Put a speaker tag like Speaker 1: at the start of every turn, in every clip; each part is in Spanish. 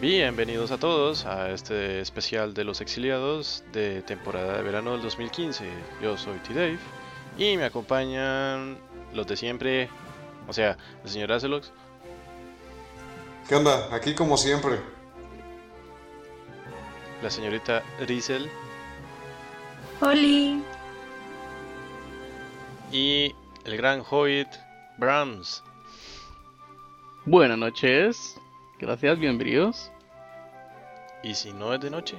Speaker 1: Bienvenidos a todos a este especial de los exiliados de temporada de verano del 2015. Yo soy T-Dave y me acompañan los de siempre, o sea, el señor Acelox.
Speaker 2: ¿Qué onda? Aquí como siempre.
Speaker 1: La señorita Rizel
Speaker 3: Oli,
Speaker 1: y el gran hobbit Brahms.
Speaker 4: Buenas noches. Gracias, bienvenidos.
Speaker 1: Y si no es de noche,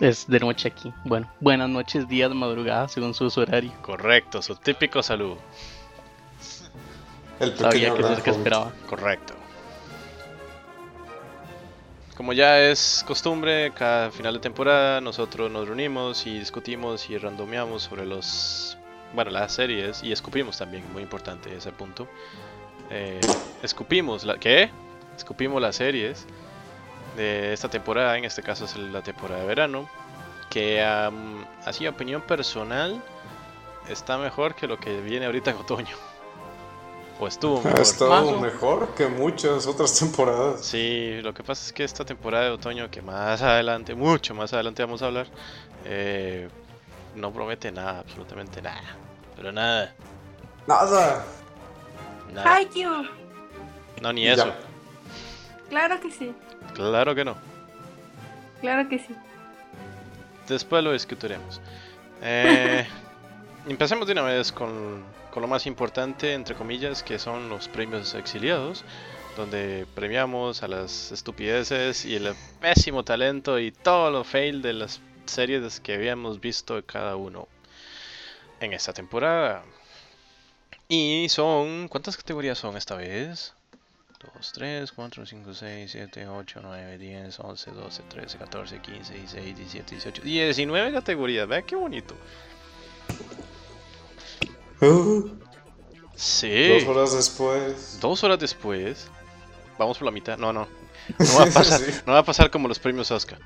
Speaker 4: Es de noche aquí. Bueno, buenas noches, días, madrugada, según su uso horario.
Speaker 1: correcto, su típico saludo,
Speaker 2: El
Speaker 4: Sabía
Speaker 2: pequeño
Speaker 4: que eso
Speaker 2: gran
Speaker 4: es lo que
Speaker 2: hobbit.
Speaker 4: esperaba.
Speaker 1: correcto. Como ya es costumbre, cada final de temporada nosotros nos reunimos y discutimos y randomeamos sobre los, bueno, las series y escupimos también, muy importante ese punto. Eh, escupimos la, ¿qué? Escupimos las series de esta temporada, en este caso es la temporada de verano, que am, así opinión personal está mejor que lo que viene ahorita en otoño. O estuvo
Speaker 2: Ha
Speaker 1: mejor.
Speaker 2: estado
Speaker 4: Mazo.
Speaker 2: mejor que muchas otras temporadas.
Speaker 1: Sí, lo que pasa es que esta temporada de otoño, que más adelante, mucho más adelante vamos a hablar, eh, no promete nada, absolutamente nada. Pero nada,
Speaker 2: Nada.
Speaker 1: nada.
Speaker 2: Ah.
Speaker 3: Haikyuu.
Speaker 1: No, ni
Speaker 2: Ya.
Speaker 1: eso.
Speaker 3: Claro que sí,
Speaker 1: Claro que no.
Speaker 3: claro que sí.
Speaker 1: Después lo discutiremos. Eh, empecemos de una vez con, con lo más importante, entre comillas, que son los premios exiliados, donde premiamos a las estupideces y el pésimo talento y todo lo fail de las series que habíamos visto cada uno en esta temporada. Y son, ¿cuántas categorías son esta vez? 2, 3, 4, 5, 6, 7, 8, 9, 10, 11, 12, 13, 14, 15, 16, 17, 18, 19 categorías. Vea qué bonito.
Speaker 2: Uh,
Speaker 1: Sí.
Speaker 2: Dos horas después.
Speaker 1: Dos horas después. Vamos por la mitad. No, no. No va a pasar,
Speaker 2: Sí.
Speaker 1: no va a pasar como los premios Oscar.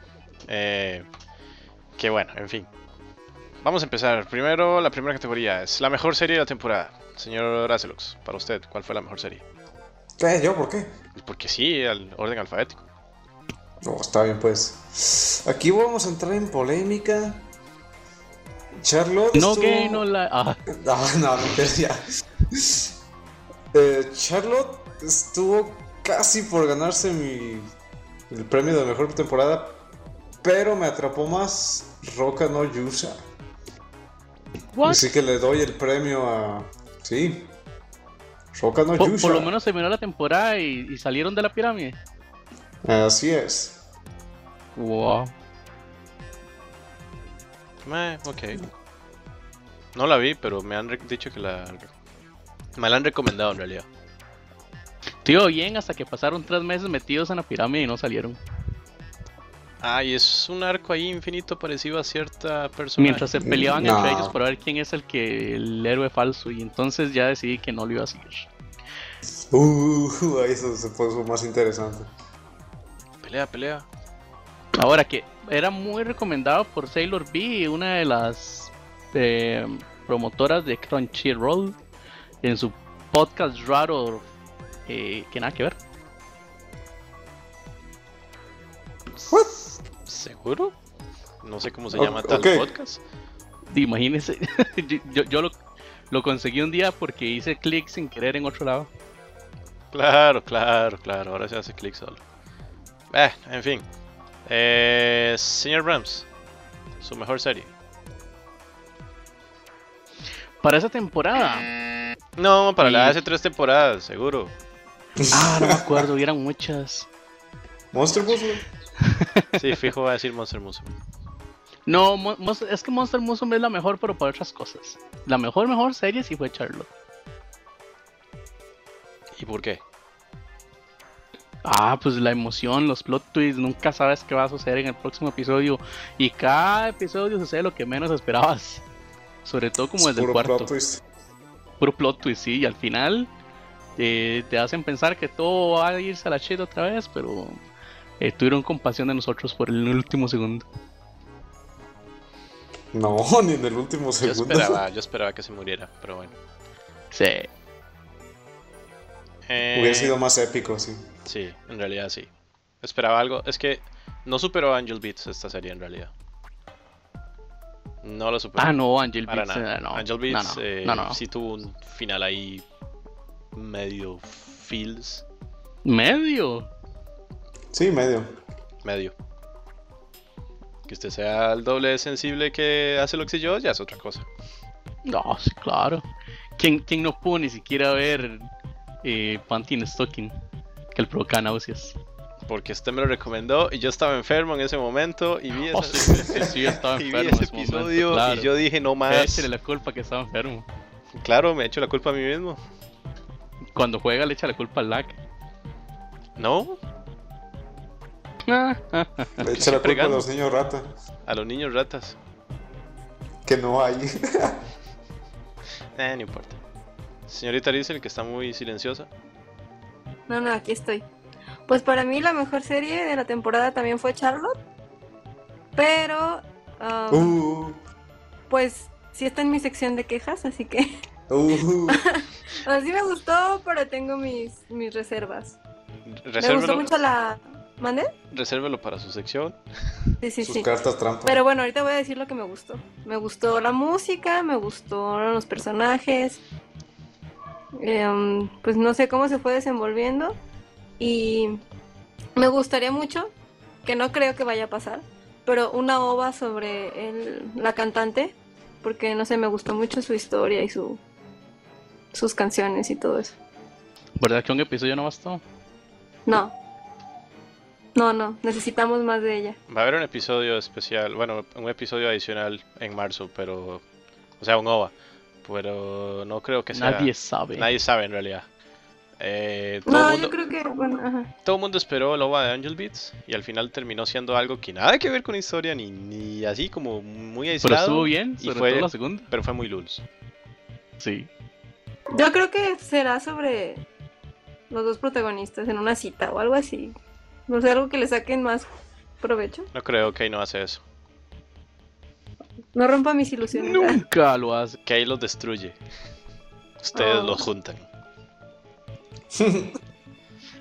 Speaker 1: Eh, que bueno, en fin. Vamos a empezar. Primero, la primera categoría es la mejor serie de la temporada. Señor Azelux, para usted, ¿cuál fue la mejor serie?
Speaker 2: ¿Qué? ¿Yo? ¿Por qué?
Speaker 1: Porque sí, al orden alfabético.
Speaker 2: No, está bien pues. Aquí vamos a entrar en polémica. Charlotte.
Speaker 4: No
Speaker 2: estuvo-
Speaker 4: gay, no la. Ah,
Speaker 2: No, no, mentira. Eh, Charlotte estuvo casi por ganarse mi el premio de mejor temporada, pero me atrapó más Roca no Yusha.
Speaker 4: what?
Speaker 2: Así que le doy el premio a sí. Roca no
Speaker 4: Por,
Speaker 2: Yusha.
Speaker 4: por lo menos terminó la temporada y, y salieron de la pirámide.
Speaker 2: Así es.
Speaker 4: Wow.
Speaker 1: Meh, ok. No la vi, pero me han re- dicho que la. Me la han recomendado en realidad.
Speaker 4: Tío, bien, hasta que pasaron tres meses metidos en la pirámide y no salieron.
Speaker 1: Ah, y es un arco ahí infinito parecido a cierta persona.
Speaker 4: Mientras se peleaban
Speaker 2: No.
Speaker 4: entre ellos por ver quién es el que el héroe falso. Y entonces ya decidí que no lo iba a seguir.
Speaker 2: Uh, ahí eso se puso más interesante.
Speaker 1: Pelea, pelea.
Speaker 4: Ahora que era muy recomendado por Sailor B, una de las eh, promotoras de Crunchyroll, en su podcast raro eh, que nada que ver.
Speaker 1: ¿Seguro? No sé cómo se
Speaker 2: O-
Speaker 1: llama tal
Speaker 2: ok.
Speaker 1: podcast.
Speaker 4: Imagínense, yo, yo- yo lo, lo conseguí un día porque hice clic sin querer en otro lado.
Speaker 1: Claro, claro, claro. Ahora se hace clic solo. Eh, en fin. Eh, señor Rams, su mejor serie.
Speaker 4: Para esa temporada.
Speaker 1: No, para la
Speaker 4: Y-
Speaker 1: hace tres temporadas, seguro.
Speaker 4: Ah, no me acuerdo, hubieran muchas.
Speaker 2: Monster Bus, güey.
Speaker 1: Sí, fijo va a decir Monster Musume.
Speaker 4: No, Mon- Mon- es que Monster Musume es la mejor, pero para otras cosas. La mejor, mejor serie sí fue Charlotte.
Speaker 1: ¿Y por qué?
Speaker 4: Ah, pues la emoción, los plot twists, nunca sabes qué va a suceder en el próximo episodio. Y cada episodio sucede lo que menos esperabas. Sobre todo como desde el
Speaker 2: Puro
Speaker 4: cuarto.
Speaker 2: plot twist.
Speaker 4: Puro plot twist, sí. Y al final eh, te hacen pensar que todo va a irse a la shit otra vez, pero eh, tuvieron compasión de nosotros por el último segundo.
Speaker 2: No, ni en el último
Speaker 1: Yo
Speaker 2: segundo.
Speaker 1: esperaba, yo esperaba que se muriera, pero bueno.
Speaker 4: Sí.
Speaker 1: Eh,
Speaker 2: Hubiera sido más épico, sí.
Speaker 1: Sí, en realidad sí. Esperaba algo. Es que no superó a Angel Beats esta serie en realidad. No lo superó.
Speaker 4: Ah, no, Angel
Speaker 1: Para
Speaker 4: Beats.
Speaker 1: nada.
Speaker 4: eh, no.
Speaker 1: Angel
Speaker 4: No,
Speaker 1: Beats
Speaker 4: no,
Speaker 1: eh,
Speaker 4: no, no.
Speaker 1: sí tuvo un final ahí medio feels.
Speaker 4: Medio.
Speaker 2: Sí, medio.
Speaker 1: Medio. Que usted sea el doble de sensible que hace lo que yo ya es otra cosa.
Speaker 4: No, sí, claro. ¿Quién, quién no pudo ni siquiera ver eh, Panty in Stocking? Que le provoca náuseas.
Speaker 1: Porque usted me lo recomendó y yo estaba enfermo en ese momento y vi esa
Speaker 4: Oh, sí, sí, sí, yo estaba
Speaker 1: y vi
Speaker 4: enfermo. en
Speaker 1: ese
Speaker 4: ese momento,
Speaker 1: episodio
Speaker 4: claro.
Speaker 1: y yo dije no más.
Speaker 4: Échale la culpa que estaba enfermo.
Speaker 1: Claro, me he hecho la culpa a mí mismo.
Speaker 4: Cuando juega le echa la culpa al lag.
Speaker 1: No,
Speaker 4: Ah, ah,
Speaker 2: Le echa la
Speaker 1: siempre
Speaker 2: culpa a
Speaker 1: gano.
Speaker 2: los niños rata.
Speaker 1: a los niños ratas.
Speaker 2: Que no hay.
Speaker 1: Eh, no importa. Señorita Rizel, que está muy silenciosa.
Speaker 3: No, no, aquí estoy. Pues para mí la mejor serie de la temporada también fue Charlotte. Pero, um,
Speaker 2: Uh,
Speaker 3: pues sí está en mi sección de quejas, así que
Speaker 2: uh.
Speaker 3: o sea, sí me gustó, pero tengo mis, mis reservas. Me gustó
Speaker 1: Resérvelo,
Speaker 3: mucho la... ¿Mande?
Speaker 1: resérvelo para su sección.
Speaker 3: Sí, sí,
Speaker 2: Sus
Speaker 3: sí.
Speaker 2: cartas trampa.
Speaker 3: Pero bueno, ahorita voy a decir lo que me gustó. Me gustó la música, me gustó los personajes. Em, pues no sé cómo se fue desenvolviendo. Y me gustaría mucho, que no creo que vaya a pasar, pero una ova sobre el- la cantante, porque no sé, me gustó mucho su historia y su sus canciones y todo eso.
Speaker 4: ¿Verdad que un episodio no bastó?
Speaker 3: No. No, no, necesitamos más de ella.
Speaker 1: Va a haber un episodio especial, bueno, un episodio adicional en marzo, pero. O sea, un OVA. Pero no creo que sea.
Speaker 4: Nadie sabe.
Speaker 1: nadie sabe en realidad. Eh, todo,
Speaker 3: No,
Speaker 1: el mundo,
Speaker 3: yo creo que, bueno, ajá.
Speaker 1: todo el mundo esperó el OVA de Angel Beats y al final terminó siendo algo que nada que ver con historia ni, ni así, como muy
Speaker 4: Pero
Speaker 1: aislado.
Speaker 4: estuvo bien, sobre
Speaker 1: fue-
Speaker 4: todo la segunda.
Speaker 1: pero fue muy lulz.
Speaker 4: Sí.
Speaker 3: Yo creo que será sobre los dos protagonistas en una cita o algo así. No sé, algo que le saquen más provecho.
Speaker 1: No creo que no hace eso.
Speaker 3: No rompa mis ilusiones.
Speaker 4: Nunca lo hace.
Speaker 1: Kay los destruye. Ustedes
Speaker 3: Oh.
Speaker 1: los juntan.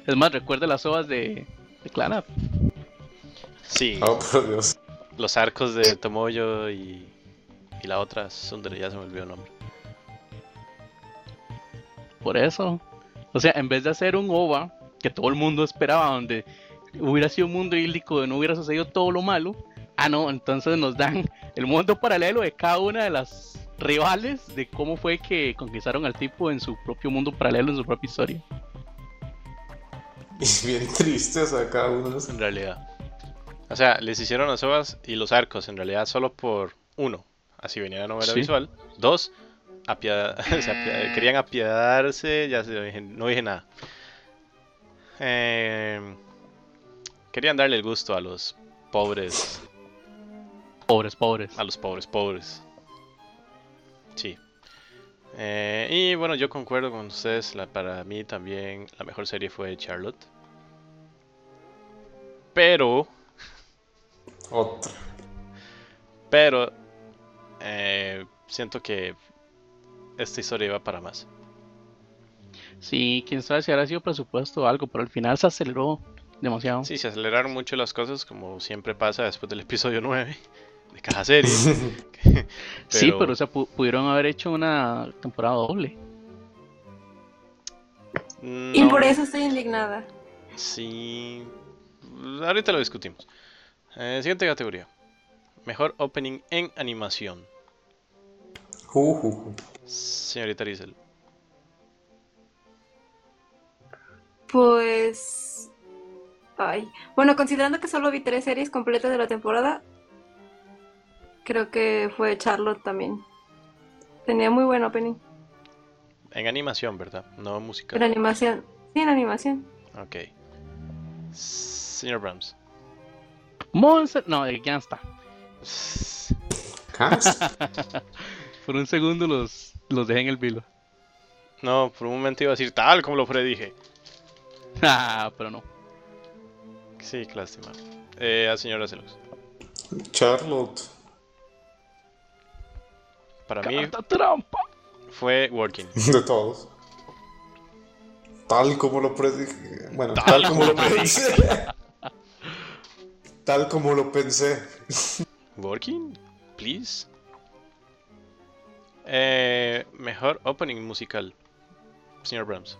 Speaker 4: Es más, recuerda las obras de, de Clara.
Speaker 1: Sí,
Speaker 2: Oh, por Dios.
Speaker 1: los arcos de Tomoyo y, y la otra Sundere, ya se me olvidó el nombre.
Speaker 4: Por eso. O sea, en vez de hacer un OVA que todo el mundo esperaba, donde hubiera sido un mundo idílico, donde no hubiera sucedido todo lo malo. Ah, no, entonces nos dan el mundo paralelo de cada una de las rivales de cómo fue que conquistaron al tipo en su propio mundo paralelo, en su propia historia.
Speaker 2: Y bien tristes a cada uno.
Speaker 1: En realidad. O sea, les hicieron las ovas y los arcos, en realidad, solo por uno. Así venía la novela
Speaker 4: Sí.
Speaker 1: visual. Dos, apia- se apia- querían apiadarse, ya se- dije- no dije nada. Eh, querían darle el gusto a los pobres,
Speaker 4: Pobres, pobres.
Speaker 1: a los pobres, pobres. Sí. Eh, y bueno, yo concuerdo con ustedes. la- para mí también la mejor serie fue Charlotte. Pero
Speaker 2: Otra.
Speaker 1: Pero eh, siento que esta historia iba para más.
Speaker 4: Sí, quién sabe si habrá sido presupuesto o algo, pero al final se aceleró demasiado.
Speaker 1: Sí, se aceleraron mucho las cosas, como siempre pasa después del episodio 9 de cada serie.
Speaker 4: Sí, pero o sea, pu- pudieron haber hecho una temporada doble.
Speaker 1: no,
Speaker 3: Y por eso estoy indignada.
Speaker 1: Sí. Ahorita lo discutimos. Eh, siguiente categoría. Mejor opening en animación.
Speaker 2: Uh, uh, uh.
Speaker 1: Señorita Rizel.
Speaker 3: Pues. Ay. Bueno, considerando que solo vi tres series completas de la temporada, creo que fue Charlotte también. Tenía muy buen opening.
Speaker 1: En animación, ¿verdad? No
Speaker 3: En
Speaker 1: musical.
Speaker 3: animación. Sí, en animación.
Speaker 1: Ok. Señor Brahms.
Speaker 4: Monster, no, eh, ya está.
Speaker 2: Cast.
Speaker 4: Por un segundo los, los dejé en el vilo.
Speaker 1: No, por un momento iba a decir tal como lo predije.
Speaker 4: Ah, pero no.
Speaker 1: Sí, qué lástima. Eh, a señora Celux.
Speaker 2: Charlotte.
Speaker 1: Para mí
Speaker 4: Carta trampa.
Speaker 1: fue Working.
Speaker 2: De todos. Tal como lo predije. Bueno, tal,
Speaker 1: Tal
Speaker 2: como
Speaker 1: como
Speaker 2: lo
Speaker 1: lo predije.
Speaker 2: pensé. tal como lo pensé.
Speaker 1: Working, please. Eh, mejor opening musical, señor Brahms.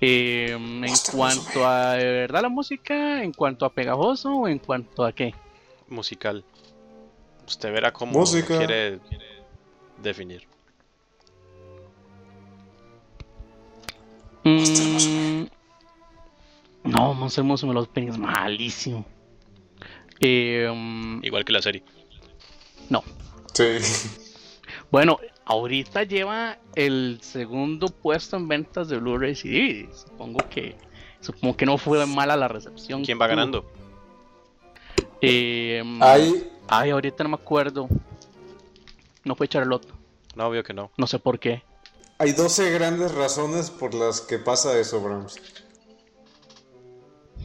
Speaker 4: Eh, en
Speaker 2: Ostras,
Speaker 4: cuanto a de verdad la música, en cuanto a pegajoso o en cuanto a qué.
Speaker 1: Musical. Usted verá cómo lo
Speaker 2: Música.
Speaker 1: quiere quiere definir.
Speaker 2: Monster Musume.
Speaker 4: Mm, no, Monster Musume, los openings malísimo. Eh, mm,
Speaker 1: Igual que la serie.
Speaker 2: Sí.
Speaker 4: bueno, ahorita lleva el segundo puesto en ventas de Blu-rays y DVDs. Supongo que, supongo que no fue mala la recepción.
Speaker 1: ¿Quién va
Speaker 4: que tuvo.
Speaker 1: ganando?
Speaker 4: Eh, mm,
Speaker 2: Hay.
Speaker 4: ay, ahorita no me acuerdo. No fue Charlotte,
Speaker 1: No, obvio que no.
Speaker 4: no sé por qué.
Speaker 2: Hay 12 grandes razones por las que pasa eso, Brahms.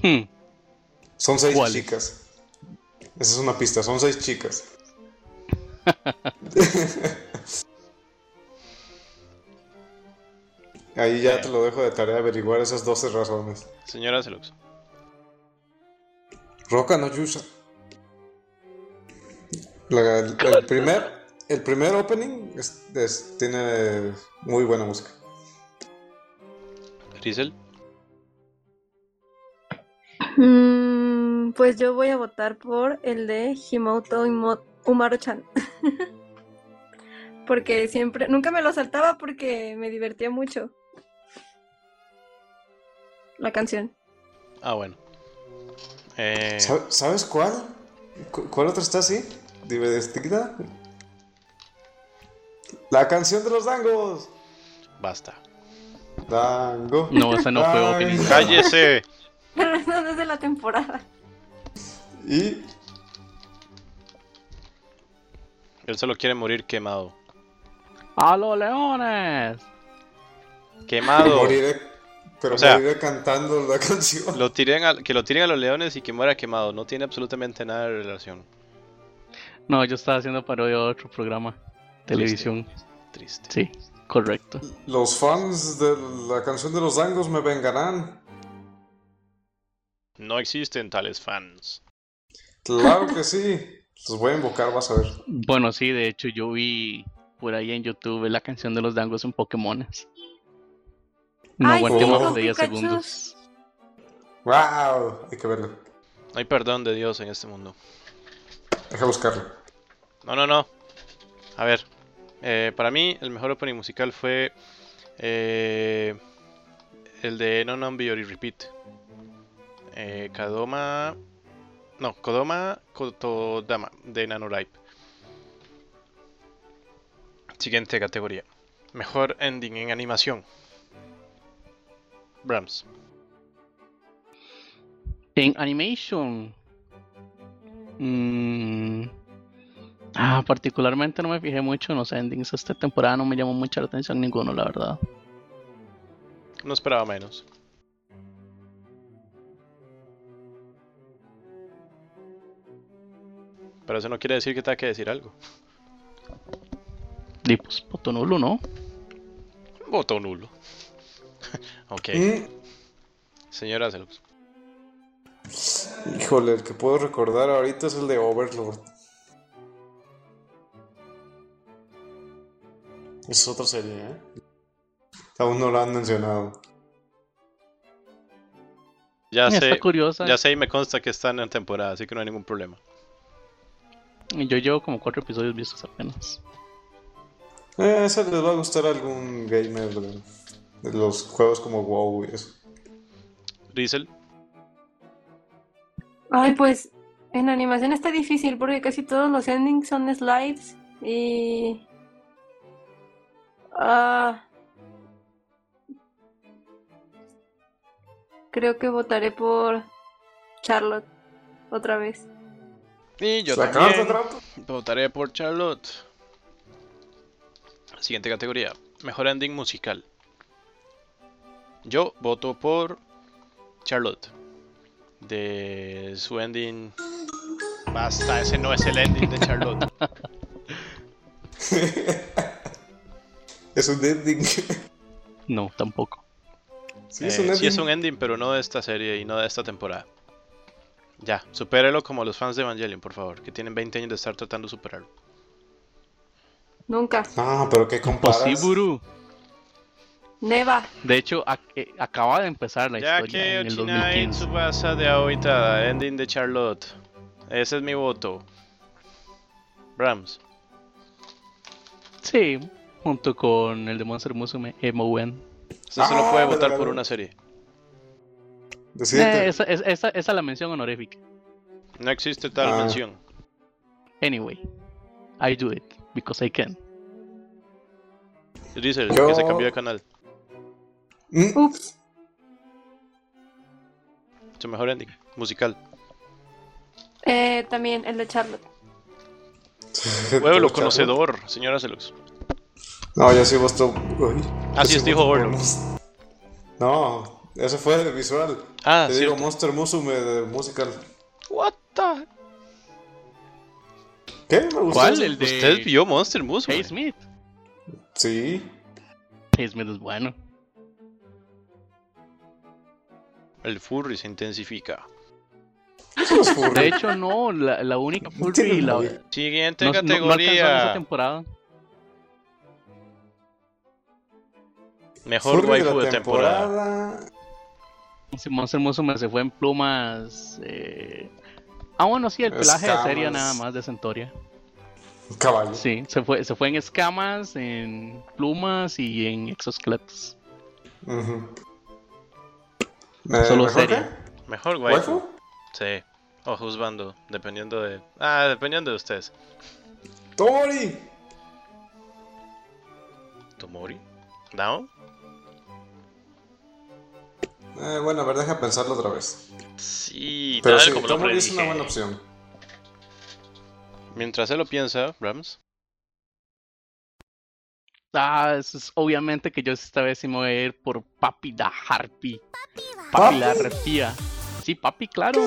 Speaker 4: Hmm.
Speaker 2: Son seis
Speaker 4: ¿Cuál?
Speaker 2: chicas. Esa es una pista, son seis chicas. Ahí ya te lo dejo de tarea averiguar esas 12 razones.
Speaker 1: Señora Zelux.
Speaker 2: Roca no Yusa. La- el, el primer, el primer opening es- es- tiene muy buena música.
Speaker 1: Rizel.
Speaker 3: Mm, pues yo voy a votar por el de Himoto Imo- Umaru-chan. porque siempre, nunca me lo saltaba porque me divertía mucho. La canción.
Speaker 1: Ah, bueno. Eh,
Speaker 2: ¿Sab- ¿Sabes cuál? ¿Cu- ¿Cuál otra está así? ¿Divertida? La canción de los dangos.
Speaker 1: basta.
Speaker 2: Dango.
Speaker 4: No, esa no fue
Speaker 2: Ay.
Speaker 4: opening.
Speaker 1: ¡Cállese!
Speaker 3: Pero no es de la temporada.
Speaker 2: Y
Speaker 1: Él solo quiere morir quemado.
Speaker 4: ¡A los leones!
Speaker 1: ¡Quemado!
Speaker 2: moriré. Pero
Speaker 1: O sea-
Speaker 2: moriré cantando la canción.
Speaker 1: Lo tiren a- que lo tiren a los leones y que muera quemado. No tiene absolutamente nada de relación.
Speaker 4: No, yo estaba haciendo parodia de otro programa. Televisión.
Speaker 1: Triste.
Speaker 4: Sí, correcto.
Speaker 2: Los fans de la canción de los dangos me vengarán.
Speaker 1: No existen tales fans.
Speaker 2: Claro que sí. Los voy a invocar, vas a ver.
Speaker 4: Bueno, sí, de hecho yo vi por ahí en YouTube la canción de los dangos en Pokémones. No
Speaker 3: Ay,
Speaker 4: aguanté
Speaker 2: sí,
Speaker 4: más
Speaker 2: los
Speaker 4: de 10
Speaker 3: Pikachu.
Speaker 4: segundos.
Speaker 2: ¡Wow! Hay que verlo.
Speaker 1: No hay perdón de Dios en este mundo.
Speaker 2: Hay que buscarlo.
Speaker 1: No, no, no. A ver. eh, para mí, el mejor opening musical fue. eh, el de No Non Biori Repeat. Eh, Kadoma. No, Kodoma Kotodama de Nanoripe. Siguiente categoría. Mejor ending en animación. Brahms.
Speaker 4: En Animation. mm, Ah, particularmente no me fijé mucho en los endings. Esta temporada no me llamó mucha la atención ninguno, la verdad.
Speaker 1: No esperaba menos. Pero eso no quiere decir que tenga que decir algo.
Speaker 4: Y pues, Potonulu, ¿no?
Speaker 1: Voto nulo. ok,
Speaker 2: Mm,
Speaker 1: señora Zelux.
Speaker 2: Híjole, el que puedo recordar ahorita es el de Overlord. Es otra serie, ¿eh? Aún no la han mencionado.
Speaker 1: Ya
Speaker 4: Está
Speaker 1: sé,
Speaker 4: curiosa.
Speaker 1: ya sé y me consta que están en temporada, así que no hay ningún problema.
Speaker 4: Yo llevo como cuatro episodios vistos apenas.
Speaker 2: Eh, esa les va a gustar a algún gamer de, de los juegos como WoW y eso.
Speaker 1: Rizel,
Speaker 3: Ay, pues en animación está difícil porque casi todos los endings son slides y... Ah. Creo que votaré por Charlotte otra vez.
Speaker 1: y yo
Speaker 2: ¿Sacaste
Speaker 1: también
Speaker 2: trampa?
Speaker 1: votaré por Charlotte. Siguiente categoría, mejor ending musical. Yo voto por Charlotte. De su ending. Basta, ese no es el ending de Charlotte.
Speaker 2: Es un ending.
Speaker 4: No, tampoco.
Speaker 2: Sí,
Speaker 1: Eh,
Speaker 2: es un ending.
Speaker 1: ending, pero no de esta serie y no de esta temporada. Ya, supérelo como los fans de Evangelion, por favor, que tienen 20 años de estar tratando de superarlo.
Speaker 3: Nunca.
Speaker 2: No, pero qué comparas.
Speaker 4: Posiburu.
Speaker 3: Neva.
Speaker 4: Pues De hecho, ac- eh, acaba de empezar la
Speaker 1: Ya
Speaker 4: historia
Speaker 1: que
Speaker 4: en el
Speaker 1: Ochinai
Speaker 4: 2015.
Speaker 1: Tsubasa de Aoita, ending de Charlotte. Ese es mi voto. Brahms.
Speaker 4: Sí, junto con el de Monster Musume, MON.
Speaker 1: Usted solo
Speaker 2: Ah,
Speaker 1: puede
Speaker 2: la
Speaker 1: votar por
Speaker 2: ganó.
Speaker 1: una serie.
Speaker 2: Decídete.
Speaker 4: Eh, esa, es- esa- esa es la mención honorífica.
Speaker 1: No existe tal
Speaker 2: Ah.
Speaker 1: mención.
Speaker 4: Anyway, I do it because I can.
Speaker 1: Dice
Speaker 2: Yo-
Speaker 1: que se cambió de canal.
Speaker 2: Mm,
Speaker 3: Ups.
Speaker 1: Su mejor ending. Musical.
Speaker 3: Eh, también el de Charlotte.
Speaker 1: Pueblo conocedor, señora Celux.
Speaker 2: No, yo sí voto. uy, yo
Speaker 1: Así
Speaker 2: sí
Speaker 1: es, dijo
Speaker 2: voto por
Speaker 1: Orlo.
Speaker 2: Monst- No, ese fue el visual.
Speaker 1: Ah,
Speaker 2: Te digo
Speaker 1: cierto.
Speaker 2: Monster Musume de musical.
Speaker 1: What the-
Speaker 2: ¿Qué? ¿Me gustó?
Speaker 4: ¿Cuál?
Speaker 2: ese.
Speaker 4: El de
Speaker 1: ¿Usted vio Monster Musume?
Speaker 4: Hey Smith.
Speaker 2: Sí.
Speaker 4: Hey Smith es bueno.
Speaker 1: El furry se intensifica.
Speaker 2: Eso no es furry.
Speaker 4: De hecho, no, la, la única furry
Speaker 2: tiene
Speaker 4: la, no,
Speaker 2: novia.
Speaker 1: Siguiente
Speaker 4: no- no alcanzó en esa
Speaker 1: categoría.
Speaker 4: temporada.
Speaker 1: Mejor
Speaker 2: Furry
Speaker 1: waifu de temporada.
Speaker 4: Ese Monster Musume se fue en plumas. eh, Ah, bueno, sí, el pelaje de serie
Speaker 2: Escamas.
Speaker 4: nada más de Centoria.
Speaker 2: Caballo.
Speaker 4: Sí, se fue, se fue en escamas, en plumas y en exoesqueletos.
Speaker 2: Ujú. Eh,
Speaker 4: Pues Solo
Speaker 2: ¿mejor
Speaker 4: serie.
Speaker 2: qué?
Speaker 1: Mejor waifu.
Speaker 2: ¿Waifu?
Speaker 1: Sí. O juzgando, dependiendo de. Ah, dependiendo de ustedes.
Speaker 2: Tomori.
Speaker 1: Tomori. Down.
Speaker 2: Eh, bueno, a ver, deja pensarlo otra vez.
Speaker 1: Sí,
Speaker 2: Pero
Speaker 1: tal
Speaker 2: sí,
Speaker 1: como lo
Speaker 2: Tomori es una
Speaker 1: predije.
Speaker 2: buena opción.
Speaker 1: Mientras él lo piensa, Rams.
Speaker 4: Ah, eso es obviamente que yo esta vez sí me voy a ir por Papi da Harpy. Papi,
Speaker 2: ¿Papi?
Speaker 4: la arrepía. Sí, Papi, claro.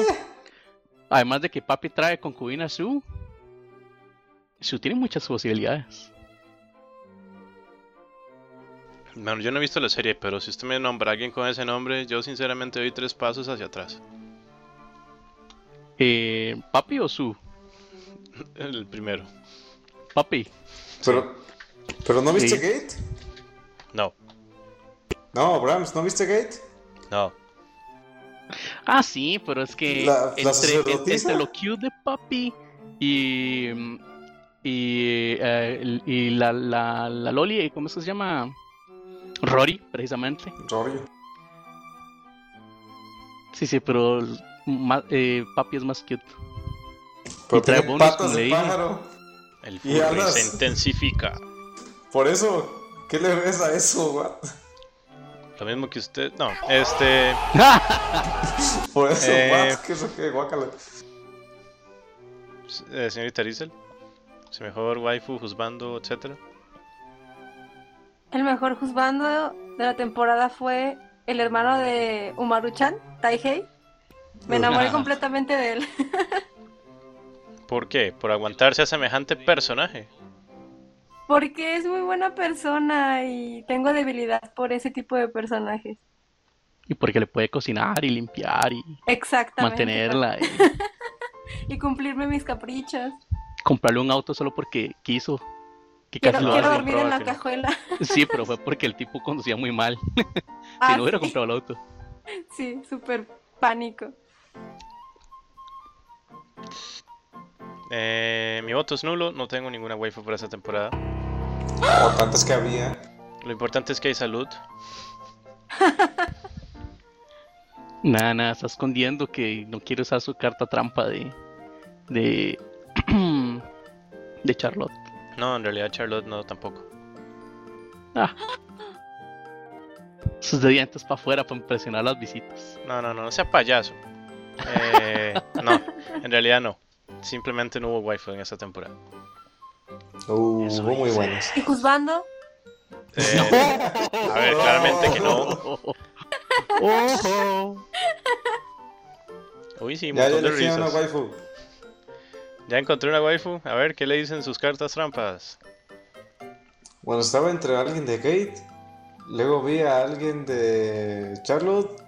Speaker 4: Además de que Papi trae concubina a Sue. Sue tiene muchas posibilidades.
Speaker 1: Bueno, yo no he visto la serie, pero si usted me nombra a alguien con ese nombre, yo sinceramente doy tres pasos hacia atrás.
Speaker 4: Eh, ¿Papi o Sue?
Speaker 1: El primero.
Speaker 4: Papi.
Speaker 2: Pero, pero ¿no viste
Speaker 4: Sí.
Speaker 2: Gate?
Speaker 1: No,
Speaker 2: No, Brahms, ¿no viste Gate?
Speaker 1: no.
Speaker 4: Ah, sí, pero es que
Speaker 2: La- la
Speaker 4: entre, en-
Speaker 2: sacerdotisa.
Speaker 4: entre lo cute de Papi y. mm, Y, eh, el- y la, la, la Loli, eh, ¿cómo es que se llama? Rory, precisamente.
Speaker 2: Rory.
Speaker 4: Sí, sí, pero el- ma- eh, Papi es más cute.
Speaker 2: Pero
Speaker 4: trae
Speaker 2: tiene
Speaker 4: bonus, como
Speaker 2: patas
Speaker 4: le
Speaker 2: de
Speaker 4: dije.
Speaker 2: pájaro.
Speaker 1: El
Speaker 2: Y
Speaker 1: furry
Speaker 2: hablas.
Speaker 1: se intensifica.
Speaker 2: Por eso, ¿qué le ves a eso, what?
Speaker 1: Lo mismo que usted. No, este.
Speaker 2: Por eso,
Speaker 1: Eh.
Speaker 2: what? ¿Qué es lo que? Guácala.
Speaker 1: eh, señorita Rizel. Si mejor waifu, juzgando, etcétera.
Speaker 3: El mejor juzgando de la temporada fue el hermano de Umaru-chan, Taihei. Me enamoré
Speaker 4: Ah.
Speaker 3: completamente de él.
Speaker 1: ¿Por qué? Por aguantarse a semejante personaje.
Speaker 3: Porque es muy buena persona y tengo debilidad por ese tipo de personajes.
Speaker 4: Y porque le puede cocinar y limpiar y
Speaker 3: Exactamente.
Speaker 4: mantenerla y
Speaker 3: Y cumplirme mis caprichos.
Speaker 4: comprarle un auto solo porque quiso. Que
Speaker 3: Quiero,
Speaker 4: casi
Speaker 1: lo
Speaker 4: lo
Speaker 1: hace,
Speaker 3: quiero
Speaker 4: hace.
Speaker 3: dormir
Speaker 1: lo
Speaker 3: en
Speaker 1: roba
Speaker 3: la
Speaker 1: al final.
Speaker 3: cajuela.
Speaker 4: Sí, pero fue porque el tipo conducía muy mal. Si
Speaker 3: Ah,
Speaker 4: no hubiera
Speaker 3: sí,
Speaker 4: comprado el auto.
Speaker 3: sí, súper pánico.
Speaker 1: Eh, mi voto es nulo, no tengo ninguna waifu para esta temporada.
Speaker 2: O tantas que había.
Speaker 1: Lo importante es que hay salud.
Speaker 4: Nada, nada, está escondiendo que no quiere usar su carta trampa de. de. de Charlotte.
Speaker 1: No, en realidad Charlotte no tampoco.
Speaker 4: Sus de dientes para afuera para impresionar las visitas.
Speaker 1: No, no, no, no sea payaso. Eh, no, en realidad no. Simplemente no hubo waifu en esta temporada.
Speaker 2: Uh,
Speaker 4: Eso
Speaker 2: muy
Speaker 4: dice.
Speaker 2: buenas.
Speaker 3: Y juzgando,
Speaker 1: Eh, a ver, claramente que no.
Speaker 4: ¡Ojo! ¡Ojo!
Speaker 1: Uy, sí, un
Speaker 2: Ya, ya
Speaker 1: montón de
Speaker 2: elegí a una
Speaker 1: risas.
Speaker 2: waifu.
Speaker 1: Ya encontré una waifu. A ver, ¿qué le dicen sus cartas trampas?
Speaker 2: Bueno, estaba entre alguien de Gate Luego vi a alguien de Charlotte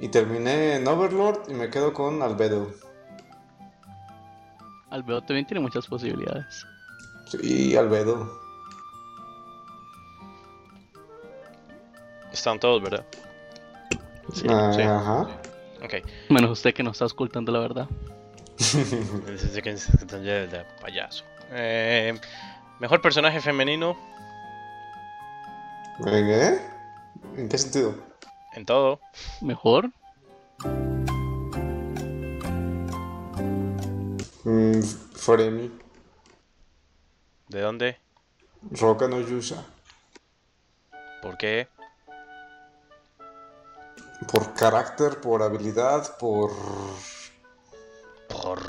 Speaker 2: y terminé en Overlord y me quedo con Albedo.
Speaker 4: Albedo también tiene muchas posibilidades.
Speaker 2: Sí, Albedo.
Speaker 1: Están todos, ¿verdad?
Speaker 4: Sí.
Speaker 2: Ah,
Speaker 1: sí.
Speaker 2: Ajá.
Speaker 1: Ok.
Speaker 4: Menos usted que nos está ocultando la verdad.
Speaker 1: Desde que se- que ya de payaso. Eh, mejor personaje femenino
Speaker 2: ¿En qué? ¿En qué sentido?
Speaker 1: en todo.
Speaker 4: Mejor.
Speaker 2: Mm, Foremi,
Speaker 1: ¿De dónde?
Speaker 2: Roca no Yusha.
Speaker 1: ¿Por qué?
Speaker 2: Por carácter, por habilidad, por.
Speaker 1: Por.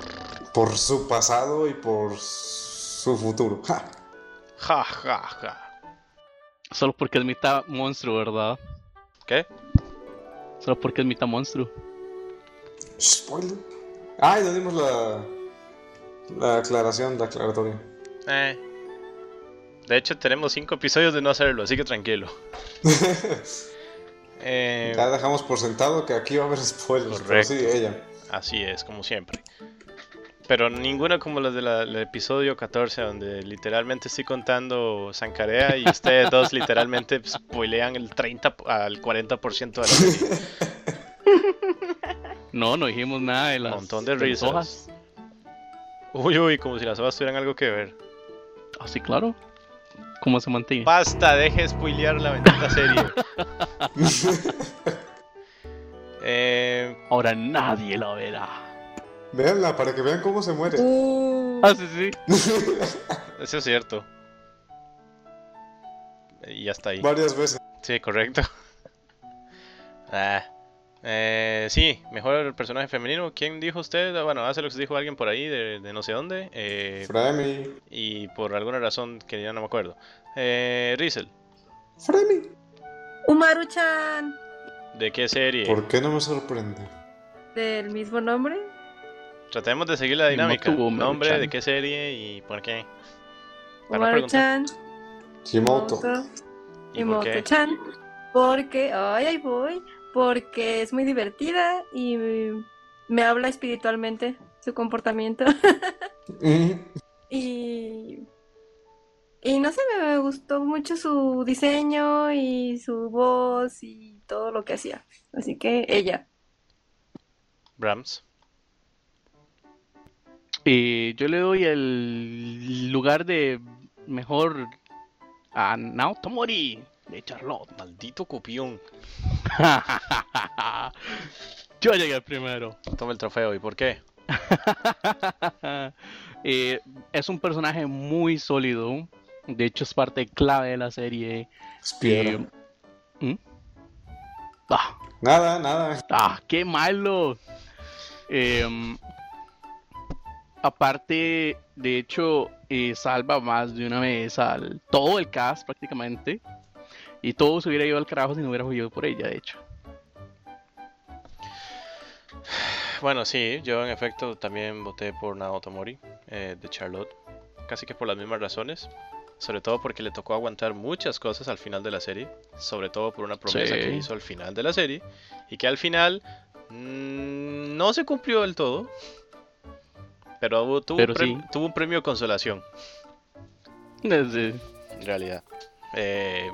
Speaker 2: por su pasado y por su futuro. ¡Ja!
Speaker 1: Ja, ja, ja.
Speaker 4: Solo porque es mitad monstruo, ¿verdad?
Speaker 1: ¿Qué?
Speaker 4: Solo porque es mitad monstruo.
Speaker 2: Spoiler. Ay, no dimos la. la aclaración, la aclaratoria.
Speaker 1: Eh. De hecho, tenemos cinco episodios de no hacerlo, así que tranquilo. Eh,
Speaker 2: Ya dejamos por sentado que aquí va a haber spoilers. pero sí,
Speaker 1: Correcto.
Speaker 2: ella.
Speaker 1: así es, como siempre. Pero ninguna como las del episodio 14, donde literalmente estoy contando Sankarea y ustedes dos literalmente spoilean el 30 po- al 40% de la serie.
Speaker 4: No, no dijimos nada de las.
Speaker 1: Montón de
Speaker 4: las
Speaker 1: risas.
Speaker 4: hojas.
Speaker 1: Uy, uy, como si las hojas tuvieran algo que ver.
Speaker 4: Ah, sí, claro. ¿Cómo se mantiene?
Speaker 1: Basta, deje de spoilear la bendita serie. Eh,
Speaker 4: Ahora nadie la verá.
Speaker 2: Véanla para que vean cómo se muere.
Speaker 3: Uh,
Speaker 4: Ah, sí, sí.
Speaker 1: eso es cierto. Y ya está ahí.
Speaker 2: Varias veces.
Speaker 1: Sí, correcto. Ah. Eh, sí, mejor personaje femenino. ¿Quién dijo usted? Ah, Bueno, hace lo que dijo alguien por ahí de, de no sé dónde. eh,
Speaker 2: Fremi.
Speaker 1: y por alguna razón que ya no me acuerdo. Eh, Rizel,
Speaker 2: Fremi.
Speaker 3: Umaru-chan,
Speaker 1: ¿de qué serie?
Speaker 2: ¿Por qué no me sorprende?
Speaker 3: del mismo nombre.
Speaker 1: Tratemos de seguir la dinámica.
Speaker 4: tuvo Maruchan.
Speaker 1: Nombre, de qué serie y por qué. Para no
Speaker 3: Umaru-chan,
Speaker 2: Kimoto.
Speaker 3: Moto
Speaker 1: ¿Y
Speaker 3: y
Speaker 1: por qué?
Speaker 3: Moto-chan. Porque, ay, ahí voy. Porque es muy divertida y me habla espiritualmente su comportamiento.
Speaker 2: Mm.
Speaker 3: Y. Y no sé, me, me gustó mucho su diseño y su voz y todo lo que hacía. Así que ella.
Speaker 1: Brahms.
Speaker 4: Y Eh, yo le doy el lugar de mejor a Naotomori de Charlotte.
Speaker 1: Maldito copión.
Speaker 4: yo llegué primero.
Speaker 1: Toma el trofeo. ¿Y por qué?
Speaker 4: Eh, es un personaje muy sólido. De hecho, es parte clave de la serie.
Speaker 2: Es piedra.
Speaker 4: Eh, ¿Mm? Ah,
Speaker 2: Nada, nada.
Speaker 4: ¡Ah, qué malo! Em, aparte, de hecho, eh, salva más de una vez al todo el cast prácticamente. Y todo se hubiera ido al carajo si no hubiera jugado por ella, de hecho.
Speaker 1: Bueno, sí, yo en efecto también voté por Naoto Mori eh, de Charlotte. Casi que por las mismas razones. Sobre todo porque le tocó aguantar muchas cosas al final de la serie. Sobre todo por una promesa que
Speaker 4: Sí.
Speaker 1: hizo al final de la serie. Y que al final mm, no se cumplió del todo. Pero, hubo- tuvo,
Speaker 4: Pero
Speaker 1: un pre-
Speaker 4: sí.
Speaker 1: tuvo un premio de consolación.
Speaker 4: Desde-
Speaker 1: En realidad. Eh,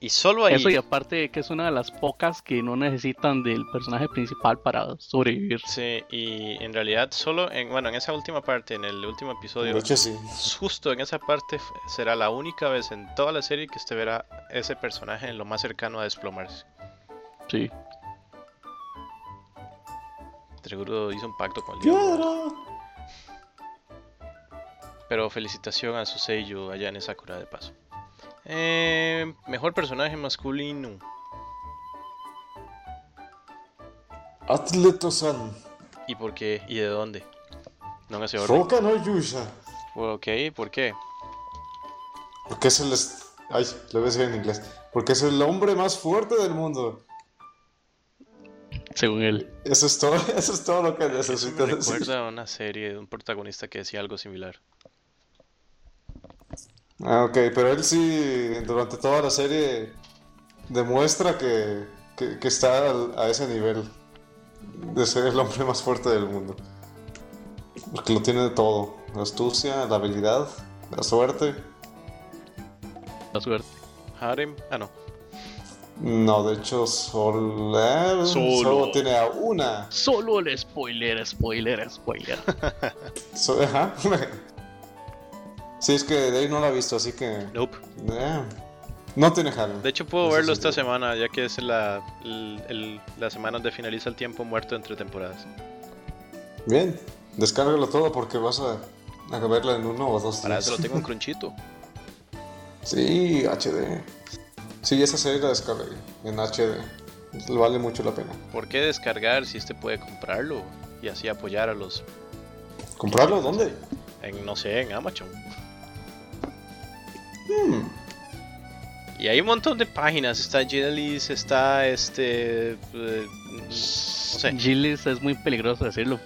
Speaker 1: y solo ahí.
Speaker 4: eso y aparte de que es una de las pocas que no necesitan del personaje principal para sobrevivir.
Speaker 1: Sí, y en realidad solo en, bueno, en esa última parte, en el último
Speaker 2: De
Speaker 1: episodio,
Speaker 2: hecho, sí.
Speaker 1: justo en esa parte f- será la única vez en toda la serie que usted verá ese personaje en lo más cercano a desplomarse.
Speaker 4: Sí.
Speaker 1: Seguro hizo un pacto con el diablo.
Speaker 2: Piedra.
Speaker 1: Pero felicitación a su sello allá en Sakura de paso. Eh, mejor personaje masculino.
Speaker 2: Atletosan.
Speaker 1: ¿Y por qué? ¿Y de dónde? No en ese orden.
Speaker 2: Roca no Yusha.
Speaker 1: Ok, ¿por qué?
Speaker 2: Porque es el. est- Ay, lo voy a decir en inglés. Porque es el hombre más fuerte del mundo.
Speaker 4: Según él.
Speaker 2: Eso es todo, eso es todo lo que
Speaker 1: Eso
Speaker 2: necesito
Speaker 1: me
Speaker 2: decir.
Speaker 1: recuerda a una serie de un protagonista que decía algo similar.
Speaker 2: Ah, ok, pero él sí, durante toda la serie, demuestra que, que- que está al- a ese nivel de ser el hombre más fuerte del mundo. Porque lo tiene de todo: la astucia, la habilidad, la suerte.
Speaker 4: La suerte.
Speaker 1: Harem. Ah, no.
Speaker 2: No, de hecho, Sol- eh,
Speaker 1: Solo.
Speaker 2: solo tiene a una.
Speaker 4: Solo el spoiler, spoiler, spoiler.
Speaker 2: So- ajá. sí, es que Dave no la ha visto, así que.
Speaker 1: Nope.
Speaker 2: eh, no tiene Harem.
Speaker 1: De hecho, puedo
Speaker 2: Eso
Speaker 1: verlo
Speaker 2: sí.
Speaker 1: esta semana, ya que es la, el- el- la semana donde finaliza el tiempo muerto entre temporadas.
Speaker 2: Bien, descárgalo todo porque vas a, a verla en uno o dos
Speaker 1: Para
Speaker 2: días.
Speaker 1: eso lo tengo un crunchito.
Speaker 2: Sí, HD. Sí, esa serie la descargué en HD. Vale mucho la pena.
Speaker 1: ¿Por qué descargar si este puede comprarlo? Y así apoyar a los.
Speaker 2: ¿Comprarlo? ¿Dónde?
Speaker 1: En, no sé, en Amazon.
Speaker 2: Hmm,
Speaker 1: Y hay un montón de páginas. Está Genialis, está este. eh, no sé.
Speaker 4: Gilles es muy peligroso decirlo.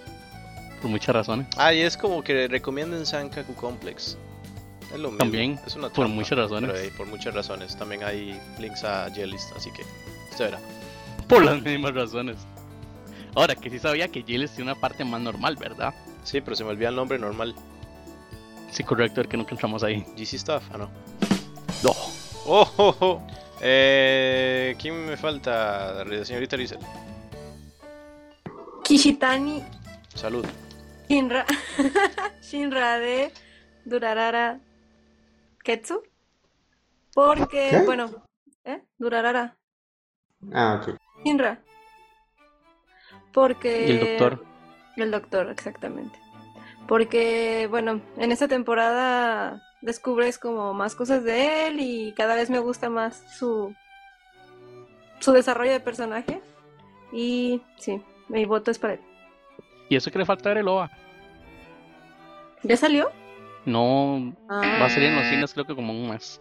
Speaker 4: Por muchas razones.
Speaker 1: Ah, y es como que recomienden Sankaku Complex. Es lo mismo.
Speaker 4: También,
Speaker 1: Es una
Speaker 4: por
Speaker 1: trampa,
Speaker 4: muchas razones.
Speaker 1: pero, eh, por muchas razones. También hay links a Jelist, así que. Usted verá.
Speaker 4: Por las mismas razones. Ahora, que sí sabía que Gilles tiene una parte más normal, ¿verdad?
Speaker 1: Sí, pero se me olvida el nombre normal.
Speaker 4: Sí, correcto, el que nunca entramos ahí.
Speaker 1: GC Stuff, ah, no.
Speaker 4: No.
Speaker 1: Oh, oh, oh. Eh, ¿Quién me falta? La Señorita Rizel.
Speaker 3: Kishitani
Speaker 1: Salud.
Speaker 3: Shinra. Shinra de Durarara Ketsu. Porque,
Speaker 2: ¿Qué?
Speaker 3: bueno, ¿eh? Durarara.
Speaker 2: Ah, ok.
Speaker 3: Shinra. Porque.
Speaker 4: Y el doctor.
Speaker 3: El doctor, exactamente. Porque, bueno, en esta temporada descubres como más cosas de él y cada vez me gusta más su, su desarrollo de personaje. Y sí, mi voto es para él.
Speaker 4: Y eso que le falta ver el OVA.
Speaker 3: ¿Ya salió?
Speaker 4: No, va a salir en los cines creo que como un mes.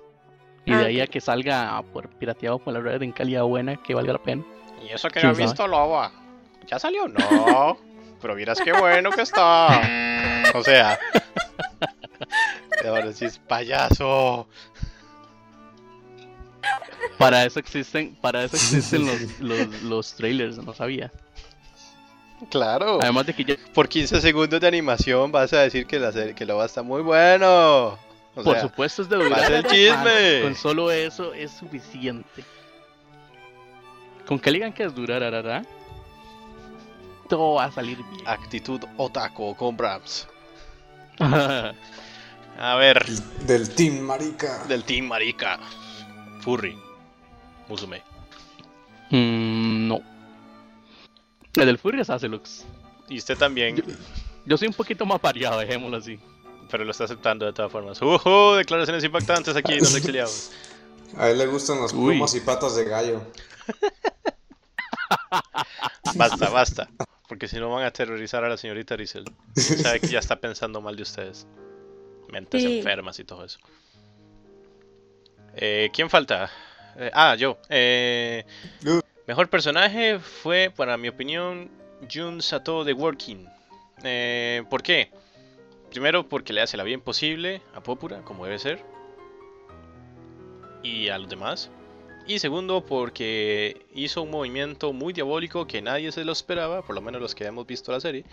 Speaker 4: Y de
Speaker 3: Ah,
Speaker 4: ahí a
Speaker 3: ok.
Speaker 4: que salga por pirateado por la red en calidad buena, que valga la pena.
Speaker 1: ¿Y eso que
Speaker 4: ¿Quién
Speaker 1: no he
Speaker 4: sabe?
Speaker 1: visto Loba? ¿Ya salió? No. Pero miras qué bueno que está. O sea. Te van a decir, payaso.
Speaker 4: Para eso existen, para eso existen los, los, los trailers, no sabía.
Speaker 1: Claro.
Speaker 4: Además de que ya,
Speaker 1: Por 15 segundos de animación vas a decir que la serie, que Loba está muy bueno. O
Speaker 4: por
Speaker 1: sea,
Speaker 4: supuesto es de doblar.
Speaker 1: pasa el
Speaker 4: Con
Speaker 1: chisme.
Speaker 4: solo eso es suficiente. Con que le digan que es durar, arará, todo va a salir bien.
Speaker 1: Actitud otaku con Brahms. Ah. A ver,
Speaker 2: Del Team Marica.
Speaker 1: del team marica. Furry. Musume.
Speaker 4: Mm, no. El del Furious hace looks.
Speaker 1: Y usted también.
Speaker 4: Yo soy un poquito más variado, dejémoslo así.
Speaker 1: Pero lo está aceptando de todas formas. ¡Ujú! Declaraciones impactantes aquí, los exiliados.
Speaker 2: A él le gustan las
Speaker 4: Uy.
Speaker 2: plumas y patas de gallo.
Speaker 1: Basta, basta. Porque si no van a aterrorizar a la señorita Rizel. Sabe que ya está pensando mal de ustedes. Mentes
Speaker 3: Sí.
Speaker 1: enfermas y todo eso. Eh, ¿Quién falta? Eh, ah, yo. Eh,
Speaker 2: Yo.
Speaker 1: mejor personaje fue, para mi opinión, Jun Sato de Working. Eh, ¿Por qué? Primero porque le hace la bien posible a Popura, como debe ser. Y a los demás. Y segundo, porque hizo un movimiento muy diabólico que nadie se lo esperaba, por lo menos los que hemos visto la serie,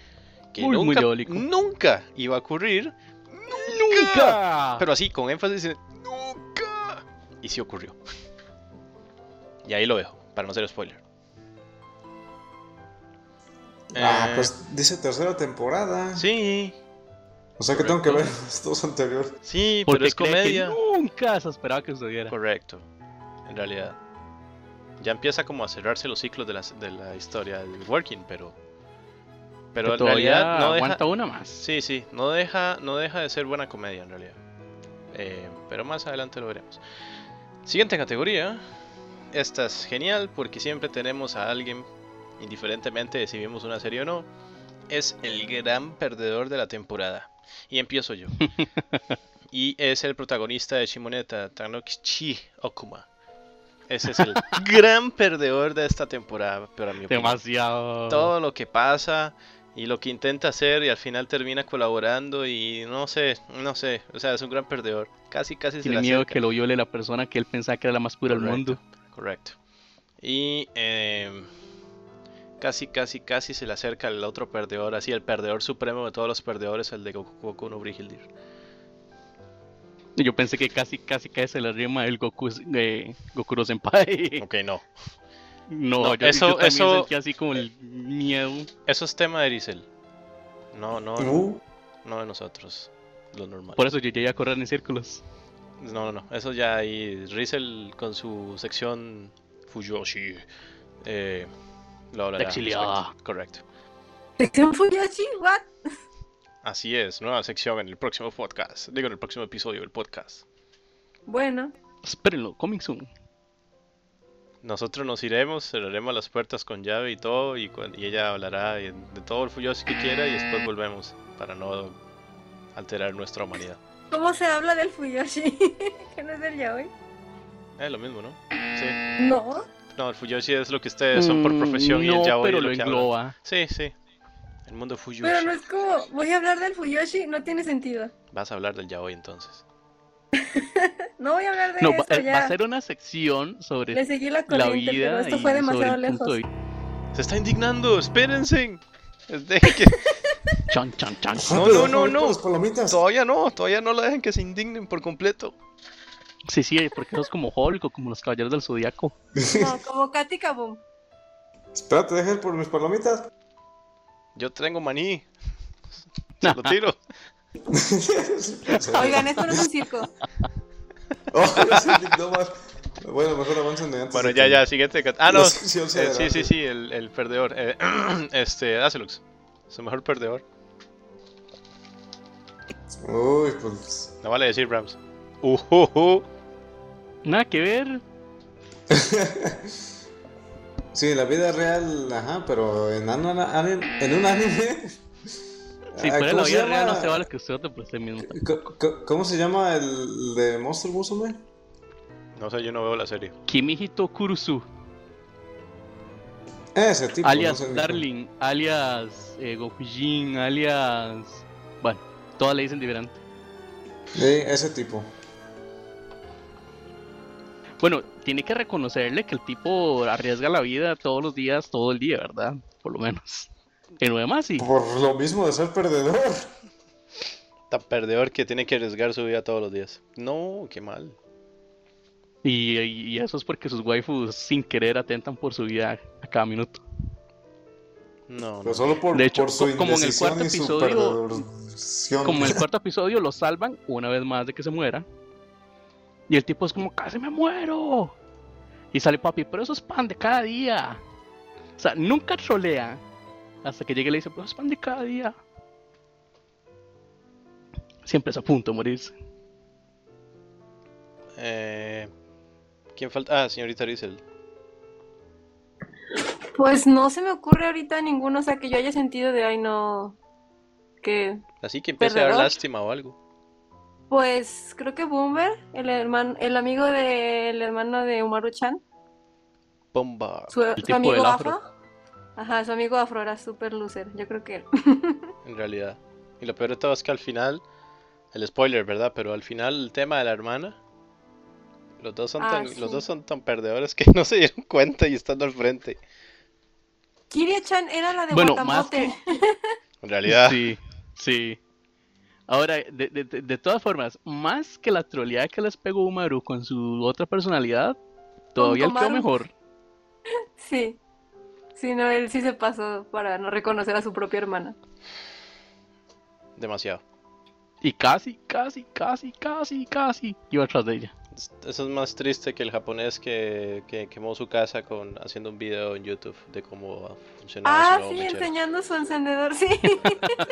Speaker 1: que
Speaker 4: Muy, muy
Speaker 1: nunca,
Speaker 4: diabólico.
Speaker 1: nunca iba a ocurrir,
Speaker 4: ¡Nunca!
Speaker 1: pero así con énfasis en nunca. Y sí ocurrió. Y ahí lo dejo, para no ser spoiler.
Speaker 2: Ah,
Speaker 1: Eh,
Speaker 2: pues dice tercera temporada.
Speaker 1: Sí,
Speaker 2: O sea que tengo que ver los dos anteriores.
Speaker 1: sí,
Speaker 4: Porque
Speaker 1: pero es
Speaker 4: cree que
Speaker 1: comedia.
Speaker 4: nunca se esperaba que sucediera.
Speaker 1: Correcto, en realidad. Ya empieza como a cerrarse los ciclos de la, de la historia del working, pero. Pero
Speaker 4: Que
Speaker 1: en
Speaker 4: todavía
Speaker 1: realidad no deja.
Speaker 4: aguanta una más.
Speaker 1: Sí, sí, no deja, no deja de ser buena comedia en realidad. Eh, pero más adelante lo veremos. Siguiente categoría. Esta es genial porque siempre tenemos a alguien, indiferentemente de si vimos una serie o no, es el gran perdedor de la temporada. Y empiezo yo. y es el protagonista de Shimoneta, Tanokichi Okuma. Ese es el gran perdedor de esta temporada, pero a mi opinión
Speaker 4: Demasiado.
Speaker 1: todo lo que pasa, y lo que intenta hacer y al final termina colaborando y no sé, no sé, o sea, es un gran perdedor. Casi, casi
Speaker 4: Tiene
Speaker 1: se le
Speaker 4: miedo
Speaker 1: acerca.
Speaker 4: que lo viole la persona que él pensaba que era la más pura del
Speaker 1: Correcto.
Speaker 4: mundo.
Speaker 1: Correcto. Y em, casi, casi, casi se le acerca el otro perdedor, así el perdedor supremo de todos los perdedores, el de Goku, Goku no Brigildir.
Speaker 4: Y Yo pensé que casi, casi cae se la rima del Goku, eh, Gokuro Senpai.
Speaker 1: Ok, no.
Speaker 4: No,
Speaker 1: No, eso-
Speaker 4: yo, eso, también
Speaker 1: eso-
Speaker 4: sentí así como el miedo.
Speaker 1: Eso es tema de Ericel. No, no, no,
Speaker 2: Uh,
Speaker 1: de nosotros. Lo normal.
Speaker 4: Por eso yo llegué a correr en círculos.
Speaker 1: No, no, no. Eso ya ahí. Rizel con su sección Fuyoshi. Eh, lo hablará. al respecto.
Speaker 4: Exiliada.
Speaker 1: Correcto.
Speaker 3: ¿Sección Fuyoshi? ¿What?
Speaker 1: Así es. Nueva sección en el próximo podcast. Digo, en el próximo episodio del podcast.
Speaker 3: Bueno,
Speaker 4: Espérenlo, coming soon.
Speaker 1: Nosotros nos iremos, cerraremos las puertas con llave y todo. Y, cu- y ella hablará de de todo el Fuyoshi que quiera. Y después volvemos. Para no alterar nuestra humanidad.
Speaker 3: ¿cómo se habla del Fuyoshi? ¿Que no es del yaoi?
Speaker 1: Es lo mismo, ¿no? Sí.
Speaker 3: No.
Speaker 1: No, el Fuyoshi es lo que ustedes son por
Speaker 4: Mm,
Speaker 1: profesión. y
Speaker 4: no,
Speaker 1: el yaoi
Speaker 4: pero
Speaker 1: es
Speaker 4: lo
Speaker 1: que hablan.
Speaker 4: engloba.
Speaker 1: Sí, sí. El mundo Fuyoshi.
Speaker 3: Pero no es como, voy a hablar del Fuyoshi, no tiene sentido.
Speaker 1: Vas a hablar del yaoi entonces.
Speaker 3: No voy a hablar de
Speaker 4: No, va,
Speaker 3: esto
Speaker 4: eh,
Speaker 3: ya.
Speaker 4: va a ser una sección sobre
Speaker 3: Le seguí la
Speaker 4: la
Speaker 3: corriente, pero
Speaker 4: vida
Speaker 3: esto
Speaker 4: y
Speaker 3: fue
Speaker 4: sobre
Speaker 3: demasiado
Speaker 4: el punto
Speaker 3: lejos.
Speaker 4: de vista.
Speaker 1: Se está indignando, espérense. Es de que-
Speaker 4: Chan, chan, chan.
Speaker 1: No,
Speaker 2: rápido,
Speaker 1: no, no,
Speaker 2: voy por
Speaker 1: no.
Speaker 2: las palomitas.
Speaker 1: todavía no, todavía no la dejen que se indignen por completo.
Speaker 4: Sí, sí, porque sos como Hulk o como los caballeros del zodiaco.
Speaker 3: No, como Katy Kaboom.
Speaker 2: Espérate, deja ir por mis palomitas.
Speaker 1: Yo tengo maní. Se lo tiro.
Speaker 3: Oigan, esto no es un circo.
Speaker 2: Oh, sí, no más. Bueno, mejor avancen de antes.
Speaker 1: Bueno,
Speaker 2: de
Speaker 1: ya,
Speaker 2: que-
Speaker 1: ya, siguiente. cat- Ah, no.
Speaker 2: La
Speaker 1: eh,
Speaker 2: sección se
Speaker 1: sí,
Speaker 2: adelante.
Speaker 1: sí, sí, el, el perdedor. eh, este, Azelux. Su mejor perdedor.
Speaker 2: Uy, pues.
Speaker 1: No vale decir Rams. Ujujú.
Speaker 4: Nada que ver.
Speaker 2: Sí, en la vida real, ajá, pero en, an- an- en un anime.
Speaker 4: Si
Speaker 2: Ah,
Speaker 4: fuera
Speaker 2: ¿cómo
Speaker 4: la
Speaker 2: se
Speaker 4: vida
Speaker 2: llama?
Speaker 4: real, no se vale que usted por usted mismo.
Speaker 2: Co- co- ¿Cómo se llama el de Monster Musume?
Speaker 1: No sé, yo no veo la serie.
Speaker 4: Kimihito Kurusu,
Speaker 2: Ese tipo.
Speaker 4: alias
Speaker 2: no sé ni
Speaker 4: Darling, alias eh, Gokujin, alias. Bueno, todas le dicen diferente.
Speaker 2: cómo. Sí, ese tipo.
Speaker 4: Bueno, tiene que reconocerle que el tipo arriesga la vida todos los días, todo el día, ¿verdad? Por lo menos. En lo demás, sí.
Speaker 2: Por lo mismo de ser perdedor.
Speaker 1: Tan perdedor que tiene que arriesgar su vida todos los días. No, qué mal.
Speaker 4: Y, y eso es porque sus waifus sin querer atentan por su vida a cada minuto.
Speaker 1: No, no.
Speaker 2: Pero solo por,
Speaker 4: De hecho,
Speaker 2: por su
Speaker 4: co- como en el
Speaker 2: indecisión
Speaker 4: cuarto
Speaker 2: y su
Speaker 4: episodio,
Speaker 2: perdedorción.
Speaker 4: Como en el cuarto episodio lo salvan una vez más de que se muera. Y el tipo es como, casi me muero. Y sale papi, pero eso es pan de cada día. O sea, nunca trolea. Hasta que llegue y le dice, pero es pan de cada día. Siempre es a punto de morirse.
Speaker 1: Eh, ¿Quién falta? Ah, señorita Rizel.
Speaker 3: Pues no se me ocurre ahorita ninguno, o sea, que yo haya sentido de, ay, no, que...
Speaker 1: Así que empiece a dar
Speaker 3: ¿Perdedor?
Speaker 1: lástima o algo.
Speaker 3: Pues creo que Boomer, el hermano, el amigo del hermano de Umaru-chan,
Speaker 1: Bomba.
Speaker 3: su, su
Speaker 4: tipo
Speaker 3: amigo
Speaker 4: del
Speaker 3: afro.
Speaker 4: afro.
Speaker 3: Ajá, su amigo afro era super loser, yo creo que él.
Speaker 1: En realidad. Y lo peor de todo es que al final. El spoiler, ¿verdad? Pero al final el tema de la hermana. Los dos son,
Speaker 3: Ah,
Speaker 1: tan,
Speaker 3: sí.
Speaker 1: los dos son tan perdedores que no se dieron cuenta y estando al frente.
Speaker 3: Kiria-chan era la de
Speaker 4: Bueno,
Speaker 3: Guatamote.
Speaker 1: En realidad.
Speaker 4: Sí, sí. Ahora, de, de- de- de todas formas, más que la troleada que les pegó Umaru con su otra personalidad, todavía él quedó
Speaker 3: Komaru.
Speaker 4: mejor.
Speaker 3: Sí. Sí, no, él sí se pasó para no reconocer a su propia hermana.
Speaker 1: Demasiado.
Speaker 4: Y casi, casi, casi, casi, casi iba atrás de ella.
Speaker 1: Es- Eso es más triste que el japonés que, que quemó su casa con haciendo un video en YouTube de cómo funcionaba
Speaker 3: ah,
Speaker 1: su nuevo
Speaker 3: sí,
Speaker 1: mechero.
Speaker 3: enseñando su encendedor, sí.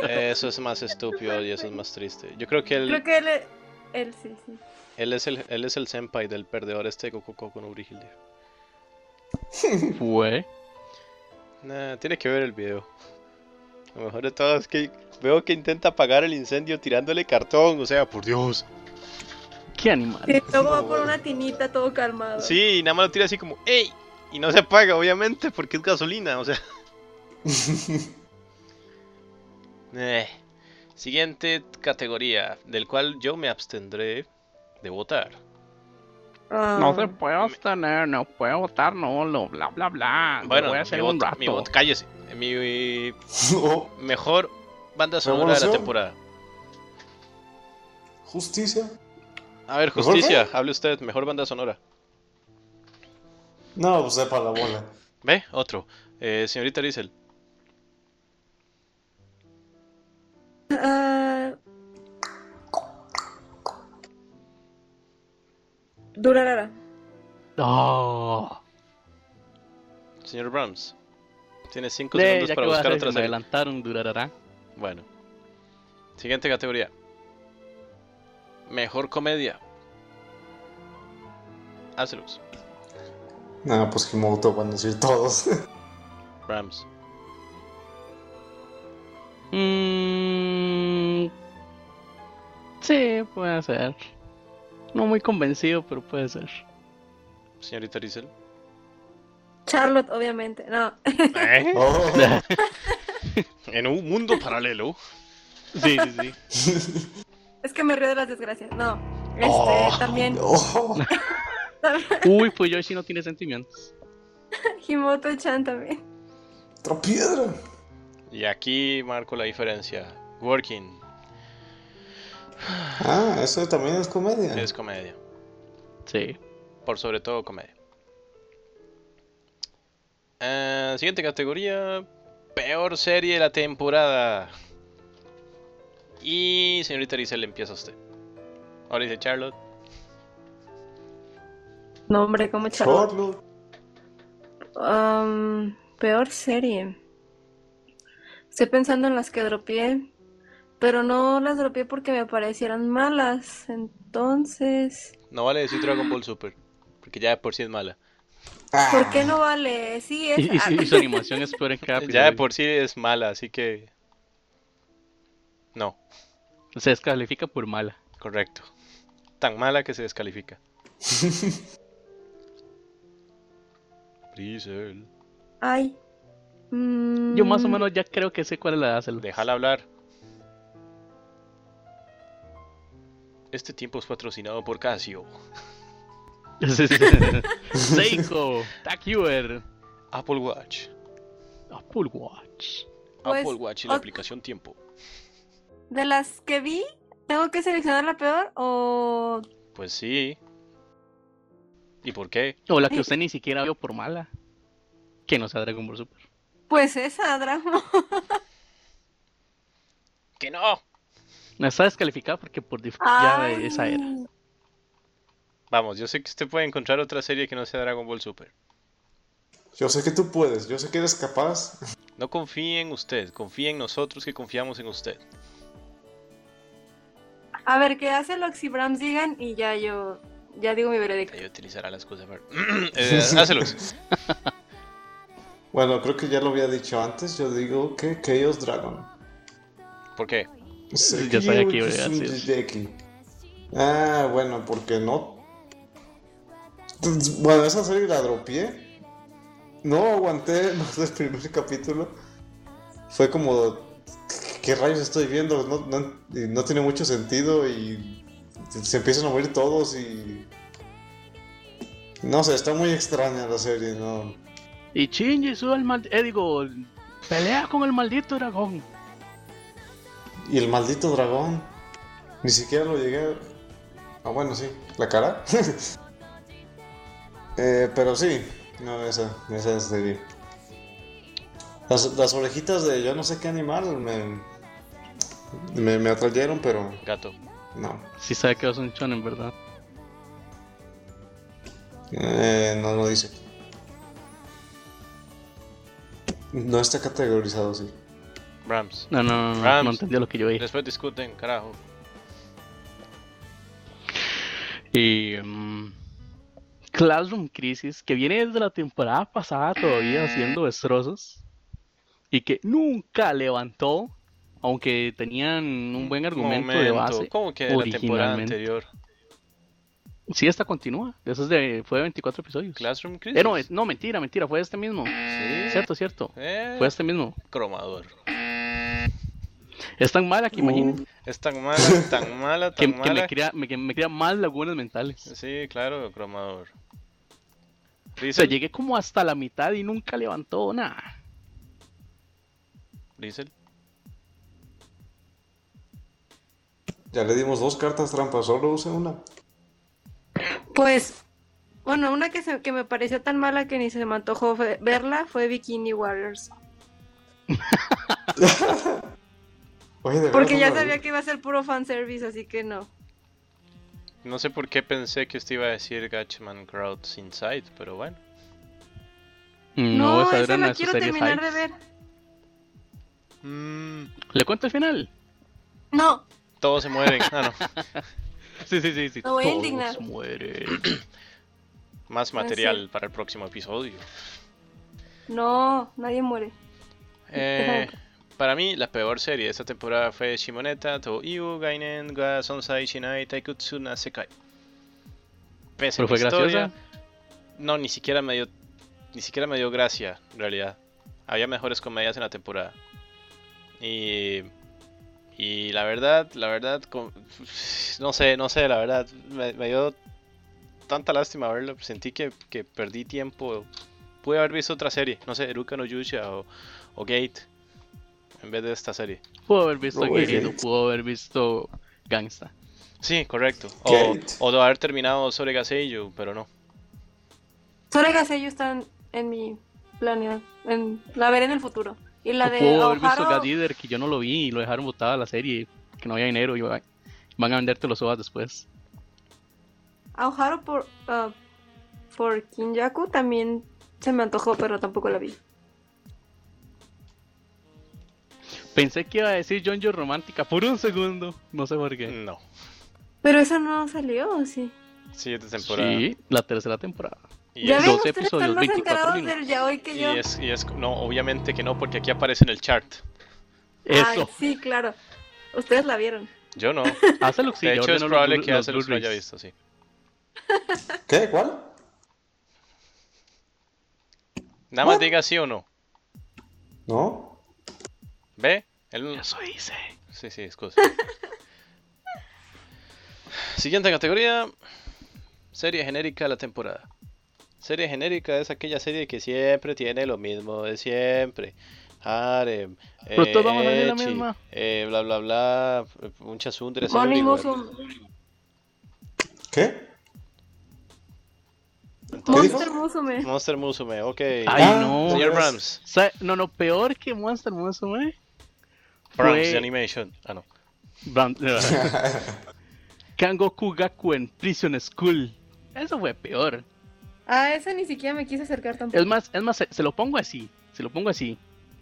Speaker 1: Eso es más estúpido y eso es más triste. Yo creo que él,
Speaker 3: creo que él, él sí, sí.
Speaker 1: él es el él es el senpai del perdedor este Goku con Urigilde.
Speaker 4: Fue.
Speaker 1: Nah, tiene que ver el video. Lo mejor de todo es que veo que intenta apagar el incendio tirándole cartón, o sea, por Dios.
Speaker 4: Qué
Speaker 1: Ah,
Speaker 4: animal.
Speaker 3: Que luego va por una tinita todo calmado.
Speaker 1: Sí, y nada más lo tira así como, ¡ey! Y no se apaga, obviamente, porque es gasolina, o sea. Eh. Siguiente categoría, del cual yo me abstendré de votar.
Speaker 3: Ah,
Speaker 4: No se puede abstener, no puede votar, no, lo bla bla bla. lo
Speaker 1: Bueno,
Speaker 4: Ah, voy a hacer un
Speaker 1: voto- mi
Speaker 4: rato.
Speaker 1: voto- cállese. Mi
Speaker 2: No,
Speaker 1: mejor banda sonora de la
Speaker 2: ¿Revolución?
Speaker 1: temporada.
Speaker 2: justicia.
Speaker 1: A ver,
Speaker 2: ¿Mejor
Speaker 1: justicia, hable usted, mejor banda sonora.
Speaker 2: No, pues sepa la bola.
Speaker 1: Ve, otro. Eh, señorita Riesel,
Speaker 3: ah. Durarara.
Speaker 4: No.
Speaker 1: señor Brahms. Tiene cinco
Speaker 4: Eh,
Speaker 1: segundos
Speaker 4: ya que
Speaker 1: para
Speaker 4: voy a
Speaker 1: buscar
Speaker 4: hacer,
Speaker 1: otra
Speaker 4: se me
Speaker 1: serie.
Speaker 4: adelantaron, durará.
Speaker 1: Bueno. Siguiente categoría. Mejor comedia. Azelux,
Speaker 2: No, pues Kimoto van a decir todos.
Speaker 1: Brahms,
Speaker 4: Mm, sí, puede ser. No muy convencido, pero puede ser.
Speaker 1: señorita Riesel.
Speaker 3: Charlotte, obviamente. No.
Speaker 1: ¿Eh?
Speaker 2: Oh.
Speaker 1: En un mundo paralelo.
Speaker 4: Sí, sí, sí.
Speaker 3: Es que me río de las desgracias. No. Este,
Speaker 1: Oh,
Speaker 3: también.
Speaker 2: Oh.
Speaker 4: Uy, pues Yoshi no tiene sentimientos.
Speaker 3: Himoto Chan también.
Speaker 2: Otra piedra.
Speaker 1: Y aquí marco la diferencia. Working
Speaker 2: Ah, eso también es comedia.
Speaker 1: es comedia.
Speaker 4: Sí.
Speaker 1: Por sobre todo comedia. Eh, siguiente categoría. Peor serie de la temporada. Y señorita Riesel, empieza usted. Ahora dice Charlotte.
Speaker 3: No, hombre, como Charlotte.
Speaker 2: Charlotte.
Speaker 3: Am, peor serie. Estoy pensando en las que dropeé. Pero no las dropeé porque me parecieran malas. Entonces.
Speaker 1: No vale decir Dragon Ball Super. Porque ya de por sí es mala.
Speaker 2: Ah.
Speaker 3: ¿Por qué no vale? Sí, es.
Speaker 4: Y, y- y su animación es peor en
Speaker 1: Ya
Speaker 4: cada
Speaker 1: de
Speaker 4: episodio.
Speaker 1: por sí es mala, así que. No,
Speaker 4: Se descalifica por mala.
Speaker 1: correcto. Tan mala que se descalifica. Riesel.
Speaker 3: Ay. Mm,
Speaker 4: Yo más o menos ya creo que sé cuál es la de Azelux.
Speaker 1: Déjala hablar. Este tiempo es patrocinado por Casio.
Speaker 4: Sí, sí, sí. Seiko, Takuer,
Speaker 1: Apple Watch.
Speaker 4: Apple Watch.
Speaker 3: Pues,
Speaker 1: Apple Watch y la
Speaker 3: ot-
Speaker 1: aplicación Tiempo.
Speaker 3: De las que vi, ¿tengo que seleccionar la peor? O.
Speaker 1: Pues sí. ¿Y por qué?
Speaker 4: O la que usted ni siquiera vio por mala. Que no sea Dragon Ball Super.
Speaker 3: Pues esa, Dragon.
Speaker 1: ¡Que no!
Speaker 4: No está descalificada porque por default ya
Speaker 3: Ay.
Speaker 4: esa era.
Speaker 1: Vamos, yo sé que usted puede encontrar otra serie que no sea Dragon Ball Super.
Speaker 2: Yo sé que tú puedes, yo sé que eres capaz.
Speaker 1: No confíe en usted, confíe en nosotros que confiamos en usted.
Speaker 3: A ver, ¿qué hace lo que Brahms digan? Y ya yo. Ya digo mi veredicto.
Speaker 1: Ahí utilizará las cosas. Fer. Eh, hácelos.
Speaker 2: Bueno, creo que ya lo había dicho antes. Yo digo que Chaos Dragon.
Speaker 1: ¿Por qué?
Speaker 2: Sé
Speaker 4: Yo sabía que iba a
Speaker 2: es un
Speaker 4: decir.
Speaker 2: Jeki. Ah, bueno, porque no. Entonces, Bueno, esa serie la dropié. No aguanté más del primer capítulo. Fue como. ¿Qué rayos estoy viendo? No, no- y no tiene mucho sentido y. Se empiezan a morir todos y. No sé, está muy extraña la serie, ¿no?
Speaker 4: Y Shinji sube al maldito. Eh, digo, pelea con el maldito dragón.
Speaker 2: Y el maldito dragón. Ni siquiera lo llegué a... Ah, bueno, sí. ¿La cara? Eh, pero sí. No, esa, esa es de... Las, las orejitas de yo no sé qué animal me, me, me atrayeron, pero
Speaker 1: Gato.
Speaker 2: no.
Speaker 4: Sí sabe que es un shonen, ¿verdad?
Speaker 2: Eh, no lo dice. No está categorizado, sí.
Speaker 1: Rams.
Speaker 4: No, no, no, no,
Speaker 1: Rams.
Speaker 4: no entendió lo que yo dije.
Speaker 1: Después discuten, carajo.
Speaker 4: Y mm, Classroom Crisis, que viene desde la temporada pasada todavía haciendo destrozos y que nunca levantó, aunque tenían un buen argumento de base.
Speaker 1: ¿Cómo que de la temporada
Speaker 4: originalmente.
Speaker 1: anterior?
Speaker 4: Sí, esta continúa. Eso es de, fue de 24 episodios.
Speaker 1: Classroom Crisis.
Speaker 4: Eh, no, es- no, mentira, mentira, fue este mismo.
Speaker 1: Sí.
Speaker 4: Cierto, cierto.
Speaker 1: Eh,
Speaker 4: Fue este mismo.
Speaker 1: cromador.
Speaker 4: Es tan mala que imagínate.
Speaker 1: Es tan mala, tan mala,
Speaker 4: que,
Speaker 1: Uh, tan
Speaker 4: que me,
Speaker 1: mala.
Speaker 4: crea, me, que me crea más lagunas mentales.
Speaker 1: Sí, claro, cromador.
Speaker 4: O sea,
Speaker 1: Riesel,
Speaker 4: llegué como hasta la mitad y nunca levantó nada.
Speaker 1: Riesel.
Speaker 2: Ya le dimos dos cartas trampas, solo use una.
Speaker 3: Pues, bueno, una que, se- que me pareció tan mala que ni se me antojó fe- verla fue Bikini Warriors.
Speaker 2: Oye, de
Speaker 3: Porque ya
Speaker 2: verdad, no la vi.
Speaker 3: sabía que iba a ser puro fanservice, así que no.
Speaker 1: No sé por qué pensé que usted iba a decir Gatchman Crowds Inside, pero bueno.
Speaker 3: No,
Speaker 4: esa
Speaker 3: esa
Speaker 4: era una
Speaker 3: la
Speaker 4: de sus
Speaker 3: quiero
Speaker 4: series
Speaker 3: terminar de
Speaker 4: hypes.
Speaker 3: ver.
Speaker 1: Mm,
Speaker 4: ¿Le cuento el final?
Speaker 3: No,
Speaker 1: todos se mueren. Ah, no.
Speaker 4: Sí, sí, sí. sí.
Speaker 3: Me voy a
Speaker 4: Todos
Speaker 3: indignar.
Speaker 4: mueren.
Speaker 1: Más
Speaker 3: No es
Speaker 1: material para el próximo episodio.
Speaker 3: no, nadie muere.
Speaker 1: Eh, para mí, la peor serie de esta temporada fue Shimoneta, To Iu, Gainen, Ga, Sonsai, Shinai, Taikutsu, na Sekai. Pésima
Speaker 4: Pero fue
Speaker 1: historia.
Speaker 4: graciosa.
Speaker 1: No, ni siquiera me dio, ni siquiera me dio gracia, en realidad. Había mejores comedias en la temporada. Y, y la verdad, la verdad, com- no sé, no sé, la verdad, me, me dio tanta lástima verlo. Sentí que, que perdí tiempo. Pude haber visto otra serie, no sé, Eruka no Yusha o, o Gate, en vez de esta serie.
Speaker 4: Pudo haber visto
Speaker 2: Muy
Speaker 4: Gay,
Speaker 2: bien.
Speaker 4: pudo haber visto Gangsta.
Speaker 1: Sí, correcto. O,
Speaker 2: Gate.
Speaker 1: o de haber terminado sobre Gaseyu, pero no.
Speaker 3: Sora y Gaseyu están en mi planeo. En, la veré en el futuro. Y la de
Speaker 4: pudo haber visto
Speaker 3: Aohara-
Speaker 4: Gadider, que yo no lo vi y lo dejaron botada la serie, que no había dinero y va- van a venderte los OAS después.
Speaker 3: Aoharu por, ah, por Kinjaku también se me antojó, pero tampoco la vi.
Speaker 4: Pensé que iba a decir John Joe Romántica por un segundo, no sé por qué.
Speaker 1: No.
Speaker 3: Pero esa no salió, ¿o sí?
Speaker 1: Siguiente temporada.
Speaker 4: Sí, la tercera temporada.
Speaker 1: Y
Speaker 3: ya
Speaker 1: es-
Speaker 3: ven,
Speaker 4: 12
Speaker 3: ustedes están
Speaker 4: episodios,
Speaker 3: más
Speaker 4: 24
Speaker 3: enterados
Speaker 4: minutos.
Speaker 3: del yaoi que
Speaker 1: Y
Speaker 3: yo.
Speaker 1: es, y es, no, obviamente que no, porque aquí aparece en el chart.
Speaker 3: Ay,
Speaker 4: Eso,
Speaker 3: sí, claro. Ustedes la vieron.
Speaker 1: Yo no.
Speaker 4: hace lo que
Speaker 1: de hecho, es probable que Azelux lo haya visto, sí.
Speaker 2: ¿Qué? ¿Cuál?
Speaker 1: Nada más diga sí o no.
Speaker 2: ¿No?
Speaker 1: ¿Ve? Él-
Speaker 4: Eso hice.
Speaker 1: Sí, sí, excusa. Siguiente categoría: Serie genérica de la temporada. Serie genérica es aquella serie que siempre tiene lo mismo de siempre. Harem,
Speaker 4: Pero todos vamos a ver la
Speaker 1: ecchi,
Speaker 4: misma.
Speaker 1: eh, bla bla bla, un chasundre.
Speaker 3: Morning
Speaker 1: everywhere.
Speaker 3: Musume.
Speaker 2: ¿Qué?
Speaker 3: Monster
Speaker 2: dijo?
Speaker 3: Musume.
Speaker 1: Monster Musume, ok.
Speaker 4: Ay,
Speaker 2: Ah,
Speaker 4: no.
Speaker 1: Señor
Speaker 2: pues,
Speaker 1: Rams,
Speaker 4: Sa- No, no, peor que Monster Musume.
Speaker 1: Rams
Speaker 4: Fue-
Speaker 1: de Animation. Ah, no.
Speaker 4: Bram- eh, Kangoku Gakuen Prison School. Eso fue peor.
Speaker 3: A esa Ah, ni siquiera me quise acercar tampoco.
Speaker 4: Es más, es más, se, se lo pongo así, se lo pongo así.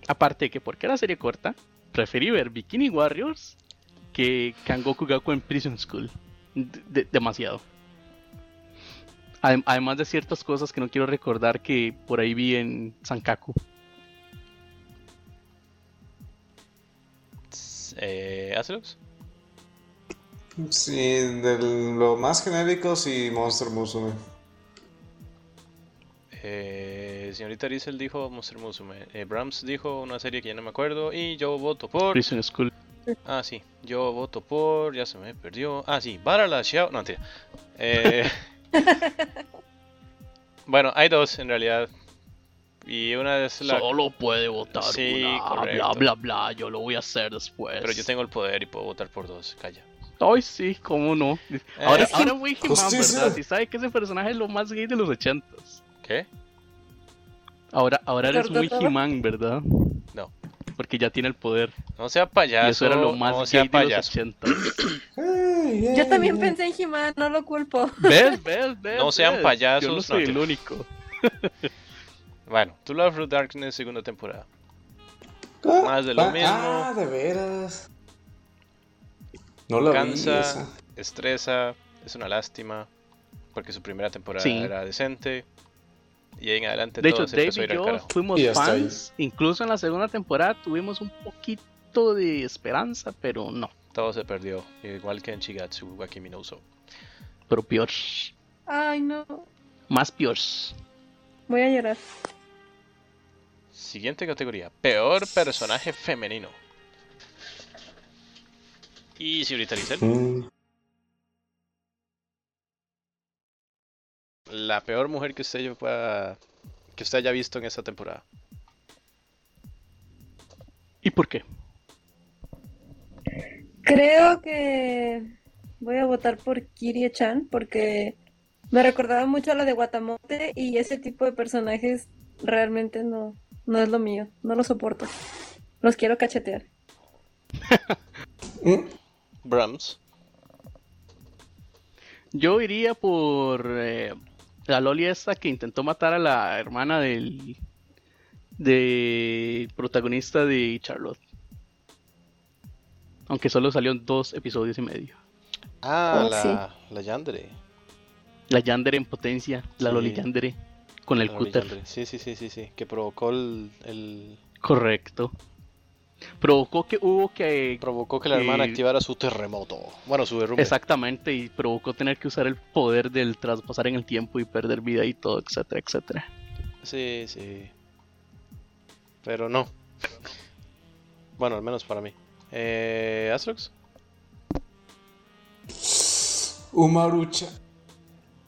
Speaker 4: Aparte de que porque era serie corta, preferí ver Bikini Warriors que Kangoku Gaku en Prison School. De- de- demasiado. Adem- además de ciertas cosas que no quiero recordar que por ahí vi en Sankaku.
Speaker 1: Eh, Azelux.
Speaker 2: Sí, de lo más genérico, sí, Monster Musume.
Speaker 1: Eh, señorita Riesel dijo Monster Musume. Eh, Brahms dijo una serie que ya no me acuerdo. Y yo voto por.
Speaker 4: Prison School.
Speaker 1: Ah, sí. Yo voto por. Ya se me perdió. Ah, sí. Barala Xiao. No, mentira. Eh, bueno, hay dos en realidad. Y una es la.
Speaker 4: Solo puede votar
Speaker 1: Sí,
Speaker 4: una, bla
Speaker 1: correcto.
Speaker 4: bla bla, yo lo voy a hacer después.
Speaker 1: Pero yo tengo el poder y puedo votar por dos. Calla.
Speaker 4: Ay sí, cómo no. Ahora,
Speaker 1: Eh,
Speaker 4: ahora muy He-Man,
Speaker 2: Justicia.
Speaker 4: ¿verdad? Si sabe que ese personaje es lo más gay de los ochentas.
Speaker 1: ¿Qué?
Speaker 4: Ahora, ahora eres
Speaker 3: Cortó
Speaker 4: muy
Speaker 3: todo.
Speaker 4: He-Man, ¿verdad?
Speaker 1: No.
Speaker 4: Porque ya tiene el poder.
Speaker 1: No sea payaso.
Speaker 4: y eso era lo más
Speaker 1: no sea
Speaker 4: gay de
Speaker 1: payaso.
Speaker 4: los 80.
Speaker 2: Ay, ay,
Speaker 3: Yo también
Speaker 2: ay.
Speaker 3: pensé en Jimán, no lo culpo.
Speaker 4: ¿Ves? ¿Ves? ¿Ves?
Speaker 1: No sean
Speaker 4: ves.
Speaker 1: payasos,
Speaker 4: Yo
Speaker 1: no,
Speaker 4: no soy el
Speaker 1: tío.
Speaker 4: único.
Speaker 1: Bueno, To Love Through Darkness, segunda temporada.
Speaker 2: Ah,
Speaker 1: Más de lo
Speaker 2: ah,
Speaker 1: mismo.
Speaker 2: Ah, de veras. No la vi
Speaker 1: Cansa,
Speaker 2: esa.
Speaker 1: estresa, es una lástima, porque su primera temporada
Speaker 4: Sí.
Speaker 1: era decente. Y ahí en adelante
Speaker 4: De
Speaker 1: todo
Speaker 4: hecho,
Speaker 1: se
Speaker 4: Dave
Speaker 1: empezó a
Speaker 4: y
Speaker 1: ir al
Speaker 4: yo
Speaker 1: carajo.
Speaker 4: fuimos
Speaker 2: Y hasta
Speaker 4: fans. Incluso en la segunda temporada tuvimos un poquito de esperanza, pero no.
Speaker 1: Todo se perdió, igual que en Shigatsu wa Kimi no Uso.
Speaker 4: Pero peor.
Speaker 3: Ay, no.
Speaker 4: Más peor.
Speaker 3: Voy a llorar.
Speaker 1: Siguiente categoría, peor personaje femenino. Y señorita Lisel,
Speaker 2: Mm,
Speaker 1: la peor mujer que usted, pueda- que usted haya visto en esta temporada.
Speaker 4: ¿Y por qué?
Speaker 3: Creo que voy a votar por Kirie Chan porque me recordaba mucho a la de Guatamote y ese tipo de personajes realmente no, no es lo mío, no lo soporto. Los quiero cachetear.
Speaker 2: mm,
Speaker 1: Brahms.
Speaker 4: Yo iría por eh, la Loli esta que intentó matar a la hermana del, del protagonista de Charlotte. Aunque solo salió en dos episodios y medio.
Speaker 1: Ah,
Speaker 3: Oh,
Speaker 1: la,
Speaker 3: sí.
Speaker 1: la Yandere.
Speaker 4: La Yandere en potencia, la
Speaker 1: Sí.
Speaker 4: Loli Yandere con el
Speaker 1: La
Speaker 4: cúter.
Speaker 1: Yandere. Sí, sí, sí, sí, sí. Que provocó el, el-
Speaker 4: Correcto. Provocó que hubo que...
Speaker 1: Provocó que la hermana
Speaker 4: Y-
Speaker 1: activara su terremoto. Bueno, su derrumbe.
Speaker 4: Exactamente, y provocó tener que usar el poder del traspasar en el tiempo y perder vida y todo, etcétera, etcétera.
Speaker 1: Sí, sí. Pero no. Bueno, al menos para mí. Eh, Astrox.
Speaker 2: Umarucha.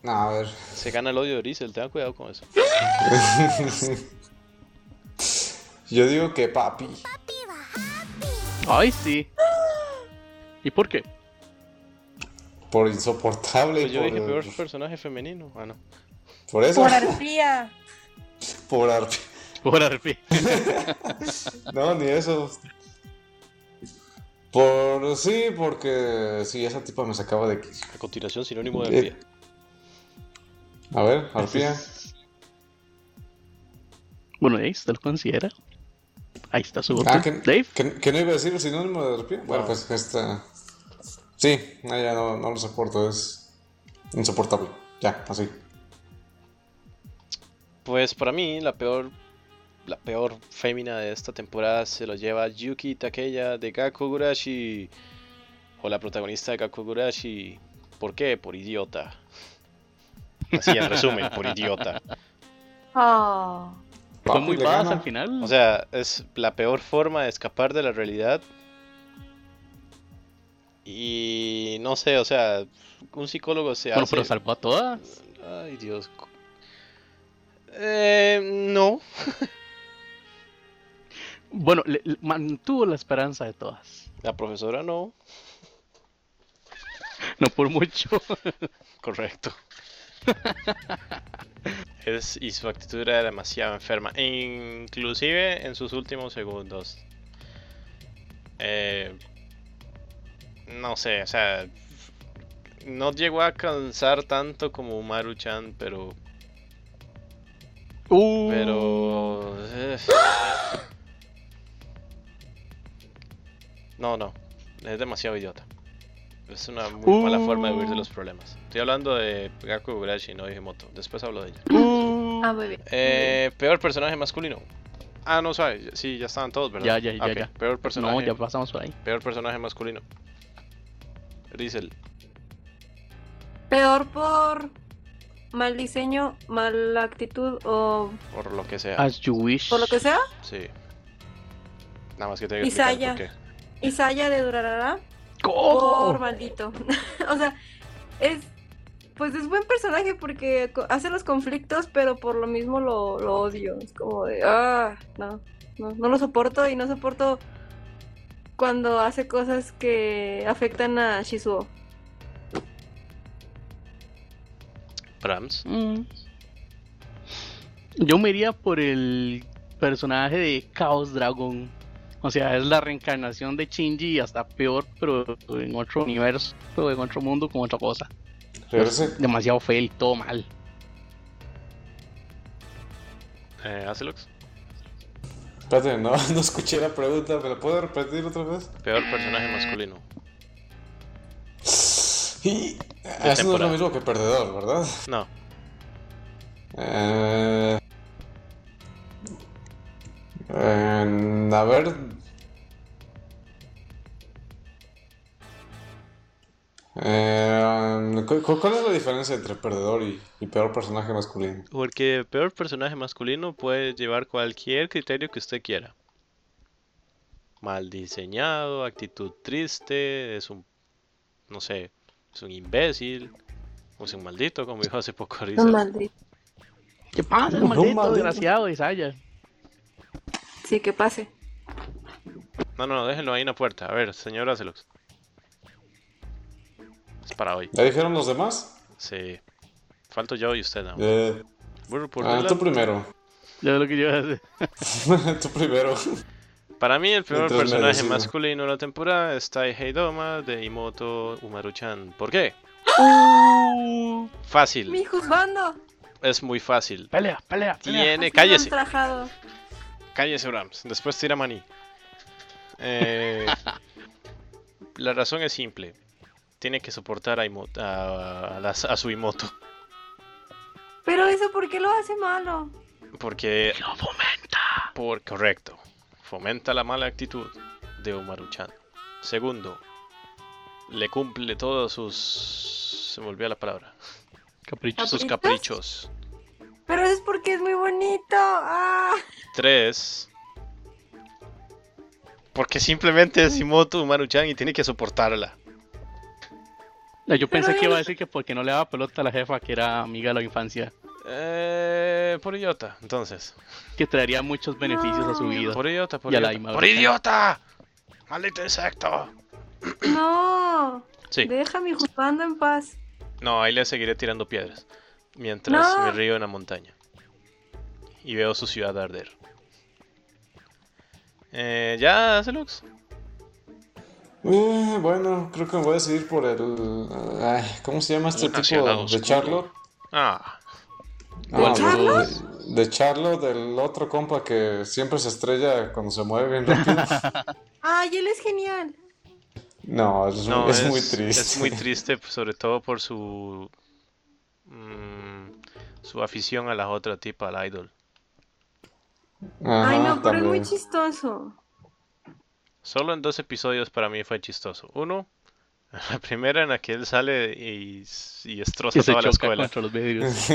Speaker 2: No, a ver.
Speaker 1: Se gana el odio de Rizel, tenga cuidado con eso.
Speaker 2: Yo digo que papi.
Speaker 4: ¡Ay, sí! ¿Y por qué?
Speaker 2: Por insoportable.
Speaker 1: Pues yo
Speaker 2: por,
Speaker 1: dije peor personaje femenino. Ah, no.
Speaker 2: por eso.
Speaker 3: Por arpía.
Speaker 2: Por arte.
Speaker 4: Por Arpi.
Speaker 2: No, ni eso. Por sí, porque sí, esa tipa me sacaba de quicio.
Speaker 1: A continuación, sinónimo de
Speaker 2: Eh,
Speaker 1: pie.
Speaker 2: A ver, Arpía.
Speaker 4: Bueno, ahí usted lo considera. Ahí está su voto.
Speaker 2: Ah, que,
Speaker 4: Dave,
Speaker 2: que- que no iba a decir el sinónimo de arpía. Bueno,
Speaker 1: No.
Speaker 2: pues esta. Sí, no, ya no, no lo soporto, es insoportable. Ya, así.
Speaker 1: Pues para mí, la peor. La peor fémina de esta temporada se lo lleva Yuki Takeya de Gakugurashi. O la protagonista de Gakugurashi. ¿Por qué? Por idiota. Así en resumen, por idiota.
Speaker 3: Oh.
Speaker 4: fue
Speaker 2: Papi
Speaker 4: muy
Speaker 2: le
Speaker 4: paz
Speaker 2: gana.
Speaker 4: al final.
Speaker 1: O sea, es la peor forma de escapar de la realidad. Y no sé, o sea, un psicólogo se
Speaker 4: bueno,
Speaker 1: hace.
Speaker 4: pero salvó a todas.
Speaker 1: Ay, Dios. Eh, no.
Speaker 4: Bueno, le- le- mantuvo la esperanza de todas.
Speaker 1: La profesora no.
Speaker 4: No por mucho.
Speaker 1: Correcto. es, y su actitud era demasiado enferma. e Inclusive en sus últimos segundos. Eh, no sé, o sea. No llegó a cansar tanto como Umaru-chan, pero.
Speaker 4: Uh,
Speaker 1: Pero. eh. No, no. Es demasiado idiota. Es una muy mala
Speaker 4: Uh.
Speaker 1: forma de huir de los problemas. Estoy hablando de Gaku Urashi, no Digimoto. Después hablo de ella.
Speaker 4: uh.
Speaker 3: Ah, muy bien.
Speaker 1: Eh, peor personaje masculino. Ah, no, sabe. Sí, ya estaban todos, ¿verdad?
Speaker 4: Ya, ya, ya,
Speaker 1: Ah, ok.
Speaker 4: ya.
Speaker 1: Peor personaje.
Speaker 4: No, ya pasamos por ahí.
Speaker 1: Peor personaje masculino. Rizel.
Speaker 3: Peor por mal diseño, mala actitud o
Speaker 1: Por lo que sea.
Speaker 4: As you wish.
Speaker 3: por lo que sea.
Speaker 1: Sí. Nada más que tengo que explicar
Speaker 3: Isaya.
Speaker 1: por qué.
Speaker 3: Isaya de Durarara.
Speaker 4: ¿Cómo?
Speaker 3: Por maldito. o sea, es. Pues es buen personaje porque co- hace los conflictos, pero por lo mismo lo, lo odio. Es como de. Ah, no, no. No lo soporto y no soporto cuando hace cosas que afectan a Shizuo.
Speaker 1: Brahms.
Speaker 4: Mm. Yo me iría por el personaje de Chaos Dragon. O sea, es la reencarnación de Shinji y hasta peor, pero en otro universo, en otro mundo, con otra cosa.
Speaker 2: Regrese.
Speaker 4: Demasiado feo y todo mal.
Speaker 1: Eh, Acelox.
Speaker 2: Espérate, no, no escuché la pregunta. ¿Me la puedo repetir otra vez?
Speaker 1: Peor personaje masculino.
Speaker 2: Y. Eso no es lo
Speaker 1: temporada.
Speaker 2: mismo que perdedor, ¿verdad?
Speaker 1: No.
Speaker 2: Eh, eh, a ver. Eh, ¿cu- cu- ¿Cuál es la diferencia entre perdedor y, y peor personaje masculino?
Speaker 1: Porque peor personaje masculino puede llevar cualquier criterio que usted quiera. mal diseñado, actitud triste, es un, no sé, es un imbécil, o es un maldito, como dijo hace poco Risa.
Speaker 3: Un maldito.
Speaker 4: ¿Qué pasa,
Speaker 2: No,
Speaker 4: maldito,
Speaker 2: maldito.
Speaker 4: desgraciado, Isaya?
Speaker 3: Sí, que pase.
Speaker 1: No, no, no, déjenlo ahí en la puerta. A ver, señor Acelox. Es para hoy.
Speaker 2: ¿Ya dijeron los demás?
Speaker 1: Sí. Falto yo y usted, ¿no?
Speaker 2: Eh,
Speaker 1: Burro, por
Speaker 2: ah,
Speaker 1: regla-
Speaker 2: tú primero.
Speaker 4: Yo lo que yo iba a decir.
Speaker 2: tú primero.
Speaker 1: Para mí, el peor
Speaker 2: Mientras me
Speaker 1: personaje
Speaker 2: decido.
Speaker 1: masculino de la temporada es Tai Heidoma de Imoto Umaruchan. ¿Por qué? Fácil.
Speaker 3: Mi juzgando.
Speaker 1: Es muy fácil.
Speaker 4: Pelea, pelea, pelea.
Speaker 1: Tiene.
Speaker 3: Así
Speaker 1: cállese.
Speaker 3: lo han trajado.
Speaker 1: Cállese, Brahms. Después tira maní. Eh, la razón es simple. Tiene que soportar a, Imo- a- a las- a su Imoto.
Speaker 3: Pero eso, ¿por qué lo hace malo?
Speaker 1: Porque
Speaker 4: ¡Lo fomenta!
Speaker 1: Por correcto. Fomenta la mala actitud de Umaru-chan. Segundo, le cumple todos sus. Se me olvidó la palabra.
Speaker 4: Caprichos.
Speaker 1: Sus caprichos.
Speaker 3: Pero eso es porque es muy bonito. Ah,
Speaker 1: Tres, porque simplemente es Imoto Umaru-chan y tiene que soportarla.
Speaker 4: Yo pensé
Speaker 3: Pero
Speaker 4: que
Speaker 3: él-
Speaker 4: iba a decir que porque no le daba pelota a la jefa, que era amiga de la infancia,
Speaker 1: Eh, por idiota, entonces.
Speaker 4: que traería muchos beneficios a su
Speaker 3: No.
Speaker 4: vida.
Speaker 1: Por idiota, por
Speaker 4: Y a la
Speaker 1: idiota.
Speaker 4: Umaru-chan.
Speaker 1: ¡Por idiota! ¡Maldito insecto!
Speaker 3: no.
Speaker 1: Sí,
Speaker 3: Deja mi juzgando en paz.
Speaker 1: no, ahí le seguiré tirando piedras. Mientras
Speaker 3: No.
Speaker 1: me río en la montaña. Y veo su ciudad arder. Eh, ya, Celux.
Speaker 2: Eh, bueno, creo que me voy a decidir por el. eh, ay, ¿cómo se llama este
Speaker 1: Una
Speaker 2: tipo?
Speaker 1: ciudad
Speaker 2: ¿De
Speaker 1: oscura.
Speaker 2: Charlotte?
Speaker 1: Ah,
Speaker 2: Ah,
Speaker 3: Charlotte?
Speaker 2: De, de Charlotte, del otro compa que siempre se estrella cuando se mueve bien rápido.
Speaker 3: Ay, él es genial.
Speaker 2: No, es,
Speaker 1: no,
Speaker 2: es muy triste.
Speaker 1: Es muy triste, pues, sobre todo por su. mm, su afición a la otra tipa, al idol. Ah,
Speaker 2: Ajá,
Speaker 3: Ay, no, pero es muy
Speaker 2: también.
Speaker 3: chistoso.
Speaker 1: Solo en dos episodios para mí fue chistoso. Uno, la primera en la que él sale y, y destroza
Speaker 4: Que se
Speaker 1: toda la
Speaker 4: choca
Speaker 1: escuela.
Speaker 4: contra los vidrios.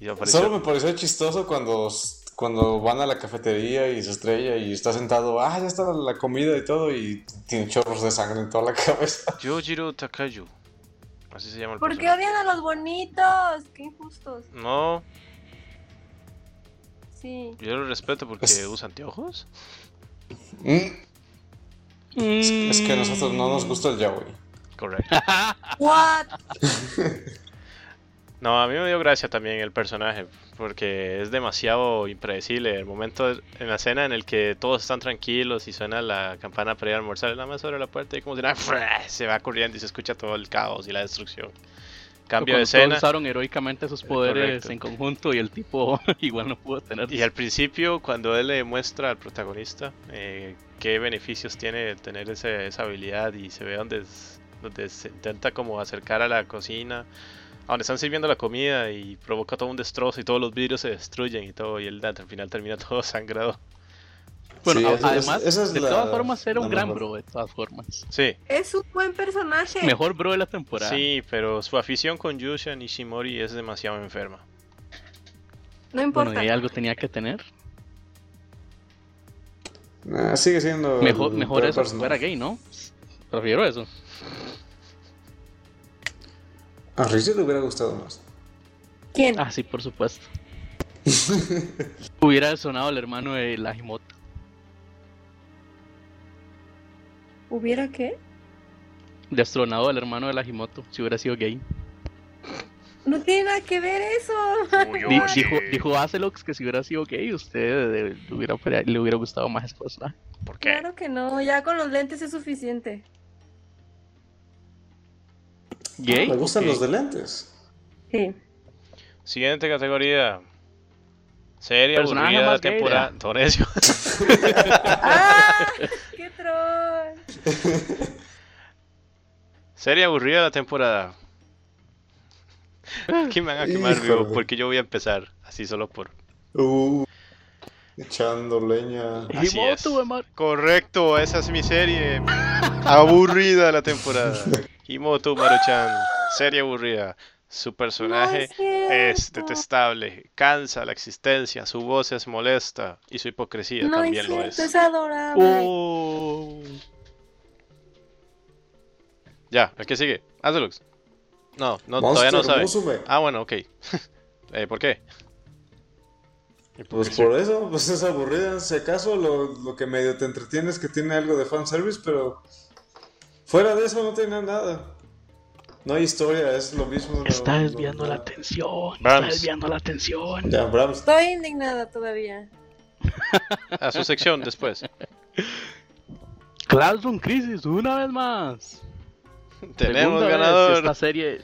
Speaker 1: Y me pareció-
Speaker 2: Solo me pareció chistoso cuando, cuando van a la cafetería y se estrella y está sentado, ah, ya está la comida y todo, y tiene chorros de sangre en toda la cabeza.
Speaker 1: Yojiro Takayu. Así se llama el
Speaker 3: ¿Por qué
Speaker 1: personaje.
Speaker 3: odian a los bonitos? Qué injustos.
Speaker 1: No,
Speaker 3: Sí.
Speaker 1: yo lo respeto porque
Speaker 2: Es-
Speaker 1: usa anteojos.
Speaker 2: Mm, Es
Speaker 4: Mm.
Speaker 2: que a nosotros no nos gusta el yaoi.
Speaker 1: Correcto.
Speaker 3: What?
Speaker 1: No, a mí me dio gracia también el personaje, porque es demasiado impredecible. El momento es- en la escena en el que todos están tranquilos y suena la campana para ir a almorzar, nada más sobre la puerta y como si nada, se va corriendo y se escucha todo el caos y la destrucción. Cambio de
Speaker 4: Cuando todos
Speaker 1: escena. Eh,
Speaker 4: usaron heroicamente sus poderes
Speaker 1: correcto.
Speaker 4: en conjunto y el tipo igual no pudo tener.
Speaker 1: Y al principio, cuando él le demuestra al protagonista eh, qué beneficios tiene tener ese- esa habilidad y se ve donde, es- donde se intenta como acercar a la cocina, a donde están sirviendo la comida y provoca todo un destrozo y todos los vidrios se destruyen y todo, y él al final termina todo sangrado.
Speaker 4: Bueno,
Speaker 2: Sí,
Speaker 4: a-
Speaker 2: es- es-
Speaker 4: además,
Speaker 2: esa es
Speaker 4: de
Speaker 2: la-
Speaker 4: todas formas, era un
Speaker 2: la
Speaker 4: gran
Speaker 2: mejor.
Speaker 4: bro, de todas formas.
Speaker 1: Sí,
Speaker 3: Es un buen personaje.
Speaker 4: Mejor bro de la temporada.
Speaker 1: sí, pero su afición con Yusha Nishimori es demasiado enferma.
Speaker 3: No importa.
Speaker 4: Bueno, y algo tenía que tener.
Speaker 2: Ah, sigue siendo.
Speaker 4: Mejor,
Speaker 2: el
Speaker 4: mejor
Speaker 2: peor
Speaker 4: eso que
Speaker 2: personaje.
Speaker 4: fuera gay, ¿no? Prefiero eso.
Speaker 2: A Richie le hubiera gustado más.
Speaker 3: ¿Quién?
Speaker 4: Ah, sí, por supuesto. Hubiera sonado el hermano de la Himota.
Speaker 3: ¿Hubiera qué?
Speaker 4: Destronado al hermano de la Himoto, si hubiera sido gay.
Speaker 3: No tiene nada que ver eso.
Speaker 4: Di- dijo, dijo Azelox que si hubiera sido gay, usted eh, le hubiera, le hubiera gustado más ese personaje.
Speaker 1: ¿Por qué?
Speaker 3: Claro que no, ya con los lentes es suficiente.
Speaker 4: ¿Gay?
Speaker 2: Me gustan
Speaker 4: Ok.
Speaker 2: los de lentes.
Speaker 3: Sí.
Speaker 1: Siguiente categoría. Serie
Speaker 4: Personaje
Speaker 1: aburrida
Speaker 4: más
Speaker 1: de
Speaker 4: gay,
Speaker 1: temporada. Torecio.
Speaker 3: ¡Ah! ¡Qué troll!
Speaker 1: Serie aburrida de la temporada. Aquí me van a quemar
Speaker 2: Híjole.
Speaker 1: vivo porque yo voy a empezar así solo por.
Speaker 2: Uh, echando leña.
Speaker 1: Así
Speaker 4: Himoto,
Speaker 1: es.
Speaker 4: weón.
Speaker 1: Correcto, esa es mi serie aburrida de la temporada. Himoto Maruchan, serie aburrida. Su personaje es
Speaker 3: cierto.
Speaker 1: detestable, cansa la existencia, su voz es molesta y su hipocresía
Speaker 3: No es
Speaker 1: también lo
Speaker 3: cierto,
Speaker 1: es.
Speaker 3: es, adorable.
Speaker 1: Oh. Ya, el que sigue. Azelux. No, no todavía no
Speaker 2: Monster
Speaker 1: sabe.
Speaker 2: Musume.
Speaker 1: Ah, bueno, ok. Eh, ¿Por qué?
Speaker 2: Pues por eso, pues es aburrida. Si acaso lo, lo que medio te entretiene es que tiene algo de fanservice, pero fuera de eso no tiene nada. No hay historia, es lo mismo. no-
Speaker 4: Está
Speaker 2: no-
Speaker 4: desviando la
Speaker 2: nada.
Speaker 4: atención. Está
Speaker 1: Brahms.
Speaker 4: desviando la atención.
Speaker 2: Ya, Brahms.
Speaker 3: Estoy indignada todavía.
Speaker 1: A su sección después.
Speaker 4: Classroom Crisis, una vez más.
Speaker 1: Tenemos
Speaker 4: Segunda vez,
Speaker 1: ganador.
Speaker 4: Esta serie.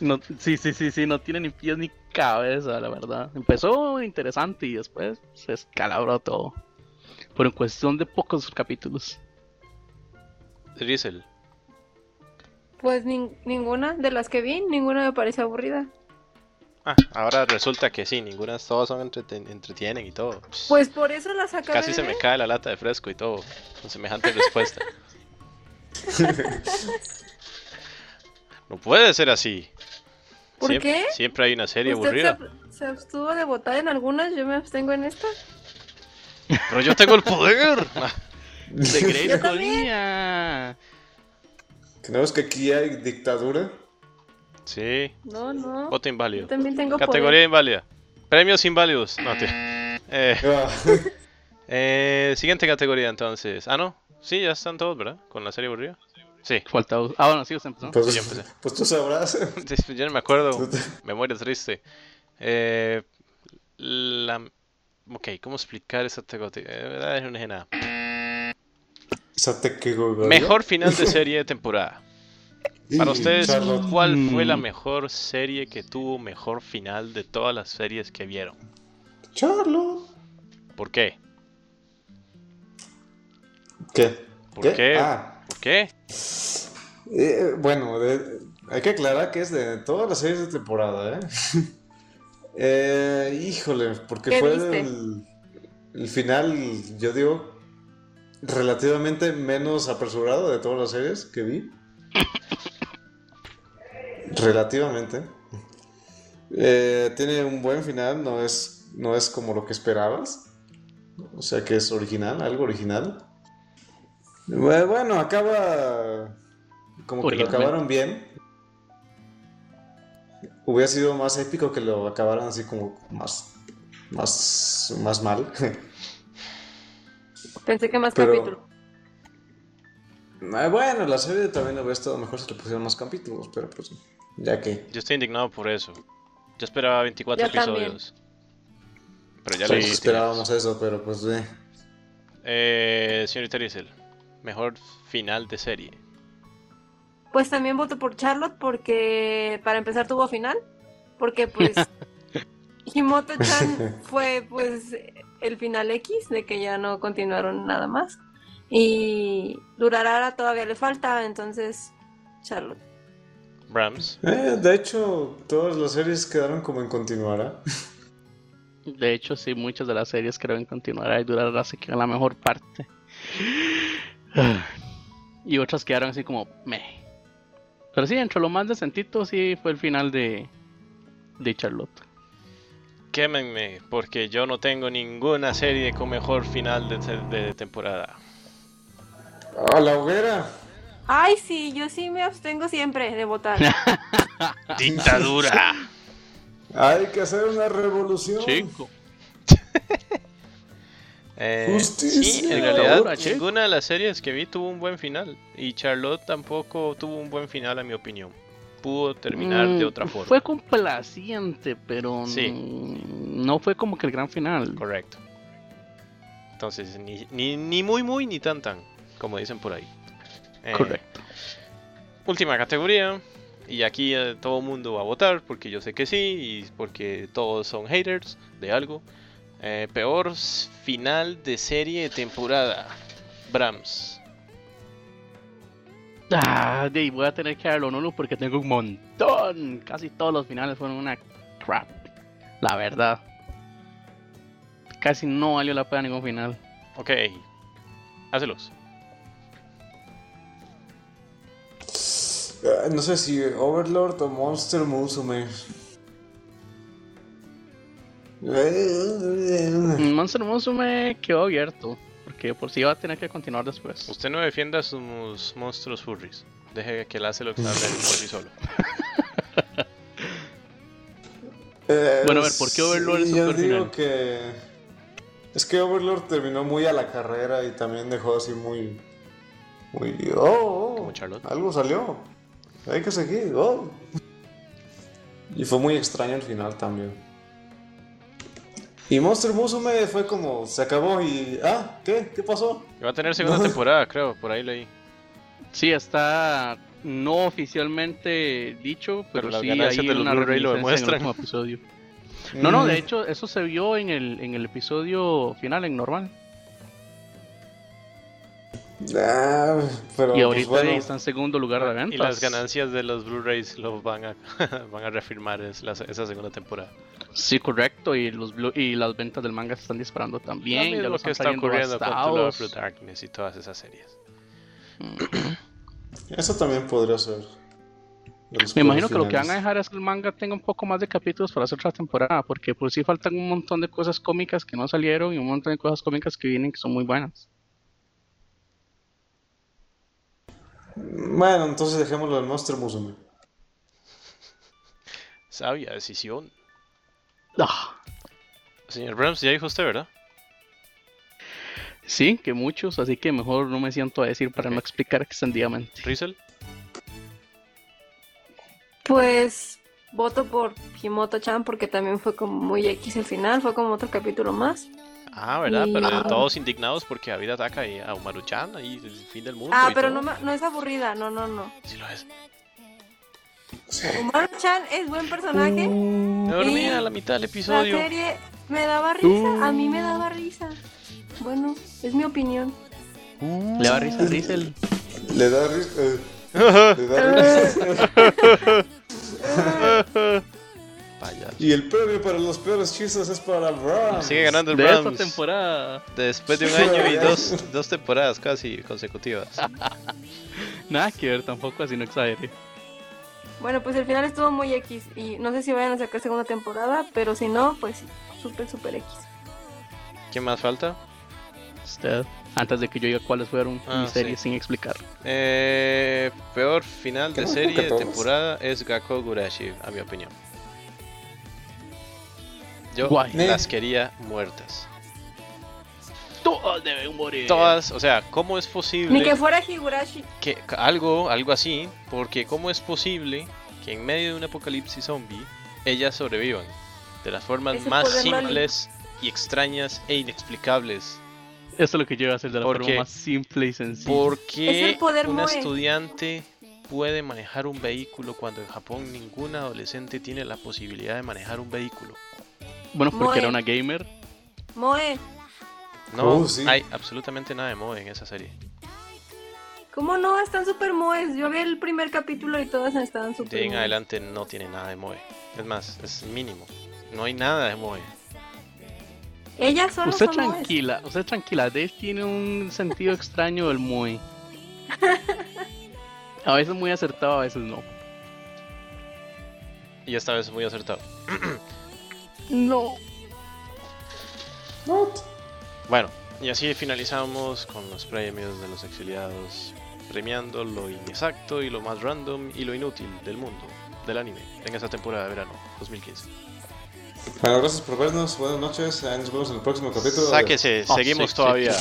Speaker 4: No, sí, sí, sí, sí, no tiene ni pies ni cabeza, la verdad. Empezó interesante y después se escalabró todo. Por en cuestión de pocos capítulos.
Speaker 1: Riesel.
Speaker 3: Pues nin- ninguna de las que vi, ninguna me parece aburrida.
Speaker 1: Ah, ahora resulta que sí, ninguna, todas son entreten- entretienen y todo. Pss,
Speaker 3: Pues por eso las acabé.
Speaker 1: Casi se
Speaker 3: de
Speaker 1: me
Speaker 3: ver.
Speaker 1: cae la lata de fresco y todo, con semejante respuesta. No puede ser así.
Speaker 3: ¿Por
Speaker 1: Siempre-
Speaker 3: qué?
Speaker 1: Siempre hay una serie
Speaker 3: ¿Usted se,
Speaker 1: aburrida.
Speaker 3: ab- se abstuvo de votar en algunas? Yo me abstengo en esta.
Speaker 1: Pero yo tengo el poder. Ah,
Speaker 4: De Grey
Speaker 3: Yo también.
Speaker 4: Colina.
Speaker 2: Tenemos que aquí hay dictadura.
Speaker 1: Sí,
Speaker 3: No, no.
Speaker 1: voto inválido.
Speaker 3: Yo también tengo
Speaker 1: Categoría inválida. Premios inválidos. No, tío. Eh,
Speaker 2: Ah,
Speaker 1: eh, siguiente categoría entonces. Ah, no. Sí, ya están todos, ¿verdad? Con la serie aburrida. Sí,
Speaker 4: Falta. Ah, bueno, sí, usted empezó.
Speaker 1: Sí, ya
Speaker 2: pues,
Speaker 1: empecé.
Speaker 2: pues tú sabrás.
Speaker 1: yo no me acuerdo.
Speaker 2: Tú te-
Speaker 1: Memoria triste. Eh, la... Ok, ¿cómo explicar esa categoría? Eh, verdad, no dije nada.
Speaker 2: esa te quedó, ¿verdad?
Speaker 1: Mejor final de serie de temporada.
Speaker 2: Y
Speaker 1: Para ustedes,
Speaker 2: Charlotte.
Speaker 1: ¿cuál fue la
Speaker 4: Mm.
Speaker 1: mejor serie que tuvo mejor final de todas las series que vieron?
Speaker 2: Charlotte.
Speaker 1: ¿Por qué?
Speaker 2: ¿Qué?
Speaker 1: ¿Por qué?
Speaker 2: Ah,
Speaker 1: ¿Por qué?
Speaker 2: Eh, bueno, de- hay que aclarar que es de todas las series de temporada, ¿eh? Eh, híjole, porque
Speaker 3: ¿Qué
Speaker 2: fue
Speaker 3: viste?
Speaker 2: el, el final, yo digo, relativamente menos apresurado de todas las series que vi. Relativamente. Eh, tiene un buen final, no es, no es como lo que esperabas. O sea que es original, algo original. Bue- Bueno, acaba como que lo
Speaker 4: Original.
Speaker 2: acabaron bien. Hubiera sido más épico que lo acabaran así como más, más, más mal.
Speaker 3: Pensé que más
Speaker 2: Pero-
Speaker 3: capítulo.
Speaker 2: Ah, bueno, la serie también hubiera estado mejor si le pusieran más capítulos, pero pues ya que...
Speaker 1: Yo estoy indignado por eso. Yo esperaba 24
Speaker 3: Yo también.
Speaker 1: episodios. Pero ya lo
Speaker 2: Todos esperábamos eso, pero pues... eh.
Speaker 1: Eh, señorita Riesel, mejor final de serie.
Speaker 3: Pues también voto por Charlotte porque para empezar tuvo final. Porque pues Himoto-chan fue pues el final X de que ya no continuaron nada más. Y Durarara todavía le falta, entonces Charlotte.
Speaker 1: Brahms.
Speaker 2: Eh, de hecho, todas las series quedaron como en continuará.
Speaker 4: De hecho, sí, muchas de las series creo en continuará y durará así que la mejor parte. Ah. Y otras quedaron así como meh. Pero sí, entre lo más decentito sí fue el final de, de Charlotte.
Speaker 1: Quémenme, porque yo no tengo ninguna serie con mejor final de, te- de temporada.
Speaker 2: ¡A la hoguera!
Speaker 3: Ay, sí, yo sí me abstengo siempre de votar.
Speaker 1: ¡Dictadura!
Speaker 2: Hay que hacer una revolución.
Speaker 1: Eh,
Speaker 2: Justicia.
Speaker 1: sí, en realidad
Speaker 4: Dictadura, chico.
Speaker 1: ninguna de las series que vi tuvo un buen final. Y Charlotte tampoco tuvo un buen final, a mi opinión. Pudo terminar de
Speaker 4: Mm,
Speaker 1: otra forma.
Speaker 4: Fue complaciente, pero
Speaker 1: Sí.
Speaker 4: mm, no fue como que el gran final.
Speaker 1: Correcto. Entonces, ni, ni, ni muy muy ni tan tan, como dicen por ahí. Eh,
Speaker 4: Correcto.
Speaker 1: Última categoría. Y aquí eh, todo el mundo va a votar porque yo sé que sí y porque todos son haters de algo. Eh, peor s- final de serie de temporada. Brahms.
Speaker 4: Ah, de ahí voy a tener que darlo nulo porque tengo un montón. Casi todos los finales fueron una crap. La verdad. Casi no valió la pena ningún final.
Speaker 1: Ok. Hácelos.
Speaker 2: Ah, No sé si Overlord o Monster Musume.
Speaker 4: Mm, Monster Musume quedó abierto, porque por si va a tener que continuar después.
Speaker 1: Usted no defienda a sus monstruos furries. Deje que él hace lo que sabe el furry solo.
Speaker 4: Bueno, a ver, ¿por qué Overlord
Speaker 2: Eh,
Speaker 4: es
Speaker 2: sí,
Speaker 4: un
Speaker 2: Yo
Speaker 4: peor
Speaker 2: digo
Speaker 4: final?
Speaker 2: que. Es que Overlord terminó muy a la carrera y también dejó así muy. Muy. Oh,
Speaker 1: Como
Speaker 2: oh
Speaker 1: Charlotte.
Speaker 2: algo salió. Hay que seguir. Oh. Y fue muy extraño el final también. Y Monster Musume fue como. Se acabó y. Ah, ¿qué? ¿Qué pasó?
Speaker 1: Y va a tener segunda temporada, creo, por ahí leí.
Speaker 4: Sí, está no oficialmente dicho, pero,
Speaker 1: Pero las
Speaker 4: sí
Speaker 1: ganancias
Speaker 4: hay
Speaker 1: de los
Speaker 4: una
Speaker 1: Blu-ray lo
Speaker 4: reminiscencia en el
Speaker 1: demuestran.
Speaker 4: último episodio. No, no, de
Speaker 2: Mm.
Speaker 4: hecho, eso se vio en el, en el episodio final, en normal.
Speaker 2: Ah, pero
Speaker 4: y
Speaker 2: pues,
Speaker 4: ahorita
Speaker 2: bueno.
Speaker 4: ahí está en segundo lugar de ventas.
Speaker 1: Y las ganancias de los Blu-rays lo van a, van a reafirmar es la- esa segunda temporada.
Speaker 4: Sí, correcto. Y los blu- y las ventas del manga se están disparando también.
Speaker 1: También
Speaker 4: ya
Speaker 1: lo
Speaker 4: los
Speaker 1: que
Speaker 4: han
Speaker 1: está
Speaker 4: saliendo
Speaker 1: ocurriendo con To Love Through
Speaker 4: bastados.
Speaker 1: Darkness y todas esas series.
Speaker 2: Eso también podría ser.
Speaker 4: Me imagino que lo que van a dejar es que el manga tenga un poco más de capítulos para hacer otra temporada, porque por sí faltan un montón de cosas cómicas que no salieron y un montón de cosas cómicas que vienen que son muy buenas.
Speaker 2: Bueno, entonces dejémoslo del Monster Musume.
Speaker 1: Sabia decisión.
Speaker 4: Ah,
Speaker 1: Señor Brams, ya dijo usted, ¿verdad?
Speaker 4: Sí, que muchos, así que mejor no me siento a decir para no explicar extendidamente.
Speaker 1: Rizel.
Speaker 3: Pues voto por Himoto-chan porque también fue como muy X el final, fue como otro capítulo más.
Speaker 1: Ah, ¿verdad? Pero
Speaker 3: No.
Speaker 1: todos indignados porque David ataca y a Umaru-chan y el fin del mundo.
Speaker 3: Ah,
Speaker 1: y
Speaker 3: pero
Speaker 1: todo.
Speaker 3: no, me- no es aburrida, no, no, no.
Speaker 1: Sí lo es.
Speaker 3: Umaru-chan es buen personaje.
Speaker 1: Me dormí a la mitad del
Speaker 3: La
Speaker 1: episodio.
Speaker 3: serie me daba risa, a mí me daba risa. Bueno, es mi opinión.
Speaker 4: Le va a risa a Rizel.
Speaker 2: Le da risa. eh, le da risa.
Speaker 1: Payaso.
Speaker 2: y el premio para los peores chistes es para Bram.
Speaker 1: Sigue ganando el
Speaker 4: De esta
Speaker 1: Brams.
Speaker 4: temporada.
Speaker 1: Después de un año y dos, dos temporadas casi consecutivas.
Speaker 4: Nada que ver tampoco, así no exagere.
Speaker 3: Bueno, pues el final estuvo muy X y no sé si vayan a sacar segunda temporada, pero si no, pues sí, súper, súper X.
Speaker 1: ¿Quién más falta?
Speaker 4: Usted, antes de que yo diga cuáles fueron
Speaker 1: Ah,
Speaker 4: mis series
Speaker 1: sí.
Speaker 4: sin explicar.
Speaker 1: Eh, peor final de
Speaker 2: Creo que
Speaker 1: serie de
Speaker 2: todos.
Speaker 1: temporada es Gakko Gurashi, a mi opinión. Yo
Speaker 4: Guay.
Speaker 1: las quería muertas.
Speaker 4: Todas deben morir.
Speaker 1: Todas, o sea, ¿cómo es posible
Speaker 3: Ni que fuera Higurashi.
Speaker 1: que ca- algo, algo así? Porque ¿cómo es posible que en medio de un apocalipsis zombie ellas sobrevivan de las formas
Speaker 3: Ese
Speaker 1: más
Speaker 3: poder maligno.
Speaker 1: simples y extrañas e inexplicables?
Speaker 4: Eso es lo que yo iba a hacer de la
Speaker 1: ¿Por
Speaker 4: forma
Speaker 1: qué?
Speaker 4: más simple y sencilla.
Speaker 1: ¿Por
Speaker 3: Es
Speaker 1: qué
Speaker 3: el poder
Speaker 1: un
Speaker 3: Moe.
Speaker 1: estudiante puede manejar un vehículo cuando en Japón ningún adolescente tiene la posibilidad de manejar un vehículo?
Speaker 4: Bueno, porque era
Speaker 3: Moe.
Speaker 4: una gamer.
Speaker 3: Moe,
Speaker 1: No
Speaker 2: Oh, sí.
Speaker 1: hay absolutamente nada de Moe en esa serie.
Speaker 3: ¿cómo no? Están súper Moes. Yo vi el primer capítulo y todas estaban súper
Speaker 1: De ahí en
Speaker 3: Moes.
Speaker 1: adelante no tiene nada de Moe. Es más, es mínimo. No hay nada de Moe.
Speaker 3: Ellas solo
Speaker 4: Usted
Speaker 3: son Moes.
Speaker 4: tranquila, usted tranquila. Dave tiene un sentido extraño del muy. A veces muy acertado, a veces no.
Speaker 1: Y esta vez muy acertado.
Speaker 4: No.
Speaker 1: Bueno, y así finalizamos con los premios de los exiliados, premiando lo inexacto y lo más random y lo inútil del mundo, del anime, en esa temporada de verano 2015.
Speaker 2: Bueno, gracias por vernos. Buenas noches. Ahí nos vemos en el próximo capítulo. de
Speaker 1: Sáquese,
Speaker 4: Ah,
Speaker 1: seguimos
Speaker 4: sí, sí.
Speaker 1: todavía.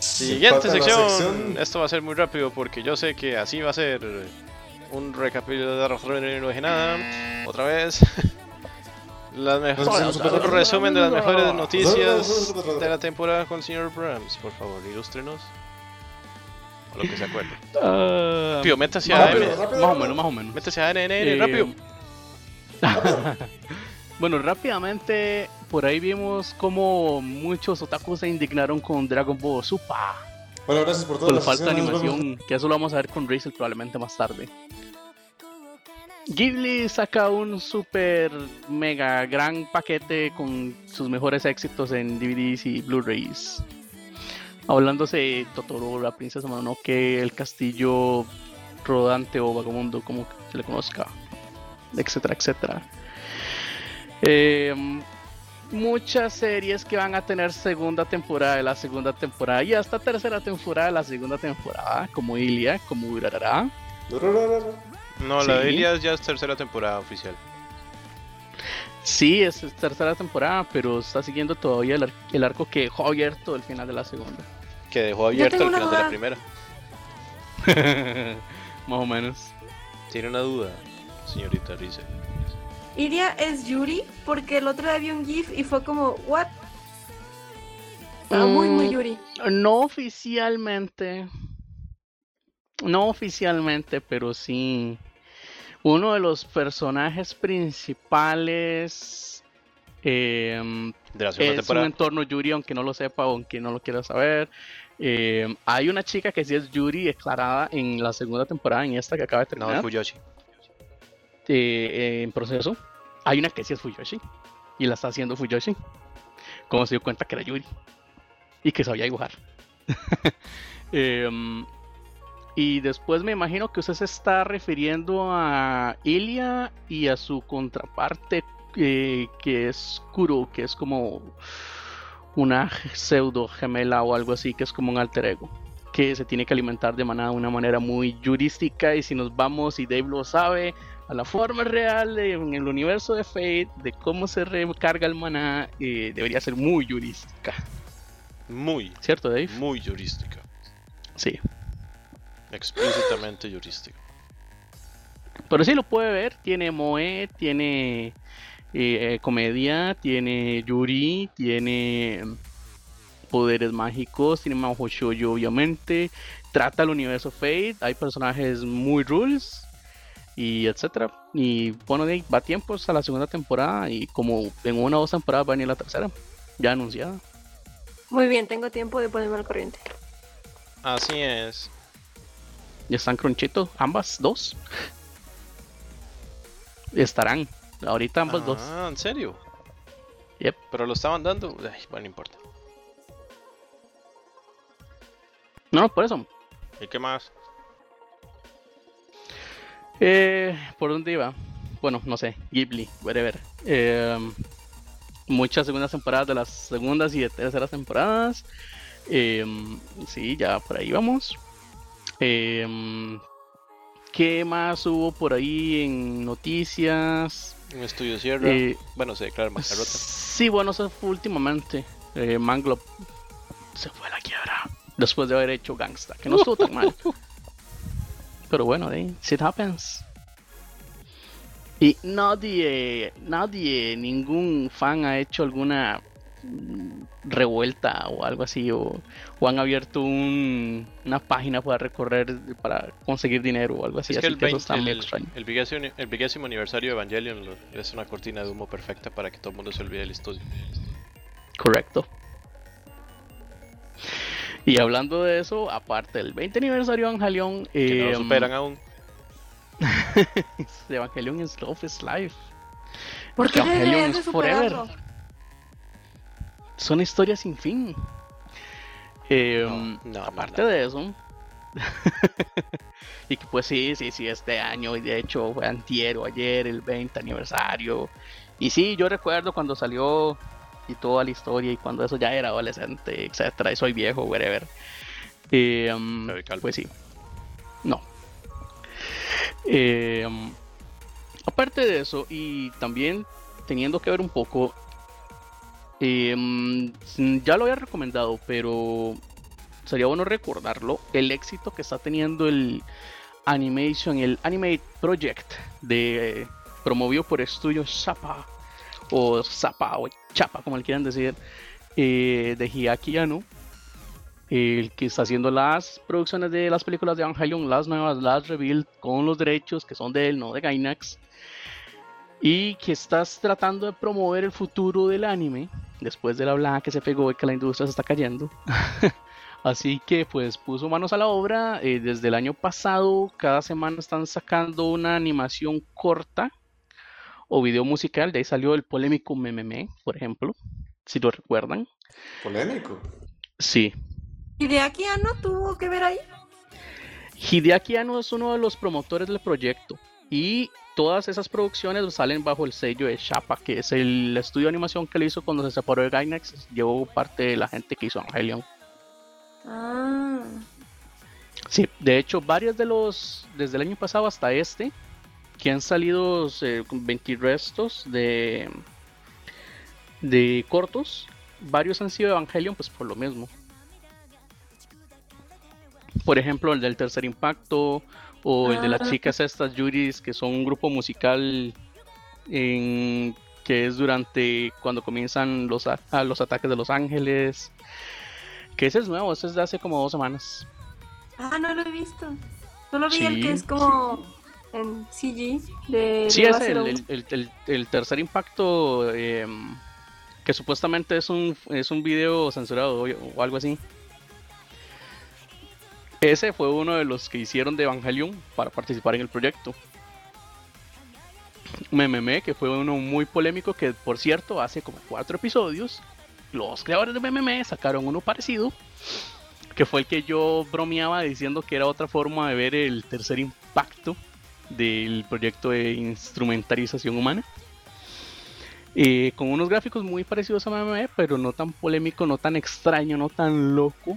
Speaker 1: Siguiente
Speaker 2: Falta la
Speaker 1: sección.
Speaker 2: sección.
Speaker 1: Esto va a ser muy rápido porque yo sé que así va a ser un recapitulación de nada. Otra vez. Las mejores,
Speaker 2: Hola,
Speaker 1: un resumen de las
Speaker 2: Ah,
Speaker 1: mejores noticias
Speaker 2: Hola, hola.
Speaker 1: de la temporada con el señor Brams. Por favor, ilústrenos. O lo que se acuerde.
Speaker 4: Ah,
Speaker 1: Rápido, métase a
Speaker 2: Rápido,
Speaker 1: AMN.
Speaker 2: rápido,
Speaker 4: más o
Speaker 2: rápido.
Speaker 4: menos, más o menos.
Speaker 1: Métase a
Speaker 4: Eh,
Speaker 1: NNN, rápido.
Speaker 4: Bueno, rápidamente, por ahí vimos como muchos otakus se indignaron con Dragon Ball Super.
Speaker 2: Bueno, gracias por todo.
Speaker 4: Con la falta de animación, que eso lo vamos a ver con Razel probablemente más tarde. Ghibli saca un super mega gran paquete con sus mejores éxitos en DVDs y Blu-rays. Hablándose de Totoro, la princesa Mononoke, el castillo rodante o vagabundo, como se le conozca, etcétera, etcétera. Eh, muchas series que van a tener segunda temporada de la segunda temporada y hasta tercera temporada de la segunda temporada, como Ilia, como Urarara.
Speaker 1: No, la de
Speaker 4: Sí.
Speaker 1: Ilias ya es tercera temporada oficial.
Speaker 4: Sí, es es tercera temporada, pero está siguiendo todavía el, ar- el arco que dejó abierto el final de la segunda.
Speaker 1: Que dejó abierta
Speaker 3: tengo
Speaker 1: al
Speaker 3: una
Speaker 1: final de la
Speaker 3: duda.
Speaker 1: primera.
Speaker 4: Más o menos.
Speaker 1: Tiene una duda, señorita Rice.
Speaker 3: Iria es Yuri porque el otro día vi un GIF y fue como, ¿what? Estaba Ah, muy, muy
Speaker 4: Mm.
Speaker 3: Yuri.
Speaker 4: No oficialmente. No oficialmente, pero sí. Uno de los personajes principales em,
Speaker 1: De la segunda
Speaker 4: es un
Speaker 1: temporada.
Speaker 4: entorno Yuri, aunque no lo sepa o aunque no lo quiera saber. Em, hay una chica que sí es Yuri declarada en la segunda temporada, en esta que acaba de
Speaker 1: No,
Speaker 4: terminar
Speaker 1: es Fuyoshi.
Speaker 4: eh, eh, en proceso. Hay una que sí es Fuyoshi. Y la está haciendo Fuyoshi. Como se dio cuenta que era Yuri. Y que sabía dibujar. Em, y después me imagino que usted se está refiriendo a Ilia y a su contraparte eh, que es Kuro, que es como una pseudo gemela o algo así, que es como un alter ego que se tiene que alimentar de maná de una manera muy jurística y si nos vamos y Dave lo sabe, a la forma real de- en el universo de Fate, de cómo se recarga el maná, eh, debería ser muy jurística.
Speaker 1: Muy,
Speaker 4: ¿Cierto, Dave?
Speaker 1: muy heurística.
Speaker 4: Sí.
Speaker 1: Explícitamente heurística.
Speaker 4: Pero sí lo puede ver, tiene Moe, tiene eh, eh, comedia, tiene Yuri, tiene mm, poderes mágicos, tiene Maho Shoujo obviamente, trata el universo Fate, hay personajes muy rules y etcétera. Y bueno, de ahí va a tiempo hasta la segunda temporada y como en una o dos temporadas va a venir la tercera, ya anunciada.
Speaker 3: Muy bien, tengo tiempo de ponerme al corriente.
Speaker 1: Así es.
Speaker 4: Ya están Cronchito, ambas dos. Estarán, ahorita ambas dos.
Speaker 1: Ah, ¿en serio?
Speaker 4: Yep.
Speaker 1: Pero lo estaban dando. Ay, bueno, no importa.
Speaker 4: No, no, por eso,
Speaker 1: ¿Y qué más?
Speaker 4: Eh, ¿por dónde iba? Bueno, no sé, Ghibli, whatever. Eh, muchas segundas temporadas de las segundas y de terceras temporadas. Eh, sí, ya por ahí vamos. Eh, ¿Qué más hubo por ahí en noticias?
Speaker 1: Un estudio cierra.
Speaker 4: Eh,
Speaker 1: Bueno, se declara bancarrota.
Speaker 4: Sí, bueno, eso fue últimamente. Eh, Manglob se fue a la quiebra después de haber hecho Gangsta, que no estuvo tan mal. Pero bueno, eh, shit happens. Y nadie, nadie, ningún fan ha hecho alguna mm, revuelta o algo así, o, o han abierto un- una página para recorrer, para conseguir dinero o algo así.
Speaker 1: Es que
Speaker 4: así
Speaker 1: el,
Speaker 4: que eso está
Speaker 1: 20
Speaker 4: muy
Speaker 1: el-
Speaker 4: extraño.
Speaker 1: el vigésimo, el vigésimo aniversario de Evangelion lo- es una cortina de humo perfecta para que todo el mundo se olvide del estudio.
Speaker 4: Correcto. Y hablando de eso, aparte del 20 aniversario de Evangelion,
Speaker 1: Que no
Speaker 4: em,
Speaker 1: lo superan aún.
Speaker 4: Evangelion is Love is Life.
Speaker 3: ¿Por qué
Speaker 4: Evangelion
Speaker 3: deberías de
Speaker 4: es forever.
Speaker 3: superarlo?
Speaker 4: Son historias sin fin. Em,
Speaker 1: No, no, no,
Speaker 4: aparte
Speaker 1: no.
Speaker 4: de eso. y que pues sí, sí, sí, este año, y de hecho fue antier o ayer, el 20 aniversario. Y sí, yo recuerdo cuando salió y toda la historia y cuando eso ya era adolescente, etcétera, y soy viejo, whatever. Em,
Speaker 1: Soy calvo.
Speaker 4: pues sí. No. Em, aparte de eso, y también teniendo que ver un poco, em, ya lo había recomendado, pero sería bueno recordarlo, el éxito que está teniendo el Animation, el Animate Project, de, eh, promovido por Estudio Zappa, o Zappa, o Chapa, como le quieran decir, eh, de Hideaki Anno, el que está haciendo las producciones de las películas de Evangelion, las nuevas, las Rebuild, con los derechos que son de él, no de Gainax, y que estás tratando de promover el futuro del anime, después de la blaga que se pegó y que la industria se está cayendo. Así que pues puso manos a la obra. eh, desde el año pasado, cada semana están sacando una animación corta o video musical. De ahí salió el polémico Mememe, por ejemplo, si lo recuerdan.
Speaker 2: Polémico.
Speaker 4: Sí.
Speaker 3: ¿Y de aquí a no tuvo que ver ahí?
Speaker 4: Hideaki Anno es uno de los promotores del proyecto y todas esas producciones salen bajo el sello de Chapa, que es el estudio de animación que le hizo cuando se separó de Gainax, llevó parte de la gente que hizo Evangelion.
Speaker 3: Ah,
Speaker 4: Sí, de hecho, varios de los, desde el año pasado hasta este, que han salido eh, con 20 restos de, de cortos, varios han sido Evangelion, pues por lo mismo. Por ejemplo, el del Tercer Impacto, o el de las
Speaker 3: Ah.
Speaker 4: chicas estas Yuris, que son un grupo musical en- que es durante cuando comienzan los, a- a los ataques de Los Ángeles. Que ese es nuevo, ese es de hace como dos semanas.
Speaker 3: ah, no lo he visto. Solo vi el
Speaker 4: Sí.
Speaker 3: que es como en CG de
Speaker 4: Sí,
Speaker 3: de
Speaker 4: es el,
Speaker 3: Basero.
Speaker 4: el, el- el- el tercer impacto em, que supuestamente es un, es un video censurado o, o algo así. Ese fue uno de los que hicieron de Evangelion para participar en el proyecto. MMM, que fue uno muy polémico, que por cierto, hace como cuatro episodios, los creadores de MMM sacaron uno parecido, que fue el que yo bromeaba diciendo que era otra forma de ver el tercer impacto del proyecto de instrumentalización humana. Eh, con unos gráficos muy parecidos a MME, pero no tan polémico, no tan extraño, no tan loco,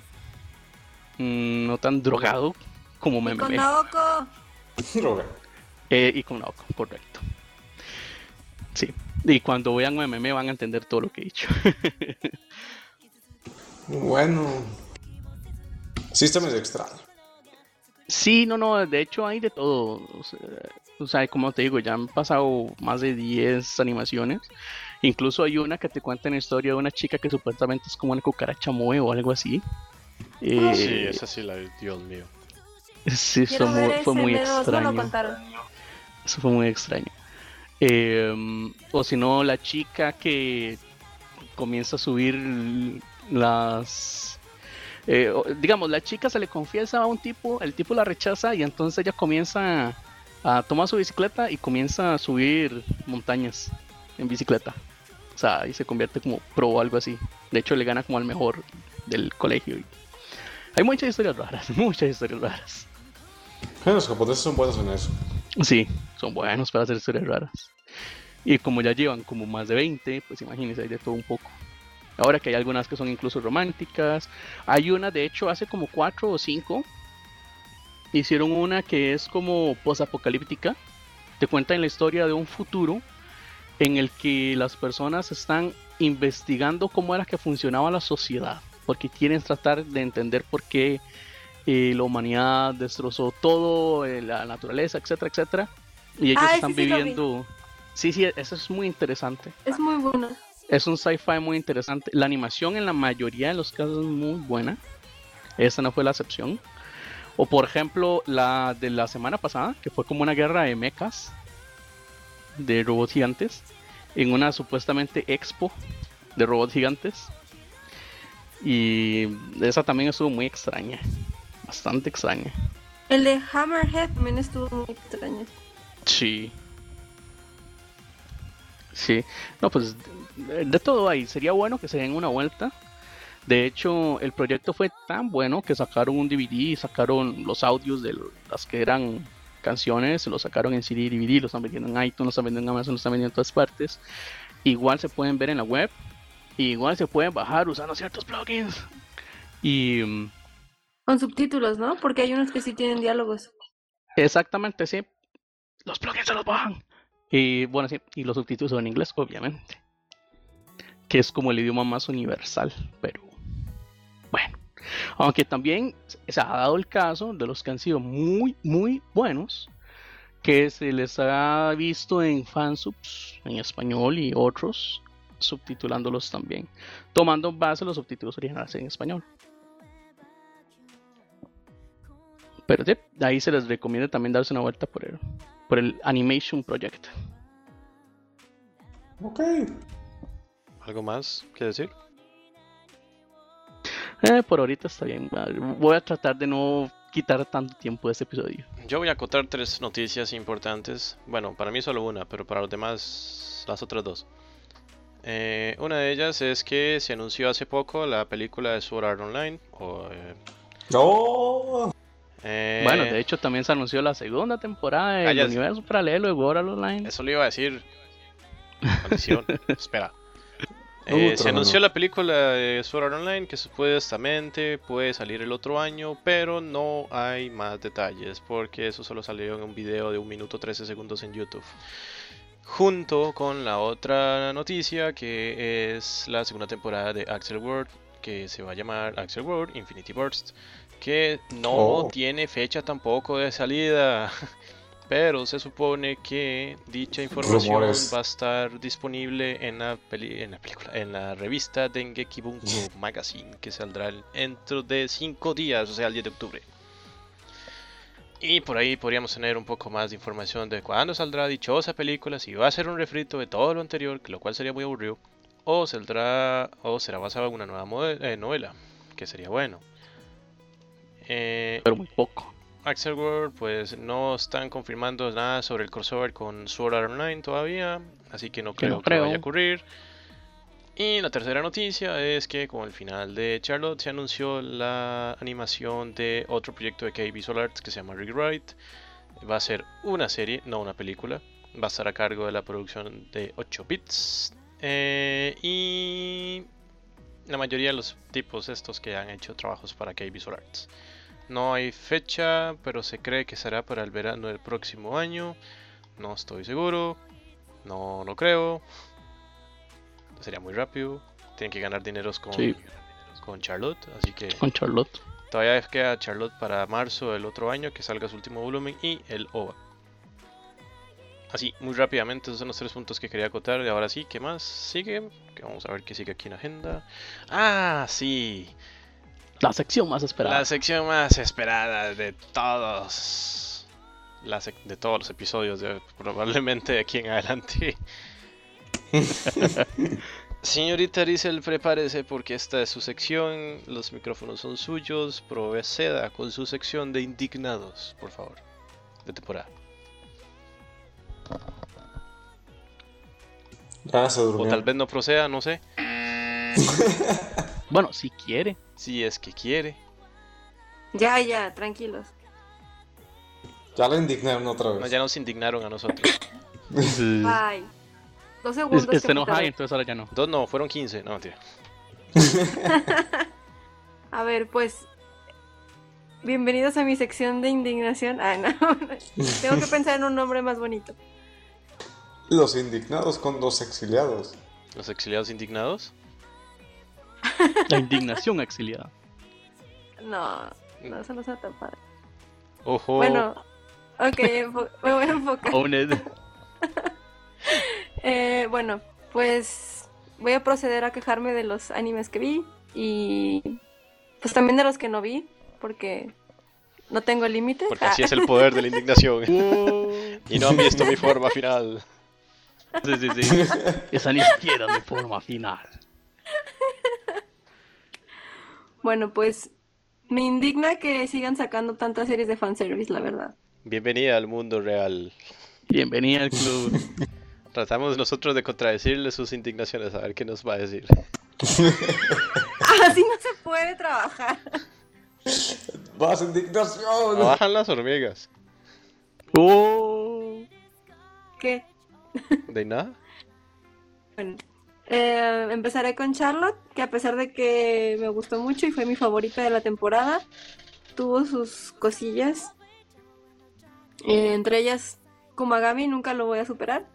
Speaker 4: mm, no tan drogado como
Speaker 3: Y con
Speaker 4: MME.
Speaker 3: Naoko.
Speaker 2: Droga.
Speaker 4: Eh, y con Naoko, correcto. Sí, y cuando vean MME van a entender todo lo que he dicho.
Speaker 2: Bueno. Sí, está medio extraño.
Speaker 4: Sí, no, no, de hecho hay de todo. O sea, o sea, como te digo, ya han pasado más de 10 animaciones. Incluso hay una que te cuenta la historia de una chica que supuestamente es como una cucaracha mue o algo así. Eh,
Speaker 1: Sí, esa sí la vi, Dios mío.
Speaker 4: sí, fue
Speaker 3: Quiero
Speaker 4: muy,
Speaker 3: ver
Speaker 4: fue
Speaker 3: ese
Speaker 4: muy
Speaker 3: dedo, no lo
Speaker 4: extraño.
Speaker 3: contaron.
Speaker 4: Eso fue muy extraño. Eh, o si no, la chica que comienza a subir las... eh, o- digamos, la chica se le confiesa a un tipo, el tipo la rechaza y entonces ella comienza a tomar su bicicleta y comienza a subir montañas en bicicleta. O sea, y se convierte como pro o algo así. De hecho, le gana como al mejor del colegio. y- Hay muchas historias raras, muchas historias raras.
Speaker 2: Pero los japoneses son buenos en eso.
Speaker 4: Sí, son buenos para hacer historias raras. Y como ya llevan como más de 20, pues imagínense, hay de todo un poco. Ahora que hay algunas que son incluso románticas. Hay una, de hecho, hace como 4 o 5. Hicieron una que es como posapocalíptica. Te cuentan la historia de un futuro en el que las personas están investigando cómo era que funcionaba la sociedad. Porque quieren tratar de entender por qué eh, la humanidad destrozó todo, eh, la naturaleza, etcétera, etcétera. Y ellos
Speaker 3: Ah, ese
Speaker 4: están
Speaker 3: sí lo vi.
Speaker 4: viviendo. Sí, sí, eso es muy interesante.
Speaker 3: Es muy bueno.
Speaker 4: Es un sci-fi muy interesante. La animación en la mayoría de los casos es muy buena. Esta no fue la excepción. O por ejemplo, la de la semana pasada, que fue como una guerra de mechas, de robots gigantes, en una supuestamente expo de robots gigantes. Y esa también estuvo muy extraña. Bastante extraña.
Speaker 3: El de Hammerhead también estuvo muy extraño.
Speaker 4: Sí. Sí. No, pues de, de todo ahí. Sería bueno que se den una vuelta. De hecho, el proyecto fue tan bueno que sacaron un DVD, sacaron los audios de lo- las que eran canciones, se los sacaron en CD y DVD, los están vendiendo en iTunes, los están vendiendo en Amazon, los están vendiendo en todas partes. Igual se pueden ver en la web, igual se pueden bajar usando ciertos plugins. Y mm,
Speaker 3: Con subtítulos, ¿no? Porque hay unos que sí tienen diálogos.
Speaker 4: Exactamente, sí. Los plugins se los bajan. Y bueno, sí, y los subtítulos son en inglés, obviamente. Que es como el idioma más universal, pero bueno. Aunque también se ha dado el caso de los que han sido muy, muy buenos, que se les ha visto en fansubs en español y otros, subtitulándolos también, tomando en base los subtítulos originales en español. Pero sí, de ahí se les recomienda también darse una vuelta por el, por el Animation Project.
Speaker 2: Ok.
Speaker 1: ¿Algo más que decir?
Speaker 4: Eh, por ahorita está bien. Voy a tratar de no quitar tanto tiempo de este episodio.
Speaker 1: Yo voy a contar tres noticias importantes. Bueno, para mí solo una, pero para los demás las otras dos. Eh, una de ellas es que se anunció hace poco la película de Sword Art Online, o eh,
Speaker 2: No.
Speaker 1: Eh,
Speaker 4: Bueno, de hecho también se anunció la segunda temporada
Speaker 1: Ah,
Speaker 4: del
Speaker 1: ya sé.
Speaker 4: universo paralelo de World Online.
Speaker 1: Eso le iba a decir. Maldición. Espera.
Speaker 2: No,
Speaker 1: Eh,
Speaker 2: otra,
Speaker 1: se anunció
Speaker 2: no.
Speaker 1: la película de Sword Art Online que supuestamente puede salir el otro año, pero no hay más detalles porque eso solo salió en un video de 1 minuto 13 segundos en YouTube. Junto con la otra noticia que es la segunda temporada de Axel World que se va a llamar Axel World Infinity Burst que no
Speaker 2: Oh.
Speaker 1: tiene fecha tampoco de salida. Pero se supone que dicha información
Speaker 2: Rumores.
Speaker 1: va a estar disponible en la, peli- en la película, en la revista Dengeki Bunko Magazine, que saldrá el- dentro de 5 días, o sea, el 10 de octubre. Y por ahí podríamos tener un poco más de información de cuándo saldrá dichosa película, si va a ser un refrito de todo lo anterior, que lo cual sería muy aburrido, o saldrá o será basada en una nueva mode- eh, novela, que sería bueno. Eh,
Speaker 4: Pero muy poco.
Speaker 1: Axel World, pues no están confirmando nada sobre el crossover con Sword Art Online todavía, así que no
Speaker 4: Que
Speaker 1: creo,
Speaker 4: no
Speaker 1: que
Speaker 4: creo.
Speaker 1: vaya a ocurrir. Y la tercera noticia es que con el final de Charlotte se anunció la animación de otro proyecto de K Visual Arts que se llama Rewrite. Va a ser una serie, no una película. Va a estar a cargo de la producción de 8 bits. Eh, y la mayoría de los tipos estos que han hecho trabajos para K Visual Arts. No hay fecha, pero se cree que será para el verano del próximo año. No estoy seguro. No lo creo. Sería muy rápido. Tienen que ganar dineros con,
Speaker 4: Sí.
Speaker 1: con Charlotte. Así que
Speaker 4: Con Charlotte.
Speaker 1: todavía queda Charlotte para marzo del otro año que salga su último volumen y el OVA. Así, muy rápidamente, esos son los tres puntos que quería acotar. Y ahora sí, ¿qué más? Sigue. Que vamos a ver qué sigue aquí en la agenda. Ah, sí.
Speaker 4: La sección más esperada.
Speaker 1: La sección más esperada de todos. La sec- de todos los episodios, de- probablemente de aquí en adelante. Señorita Rizel, prepárese porque esta es su sección. Los micrófonos son suyos. Proceda con su sección de indignados, por favor. De temporada.
Speaker 2: Ah, se
Speaker 1: O
Speaker 2: durmió.
Speaker 1: tal vez no proceda, no sé.
Speaker 4: Bueno, si quiere.
Speaker 1: Si es que quiere.
Speaker 3: Ya, ya, tranquilos.
Speaker 2: Ya la indignaron otra vez.
Speaker 1: No, ya nos indignaron a nosotros.
Speaker 3: Bye. Dos segundos.
Speaker 4: Es- Este
Speaker 3: que
Speaker 4: no
Speaker 3: me tardé.
Speaker 4: hay, entonces ahora ya no.
Speaker 1: Dos no, fueron 15. No, mentira.
Speaker 3: A ver, pues. Bienvenidos a mi sección de indignación. Ah, no. Tengo que pensar en un nombre más bonito.
Speaker 2: Los indignados con los exiliados.
Speaker 1: Los exiliados indignados.
Speaker 4: La indignación exiliada.
Speaker 3: No, no, eso no está tan padre.
Speaker 1: Ojo.
Speaker 3: Bueno, ok, enfo- me voy a enfocar.
Speaker 4: Owned.
Speaker 3: Eh, bueno, pues voy a proceder a quejarme de los animes que vi y pues también de los que no vi, porque no tengo límites.
Speaker 1: Porque
Speaker 3: Ah,
Speaker 1: así es el poder de la indignación. Y no han visto mi forma final.
Speaker 4: Sí, sí, sí. Esa ni siquiera de forma final.
Speaker 3: Bueno, pues me indigna que sigan sacando tantas series de fanservice, la verdad.
Speaker 1: Bienvenida al mundo real.
Speaker 4: Bienvenida al club.
Speaker 1: Tratamos nosotros de contradecirle sus indignaciones, a ver qué nos va a decir.
Speaker 3: Así no se puede trabajar.
Speaker 2: ¡Vas, indignación!
Speaker 1: Bajan las hormigas.
Speaker 4: Oh.
Speaker 3: ¿Qué?
Speaker 1: ¿De nada?
Speaker 3: Bueno, eh, empezaré con Charlotte, que a pesar de que me gustó mucho y fue mi favorita de la temporada, tuvo sus cosillas. Eh, entre ellas, Kumagami, nunca lo voy a superar.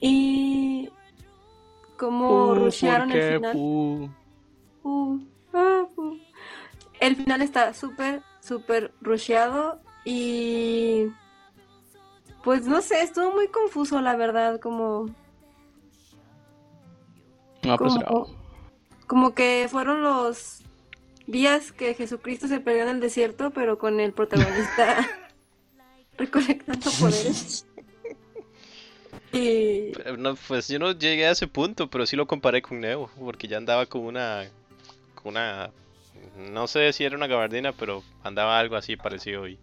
Speaker 3: Y como
Speaker 4: Uh,
Speaker 3: rushearon
Speaker 4: ¿por qué,
Speaker 3: el final.
Speaker 4: pu?
Speaker 3: Uh, ah, uh. El final está súper, súper rusheado y... Pues no sé, estuvo muy confuso la verdad, como...
Speaker 4: No, pues, apresurado.
Speaker 3: Como, como que fueron los días que Jesucristo se perdió en el desierto, pero con el protagonista recolectando poderes. Y
Speaker 1: Eh, no, pues yo no llegué a ese punto, pero sí lo comparé con Neo, porque ya andaba con una. con una. No sé si era una gabardina, pero andaba algo así parecido y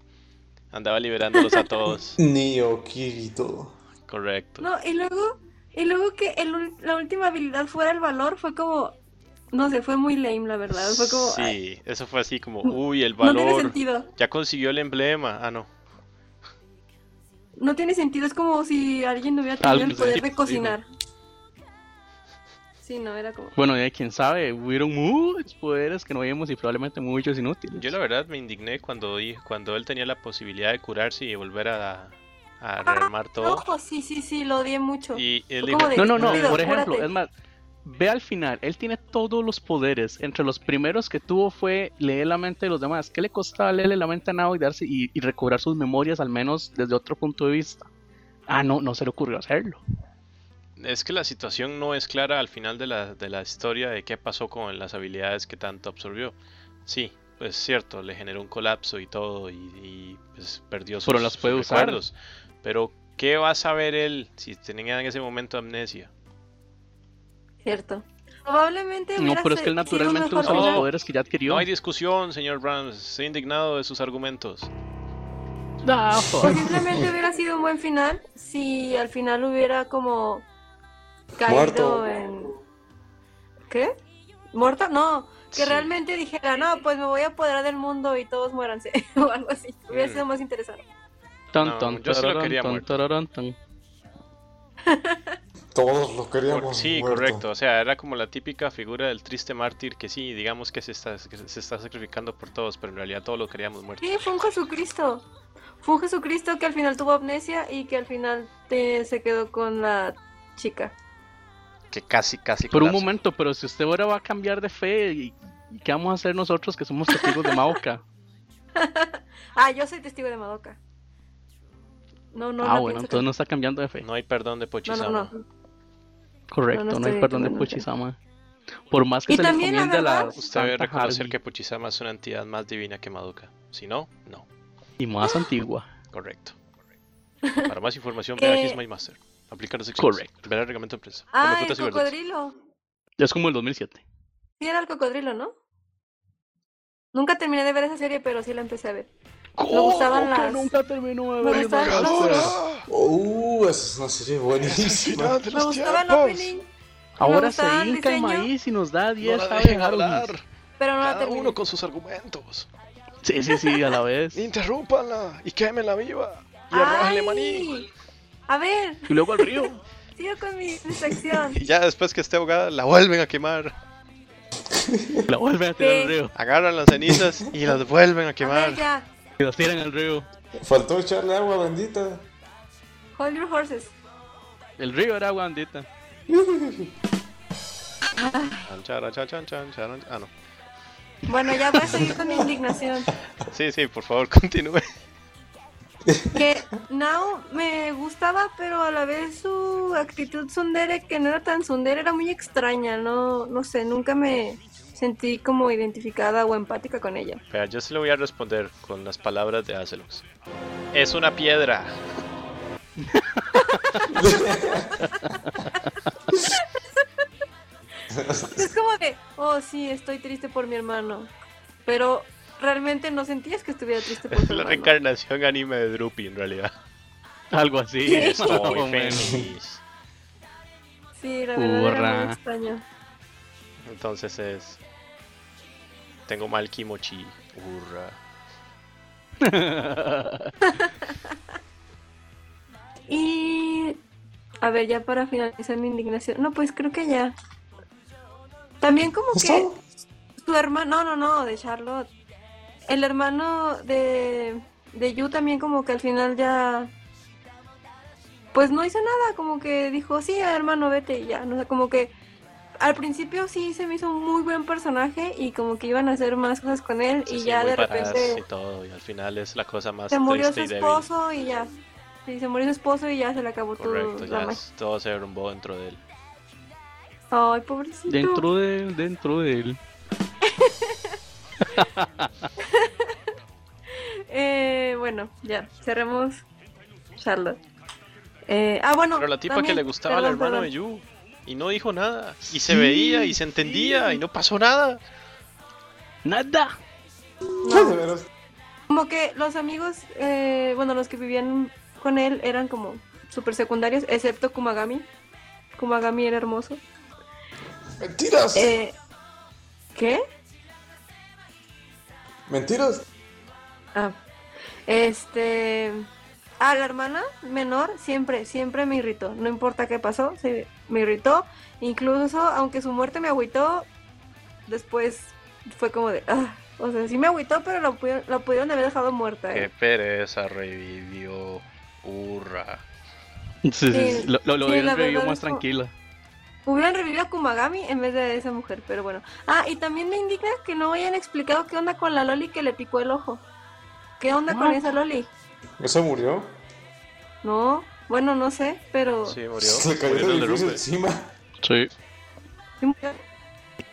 Speaker 1: andaba liberándolos a todos.
Speaker 2: Neo Kirito.
Speaker 1: Correcto.
Speaker 3: no, y luego, y luego que el ul- la última habilidad fuera el valor, fue como No sé, fue muy lame, la verdad. Fue como. ay,
Speaker 1: Sí, eso fue así como, uy, el
Speaker 3: No tiene
Speaker 1: valor.
Speaker 3: sentido.
Speaker 1: ya consiguió el emblema. Ah, no.
Speaker 3: No tiene sentido. Es como si alguien hubiera tenido
Speaker 4: Alguien
Speaker 3: el poder
Speaker 4: sí,
Speaker 3: de
Speaker 4: sí,
Speaker 3: cocinar. Sí, no, era como.
Speaker 4: Bueno, ya quién sabe, hubieron muchos poderes que no vimos y probablemente muchos inútiles.
Speaker 1: Yo la verdad me indigné cuando, di- cuando él tenía la posibilidad de curarse y volver a, a
Speaker 3: Ah,
Speaker 1: rearmar todo.
Speaker 3: Ojo, sí, sí, sí, lo odié mucho.
Speaker 1: Y él
Speaker 3: Fue
Speaker 1: dijo,
Speaker 3: como de-
Speaker 4: No, no, no,
Speaker 3: Rápido,
Speaker 4: por ejemplo,
Speaker 3: cúrate.
Speaker 4: es más, ve al final, él tiene todos los poderes. Entre los primeros que tuvo fue leer la mente de los demás. ¿Qué le costaba leerle la mente a Nao y, darse, y, y recobrar sus memorias, al menos desde otro punto de vista? Ah, no, no se le ocurrió hacerlo.
Speaker 1: es que la situación no es clara al final de la, de la historia de qué pasó con las habilidades que tanto absorbió. Sí, pues cierto, le generó un colapso y todo y, y, pues perdió sus,
Speaker 4: Pero las
Speaker 1: sus
Speaker 4: puede usar.
Speaker 1: recuerdos. Pero ¿qué va a saber él si tenía en ese momento amnesia?
Speaker 3: Cierto. Probablemente.
Speaker 4: No,
Speaker 3: hubiera
Speaker 4: pero es que él
Speaker 3: sido
Speaker 4: naturalmente
Speaker 3: mejor
Speaker 4: usa los
Speaker 1: final.
Speaker 4: poderes que ya adquirió.
Speaker 1: No hay discusión, señor Brams. Estoy indignado de sus argumentos.
Speaker 4: Ah, joder.
Speaker 3: Posiblemente hubiera sido un buen final si al final hubiera como caído
Speaker 2: Muerto.
Speaker 3: en... ¿Qué? ¿Muerto? No, que
Speaker 1: Sí.
Speaker 3: realmente dijera, no, pues me voy a apoderar del mundo y todos muéranse o algo así. Hubiera
Speaker 1: Mm.
Speaker 3: sido más interesante.
Speaker 4: Ton,
Speaker 1: No,
Speaker 4: ton,
Speaker 1: yo sí lo
Speaker 4: tararán,
Speaker 1: quería
Speaker 4: ton,
Speaker 1: muerto.
Speaker 4: tararán, ton.
Speaker 2: Todos lo
Speaker 1: Por-
Speaker 2: queríamos.
Speaker 1: sí,
Speaker 2: muerto.
Speaker 1: correcto. O sea, era como la típica figura del triste mártir que sí, digamos que se está, que se está sacrificando por todos, pero en realidad todos lo queríamos muerto.
Speaker 3: Sí, fue un Jesucristo. Fue un Jesucristo que al final tuvo amnesia y que al final te- se quedó con la chica.
Speaker 1: Que casi, casi.
Speaker 4: Por un
Speaker 1: colapsa.
Speaker 4: momento, pero si usted ahora va a cambiar de fe, ¿y, y qué vamos a hacer nosotros que somos testigos de Maoka?
Speaker 3: Ah, yo soy testigo de Madoka. No, no,
Speaker 4: ah,
Speaker 3: no
Speaker 4: bueno,
Speaker 3: pienso
Speaker 4: entonces
Speaker 3: que-
Speaker 4: no está cambiando de fe.
Speaker 1: No hay perdón de
Speaker 3: no,
Speaker 1: Pochisama.
Speaker 3: no, no.
Speaker 4: Correcto,
Speaker 3: No, no
Speaker 4: no,
Speaker 3: estoy
Speaker 4: hay
Speaker 3: de
Speaker 4: perdón de
Speaker 3: acuerdo, no sé.
Speaker 4: Puchisama. Por más que
Speaker 3: Y
Speaker 4: se le
Speaker 3: también, la
Speaker 4: comiende la,
Speaker 3: verdad-
Speaker 1: Usted debe
Speaker 4: Santa
Speaker 1: reconocer
Speaker 4: Harley,
Speaker 1: que Pochisama es una entidad más divina que Madoka. Si no, no.
Speaker 4: y más antigua.
Speaker 1: Correcto. Para más información,
Speaker 3: Que-
Speaker 1: vea His My Master. Aplicar las secciones.
Speaker 4: Correcto.
Speaker 1: Ver el reglamento de prensa. Come
Speaker 3: Ah, el
Speaker 1: frutas y verduras.
Speaker 3: cocodrilo.
Speaker 4: Es como el 2007.
Speaker 3: Sí, era el cocodrilo, ¿no? Nunca terminé de ver esa serie, pero sí la empecé a ver.
Speaker 4: ¿Cómo
Speaker 3: gustaban
Speaker 4: que
Speaker 3: las-
Speaker 4: nunca terminó de
Speaker 3: me
Speaker 4: ver
Speaker 3: gustaban
Speaker 4: Madoka?
Speaker 3: las-
Speaker 2: Uh, esa es una serie buenísima.
Speaker 3: Me gustaba el opening,
Speaker 4: Ahora se
Speaker 3: gustaba el
Speaker 4: hinca el
Speaker 3: diseño.
Speaker 4: maíz y nos da 10
Speaker 1: no la
Speaker 4: aves
Speaker 1: dejen hablar.
Speaker 4: Harleys.
Speaker 3: pero no la
Speaker 1: Cada
Speaker 3: terminé.
Speaker 1: uno con sus argumentos.
Speaker 4: Sí, sí, sí, a la vez. Y
Speaker 1: Interrúmpanla y quémela viva. Y
Speaker 3: ¡Ay!
Speaker 1: arrójale maní.
Speaker 3: A ver,
Speaker 4: luego al río.
Speaker 3: sigo con mi, mi sección.
Speaker 1: Y ya después que esté ahogada, la vuelven a quemar.
Speaker 4: y La vuelven a tirar
Speaker 3: Sí.
Speaker 4: al río.
Speaker 1: Agarran las cenizas y las vuelven a
Speaker 3: A ver,
Speaker 1: quemar.
Speaker 3: ya.
Speaker 4: Y las tiran al río.
Speaker 2: Faltó echarle agua bendita.
Speaker 3: Hold your horses.
Speaker 4: El río era guandita.
Speaker 1: Chan, chara, chan, chan, chan, charan, Ah, no.
Speaker 3: Bueno, ya voy a seguir con mi indignación.
Speaker 1: Sí, sí, por favor, continúe.
Speaker 3: Que Now me gustaba, pero a la vez su actitud tsundere, que no era tan tsundere, era muy extraña. No, no sé, nunca me sentí como identificada o empática con ella.
Speaker 1: Vea, yo se lo voy a responder con las palabras de Acelox. Es una piedra.
Speaker 3: Es como de, oh sí, estoy triste por mi hermano. Pero realmente no sentías que estuviera triste por
Speaker 1: Es
Speaker 3: tu
Speaker 1: la
Speaker 3: hermano.
Speaker 1: reencarnación anime de Droopy, en realidad.
Speaker 4: Algo así.
Speaker 3: Sí.
Speaker 4: más o
Speaker 1: Estoy
Speaker 4: menos.
Speaker 1: feliz.
Speaker 3: Sí, la verdad era
Speaker 4: Hurra.
Speaker 3: muy extraño.
Speaker 1: Entonces es. Tengo mal kimochi. Hurra.
Speaker 3: Y a ver, ya para finalizar mi indignación. No, pues creo que ya. También como que
Speaker 2: ¿Eso?
Speaker 3: su hermano, no, no, no, de Charlotte. El hermano de de Yu también como que al final ya pues no hizo nada, como que dijo, "Sí, hermano, vete" y ya, no sé, como que al principio sí se me hizo un muy buen personaje y como que iban a hacer más cosas con él
Speaker 1: Sí,
Speaker 3: y
Speaker 1: sí,
Speaker 3: ya
Speaker 1: muy
Speaker 3: de
Speaker 1: badass
Speaker 3: repente
Speaker 1: y todo, y al final es la cosa más
Speaker 3: se murió su
Speaker 1: triste y débil.
Speaker 3: esposo y ya. Sí, se murió su esposo y ya se le acabó todo
Speaker 1: Correcto,
Speaker 3: la
Speaker 1: ya
Speaker 3: magia.
Speaker 1: es- todo se derrumbó dentro de él.
Speaker 3: Ay, pobrecito.
Speaker 4: Dentro de él, dentro de él.
Speaker 3: Eh, bueno, ya, cerremos Charlotte. Eh, ah, bueno.
Speaker 1: Pero la tipa que
Speaker 3: también-
Speaker 1: le gustaba al
Speaker 3: perdón,
Speaker 1: hermano
Speaker 3: perdón.
Speaker 1: de Yu y no dijo nada, y se veía y se entendía y no pasó nada.
Speaker 4: Nada.
Speaker 2: De veras.
Speaker 3: Como que los amigos, eh, bueno, los que vivían con él eran como super secundarios, excepto Kumagami. Kumagami era hermoso.
Speaker 2: Mentiras.
Speaker 3: Eh, ¿Qué?
Speaker 2: ¿Mentiras?
Speaker 3: Ah. Este. Ah, la hermana menor siempre, siempre me irritó. No importa qué pasó, se- me irritó. Incluso, aunque su muerte me agüitó, después fue como de. "Ah". O sea, sí me agüitó, pero la pudieron, la pudieron haber dejado muerta.
Speaker 1: Qué
Speaker 3: ¿eh?
Speaker 1: pereza revivió. Hurra.
Speaker 4: Sí, sí,
Speaker 3: Sí,
Speaker 4: sí. Lo, lo, lo
Speaker 3: sí,
Speaker 4: hubieran
Speaker 3: la
Speaker 4: revivido
Speaker 3: verdad
Speaker 4: más
Speaker 3: es como-
Speaker 4: tranquila.
Speaker 3: Hubieran revivido a Kumagami en vez de esa mujer, pero bueno. Ah, y también me indigna que no hayan explicado qué onda con la Loli que le picó el ojo. ¿Qué onda con
Speaker 4: What?
Speaker 3: esa Loli?
Speaker 2: ¿Esa murió?
Speaker 3: No, bueno, no sé, pero.
Speaker 1: Sí, murió.
Speaker 2: Se le cayó
Speaker 1: Murió en
Speaker 2: el
Speaker 1: el
Speaker 2: edificio
Speaker 1: derrumbe.
Speaker 2: encima.
Speaker 4: Sí.
Speaker 3: Sí murió.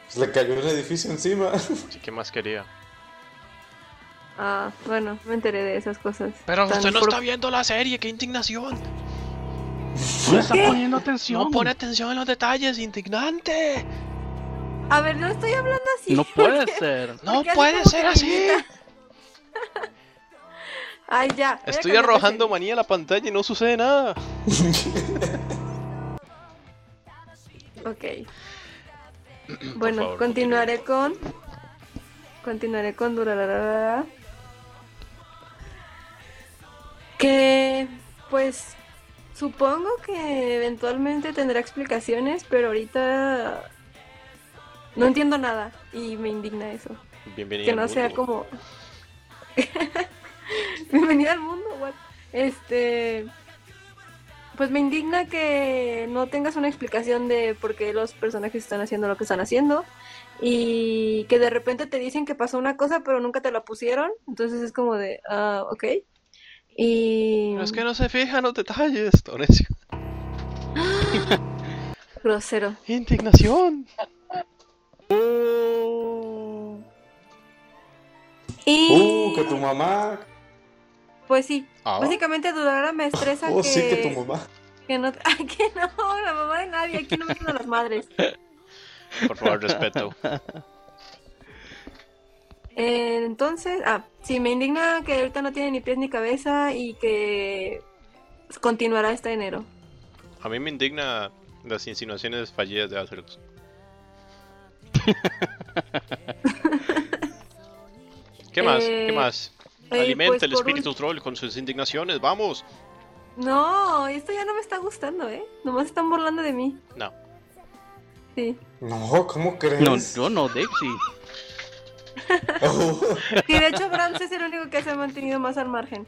Speaker 2: Se le cayó el edificio encima.
Speaker 1: Sí, ¿qué más quería?
Speaker 3: Ah, bueno, me enteré de esas cosas.
Speaker 1: Pero
Speaker 3: Tan
Speaker 1: usted no
Speaker 3: pro-
Speaker 1: está viendo la serie, qué indignación.
Speaker 4: No está poniendo atención.
Speaker 1: No pone atención en los detalles, indignante.
Speaker 3: A ver, no estoy hablando así.
Speaker 4: No puede ser.
Speaker 1: No
Speaker 3: ¿Por qué hace
Speaker 1: puede
Speaker 3: como
Speaker 1: ser así.
Speaker 3: Ay, ya. voy a
Speaker 1: Estoy
Speaker 3: cambiar de
Speaker 1: arrojando
Speaker 3: serie.
Speaker 1: manía a la pantalla y no sucede nada.
Speaker 3: Ok. Bueno,
Speaker 1: favor,
Speaker 3: continuaré con. Continuaré con Durarara. Que, pues, supongo que eventualmente tendrá explicaciones, pero ahorita no entiendo nada y me indigna eso.
Speaker 1: Bienvenido.
Speaker 3: que
Speaker 1: al
Speaker 3: no sea
Speaker 1: mundo.
Speaker 3: como bienvenida al mundo what? este pues me indigna que no tengas una explicación de por qué los personajes están haciendo lo que están haciendo y que de repente te dicen que pasó una cosa pero nunca te la pusieron entonces es como de ah ok y
Speaker 1: Pero es que no se fijan los detalles, don Ezio.
Speaker 3: grosero
Speaker 1: Indignación.
Speaker 3: y
Speaker 2: Uh, que tu mamá.
Speaker 3: pues sí
Speaker 1: Ah,
Speaker 3: básicamente Durara me estresa
Speaker 2: Oh,
Speaker 3: que
Speaker 2: sí, que tu mamá.
Speaker 3: que no ay, que no la mamá de nadie aquí no meten a las madres
Speaker 1: por favor, respeto.
Speaker 3: Eh, entonces, ah, sí, me indigna que ahorita no tiene ni pies ni cabeza y que continuará este enero.
Speaker 1: A mí me indigna las insinuaciones fallidas de Acerus. ¿Qué más? ¿Qué
Speaker 3: Eh,
Speaker 1: más?
Speaker 3: Eh,
Speaker 1: Alimenta
Speaker 3: pues,
Speaker 1: el
Speaker 3: por
Speaker 1: espíritu troll con sus indignaciones, vamos.
Speaker 3: ulti- No, esto ya no me está gustando, ¿eh? Nomás están burlando de mí.
Speaker 1: No.
Speaker 3: Sí.
Speaker 2: No, ¿cómo crees?
Speaker 4: No, yo no, Dexy.
Speaker 2: Oh,
Speaker 3: Sí, de hecho, Brams es el único que se ha mantenido más al margen.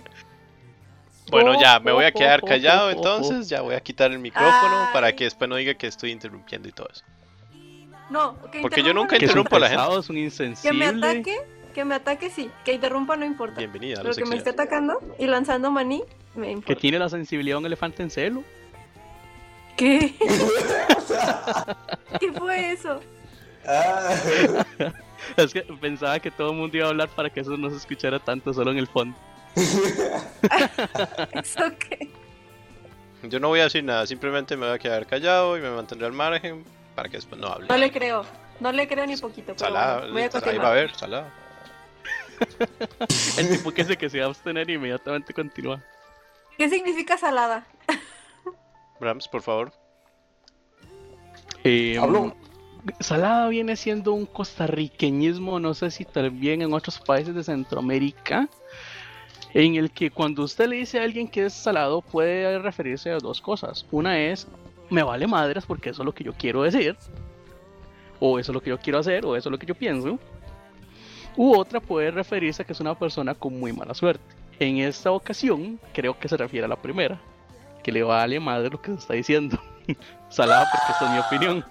Speaker 1: Bueno, ya, me voy a
Speaker 4: Oh,
Speaker 1: quedar
Speaker 4: oh, oh,
Speaker 1: callado
Speaker 4: oh, oh,
Speaker 1: entonces, ya voy a quitar el micrófono para
Speaker 3: Ay.
Speaker 1: que después no diga que estoy interrumpiendo y todo eso.
Speaker 3: No, que
Speaker 1: Porque yo
Speaker 3: interrumpa
Speaker 1: nunca
Speaker 3: no
Speaker 4: Que es un
Speaker 1: interrumpo a la gente.
Speaker 4: pesado, es un
Speaker 3: Que me
Speaker 4: insensible.
Speaker 3: ataque, que me ataque sí. Que interrumpa no importa.
Speaker 1: Bienvenida a
Speaker 3: Pero
Speaker 1: los
Speaker 3: que me esté
Speaker 1: exiliados.
Speaker 3: atacando y lanzando maní, me
Speaker 4: Que
Speaker 3: importa.
Speaker 4: tiene la sensibilidad de un elefante en celo.
Speaker 3: ¿Qué? ¿Qué fue eso?
Speaker 2: ah,
Speaker 4: Es que pensaba que todo el mundo iba a hablar para que eso no se escuchara tanto solo en el fondo.
Speaker 3: ¿Eso qué?
Speaker 1: Yo no voy a decir nada, simplemente me voy a quedar callado y me mantendré al margen para que después no hable.
Speaker 3: No le creo. No le creo ni poquito. Pero
Speaker 1: Salada,
Speaker 3: bueno, voy a
Speaker 1: ahí va a
Speaker 3: continuar.
Speaker 1: ver, salada.
Speaker 4: El tipo que se que se va a abstener y inmediatamente continúa.
Speaker 3: ¿Qué significa salada?
Speaker 1: Brams, por favor.
Speaker 4: Eh,
Speaker 2: Habló.
Speaker 4: Salada viene siendo un costarriqueñismo, no sé si también en otros países de Centroamérica, en el que cuando usted le dice a alguien que es salado puede referirse a dos cosas. Una es, me vale madres porque eso es lo que yo quiero decir, o eso es lo que yo quiero hacer, o eso es lo que yo pienso. U otra puede referirse a que es una persona con muy mala suerte. En esta ocasión, creo que se refiere a la primera, que le vale madre lo que se está diciendo. salada porque esta es mi opinión.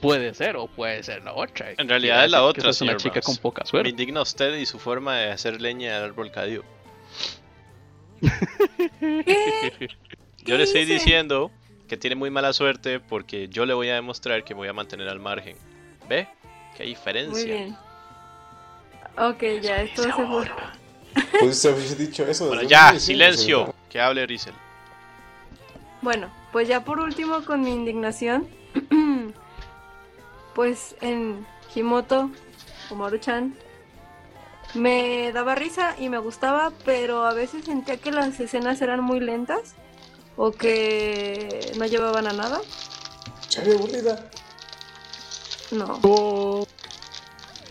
Speaker 4: Puede ser o puede ser la otra.
Speaker 1: En realidad es la
Speaker 4: Quiere decir que
Speaker 1: otra,
Speaker 4: sos una
Speaker 1: señor
Speaker 4: chica
Speaker 1: Ross.
Speaker 4: con poca
Speaker 1: Me
Speaker 4: suerte.
Speaker 1: indigna usted y su forma de hacer leña del árbol caído.
Speaker 3: ¿Qué?
Speaker 1: Yo le estoy
Speaker 3: dice?
Speaker 1: diciendo que tiene muy mala suerte porque yo le voy a demostrar que me voy a mantener al margen. ¿Ve? ¿Qué
Speaker 3: Muy
Speaker 1: diferencia?
Speaker 3: bien. Ok, ya, esto se fue.
Speaker 2: pudiste haber Pues, dicho eso. desde
Speaker 1: Bueno,
Speaker 2: un
Speaker 1: ya,
Speaker 2: inicio,
Speaker 1: silencio. Que hable Rizel.
Speaker 3: Bueno, pues ya por último, con mi indignación, pues en Himoto, Komaru-chan, me daba risa y me gustaba, pero a veces sentía que las escenas eran muy lentas o que no llevaban a nada.
Speaker 2: Chale, aburrida.
Speaker 3: No.
Speaker 4: Oh,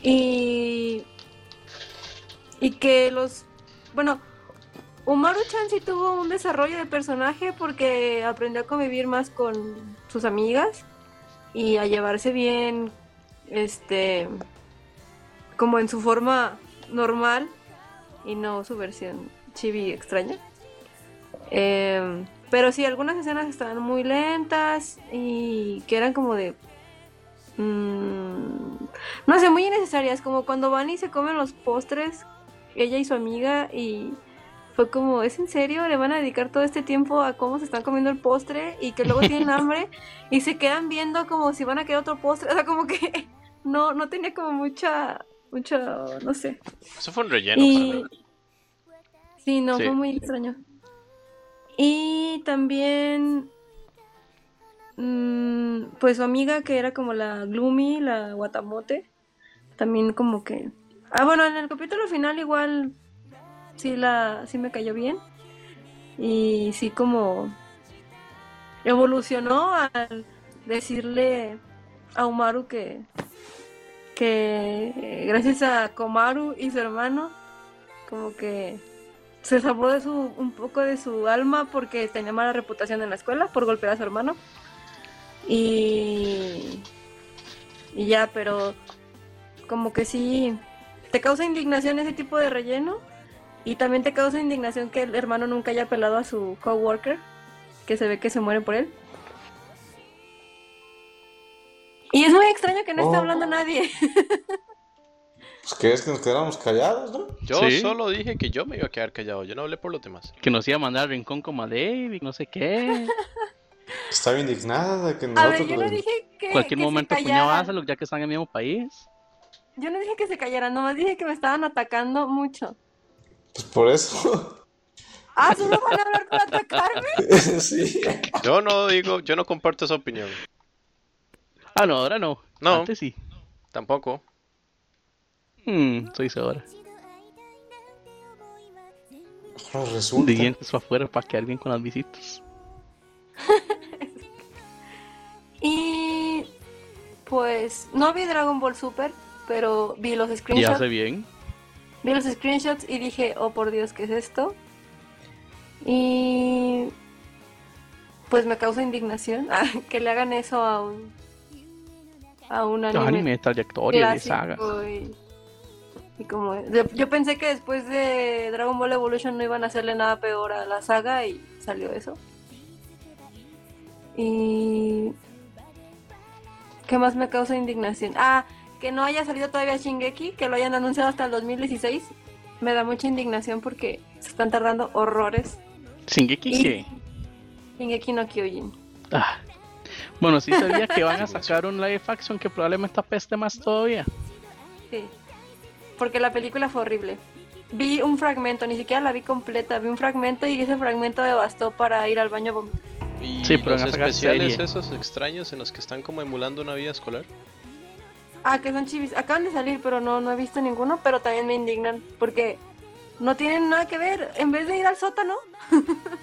Speaker 3: Y. Y que los. Bueno, Umaru-chan sí tuvo un desarrollo de personaje porque aprendió a convivir más con sus amigas y a llevarse bien, este, como en su forma normal y no su versión chibi extraña. Eh, pero sí, algunas escenas estaban muy lentas y que eran como de... mm, no sé, muy innecesarias, como cuando van y se comen los postres, ella y su amiga y fue como, ¿es en serio? ¿Le van a dedicar todo este tiempo a cómo se están comiendo el postre y que luego tienen hambre y se quedan viendo como si van a querer otro postre? O sea, como que no, no tenía como mucha, mucha, no sé.
Speaker 1: Eso fue un relleno para
Speaker 3: Y...
Speaker 1: mí.
Speaker 3: Sí, no,
Speaker 1: Sí.
Speaker 3: fue muy extraño. Y también, mm, pues su amiga que era como la Gloomy, la Guatamote, también como que... Ah, bueno, en el capítulo final igual sí, la, sí me cayó bien. Y sí como evolucionó al decirle a Umaru que, que eh, gracias a Komaru y su hermano, como que se salvó de su, un poco de su alma porque tenía mala reputación en la escuela por golpear a su hermano. Y, y ya, pero como que sí, te causa indignación ese tipo de relleno. Y también te causa indignación que el hermano nunca haya pelado a su coworker, que se ve que se muere por él. Y es muy extraño que no esté
Speaker 2: Oh.
Speaker 3: hablando nadie.
Speaker 2: Pues querías que nos quedáramos callados, ¿no?
Speaker 1: Yo
Speaker 4: Sí.
Speaker 1: solo dije que yo me iba a quedar callado, yo no hablé por los demás.
Speaker 4: Que nos iba a mandar al rincón como a David, no sé qué.
Speaker 2: Estaba indignada de que
Speaker 3: A
Speaker 2: nosotros.
Speaker 3: ver, yo no
Speaker 2: le-
Speaker 3: dije que.
Speaker 4: Cualquier
Speaker 3: que se
Speaker 4: momento cuñado
Speaker 3: callaran.
Speaker 4: Ázalo, ya que están en el mismo país.
Speaker 3: Yo no dije que se callaran, nomás dije que me estaban atacando mucho.
Speaker 2: Pues por eso.
Speaker 3: Ah, solo van a hablar para atacarme.
Speaker 2: sí.
Speaker 1: Yo no digo, yo no comparto esa opinión.
Speaker 4: Ah, no, ahora no.
Speaker 1: No.
Speaker 4: Antes sí.
Speaker 1: Tampoco.
Speaker 4: Hmm, soy ahora.
Speaker 2: Ahora resulta.
Speaker 4: De dientes para afuera para quedar bien con las visitas.
Speaker 3: Y pues no vi Dragon Ball Super, pero vi los
Speaker 4: Y
Speaker 3: screenshots.
Speaker 4: hace bien.
Speaker 3: Vi los screenshots y dije, oh por Dios, ¿qué es esto? Y pues me causa indignación ah, que le hagan eso a un a un
Speaker 4: Los
Speaker 3: anime,
Speaker 4: anime, trayectoria, de
Speaker 3: clásico
Speaker 4: sagas.
Speaker 3: y, y como yo- yo pensé que después de Dragon Ball Evolution no iban a hacerle nada peor a la saga y salió eso. Y ¿qué más me causa indignación? Ah, que no haya salido todavía Shingeki, que lo hayan anunciado hasta el 2016. Me da mucha indignación porque se están tardando horrores.
Speaker 4: Shingeki
Speaker 3: Y-
Speaker 4: que.
Speaker 3: Shingeki no Kyojin.
Speaker 4: Ah. Bueno, sí sabía que van a sacar un live action que probablemente apeste más todavía.
Speaker 3: Sí. Porque la película fue horrible. Vi un fragmento, ni siquiera la vi completa. Vi un fragmento y ese fragmento me bastó para ir al baño a vomitar.
Speaker 1: Y
Speaker 4: Sí, pero
Speaker 1: los
Speaker 4: van a sacar
Speaker 1: especiales
Speaker 4: serie.
Speaker 1: esos extraños en los que están como emulando una vida escolar.
Speaker 3: Ah, que son chivis. Acaban de salir, pero no, no he visto ninguno. Pero también me indignan porque no tienen nada que ver. En vez de ir al sótano.